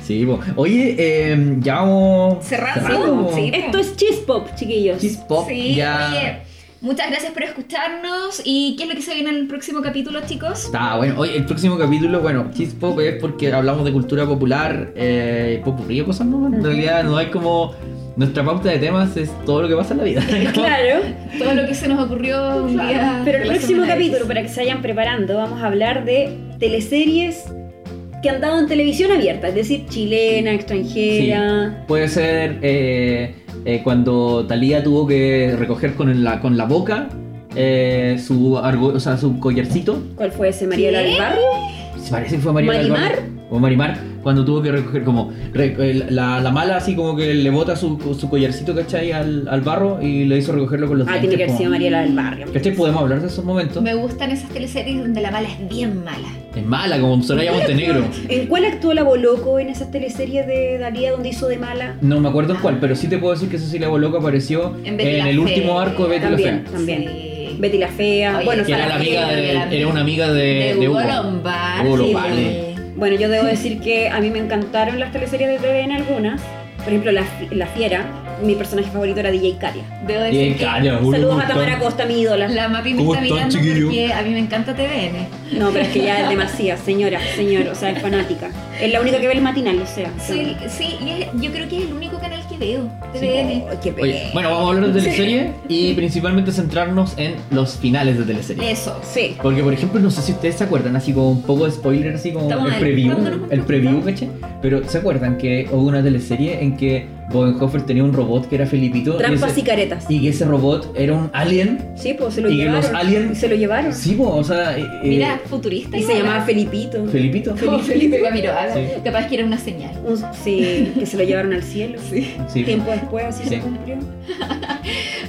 B: Sí, po. Oye, eh, ya vamos.
A: Cerrando.
B: cerrando, po.
A: Sí.
C: Esto es Cheese Pop, chiquillos.
B: Cheese Pop,
A: Sí,
B: ya.
A: oye, muchas gracias por escucharnos. ¿Y qué es lo que se viene en el próximo capítulo, chicos?
B: Está bueno. Oye, el próximo capítulo, bueno, Cheese Pop es porque hablamos de cultura popular, eh, popurrí o cosas, ¿no? En
C: Ujú.
B: realidad no hay como. Nuestra pauta de temas es todo lo que pasa en la vida.
C: Claro.
A: Todo lo que se nos ocurrió un día.
C: Pero
A: de
C: el
A: la
C: próximo
A: semana
C: capítulo,
A: X.
C: para que se vayan preparando, vamos a hablar de teleseries que han dado en televisión abierta, es decir, chilena, extranjera.
B: Puede ser eh, eh, cuando Talía tuvo que recoger con la, con la boca eh, su, argo- o sea, su collarcito.
C: ¿Cuál fue ese? María
A: ¿Qué?
C: del Barrio.
B: Se Parece que fue María del
C: ¿Marimar?
B: Barrio. O Marimar, cuando tuvo que recoger como re- eh, la, la mala así como que le bota su, su collarcito, ¿cachai? Al, al barro y le hizo recogerlo con los
C: Ah, tiene
B: dientes.
C: que haber
B: como-
C: sido María la del Barrio.
B: ¿Cachai? Podemos hablar de esos momentos.
A: Me gustan esas teleseries donde la mala es bien mala.
B: Es mala, como Soraya Montenegro.
C: ¿En cuál actuó la Boloco en esas teleseries de Daría donde hizo de mala?
B: No me acuerdo en cuál, pero sí te puedo decir que Cecilia Boloco apareció
A: En
B: en,
A: Betty la
B: el
A: Fea.
B: último arco de Betty la
C: También.
B: Fea.
A: Sí.
C: Betty la Fea.
A: Oye,
C: bueno,
B: Que era
C: para-
B: la amiga de, era una amiga de,
A: De
B: Eh, de
A: Hugo
B: Hugo.
A: Lombard.
B: Hugo
A: sí.
B: Lombard, eh.
C: bueno, yo debo decir que a mí me encantaron las teleseries de TVN algunas. Por ejemplo, la, la Fiera, mi personaje favorito era DJ Caria.
A: Debo
B: Y
A: decir
B: el
A: que
B: Cario, Ah, un
C: Saludos a
B: montón.
C: Tamara Costa, mi ídola.
A: la Mapi me
B: ¿Cómo
A: está
B: están,
A: mirando
B: chiquillo?
A: porque a mí me encanta TVN.
C: No, pero es que ya es demasiado, señora, señor, o sea, es fanática. Es la única que ve el matinal, o sea.
A: Soy- sí, y es- yo creo que es el único canal que veo,
C: Sí.
A: TVN.
C: Oh, qué
B: Oye,
C: pena.
B: bueno, vamos a hablar de teleserie y principalmente centrarnos en los finales de teleserie.
A: Eso.
C: Sí.
B: Porque, por ejemplo, no sé si ustedes se acuerdan, así como un poco de spoiler, así como
A: Estamos
B: el preview,
A: adelantándonos un
B: el preview,
A: poquito.
B: ¿caché? Pero, ¿se acuerdan que hubo una teleserie en que Bodenhofer tenía un robot que era Felipito? y
C: Trampas
B: ese-
C: y caretas.
B: y que ese robot era un alien.
C: Sí, pues se lo
B: y que
C: llevaron.
B: los aliens-
C: Se lo llevaron.
B: Sí, po, o sea, eh, eh,
A: Mira, futurista.
C: Y se
A: igual.
C: llamaba Felipito.
B: Felipito.
A: Como Felipe Camiroaga.
B: Sí.
A: Capaz que era una señal.
C: Un- sí, que se lo llevaron al cielo. Sí.
B: Sí.
A: Em-
C: Tiempo después, así
B: Sí.
C: se cumplió.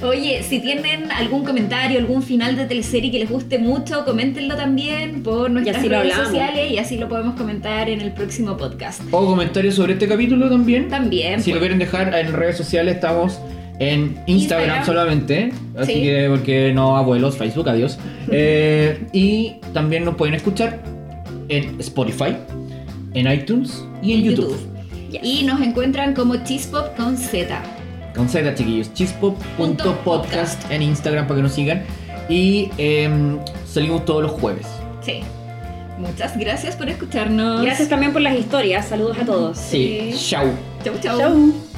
A: Oye, si tienen algún comentario, algún final de teleserie que les guste mucho, coméntenlo también por nuestras
C: así lo
A: redes
C: hablamos.
A: sociales y así lo podemos comentar en el próximo podcast.
B: O comentarios sobre este capítulo también.
A: También.
B: Si lo
A: pues.
B: quieren dejar en redes sociales, estamos en Instagram,
A: Instagram.
B: solamente. Así
A: Sí.
B: que, porque no abuelos, Facebook, adiós. Eh, y también nos pueden escuchar en Spotify, en iTunes y en
A: En
B: YouTube.
A: YouTube. Y nos encuentran como Cheesepop con Z.
B: Con Z, chiquillos. Chispop.podcast en Instagram para que nos sigan. Y em, salimos todos los jueves.
A: Sí. Muchas gracias por escucharnos.
C: Gracias también por las historias. Saludos a todos.
B: Sí.
A: Sí.
B: Chau.
A: Chau, chau.
C: Chau.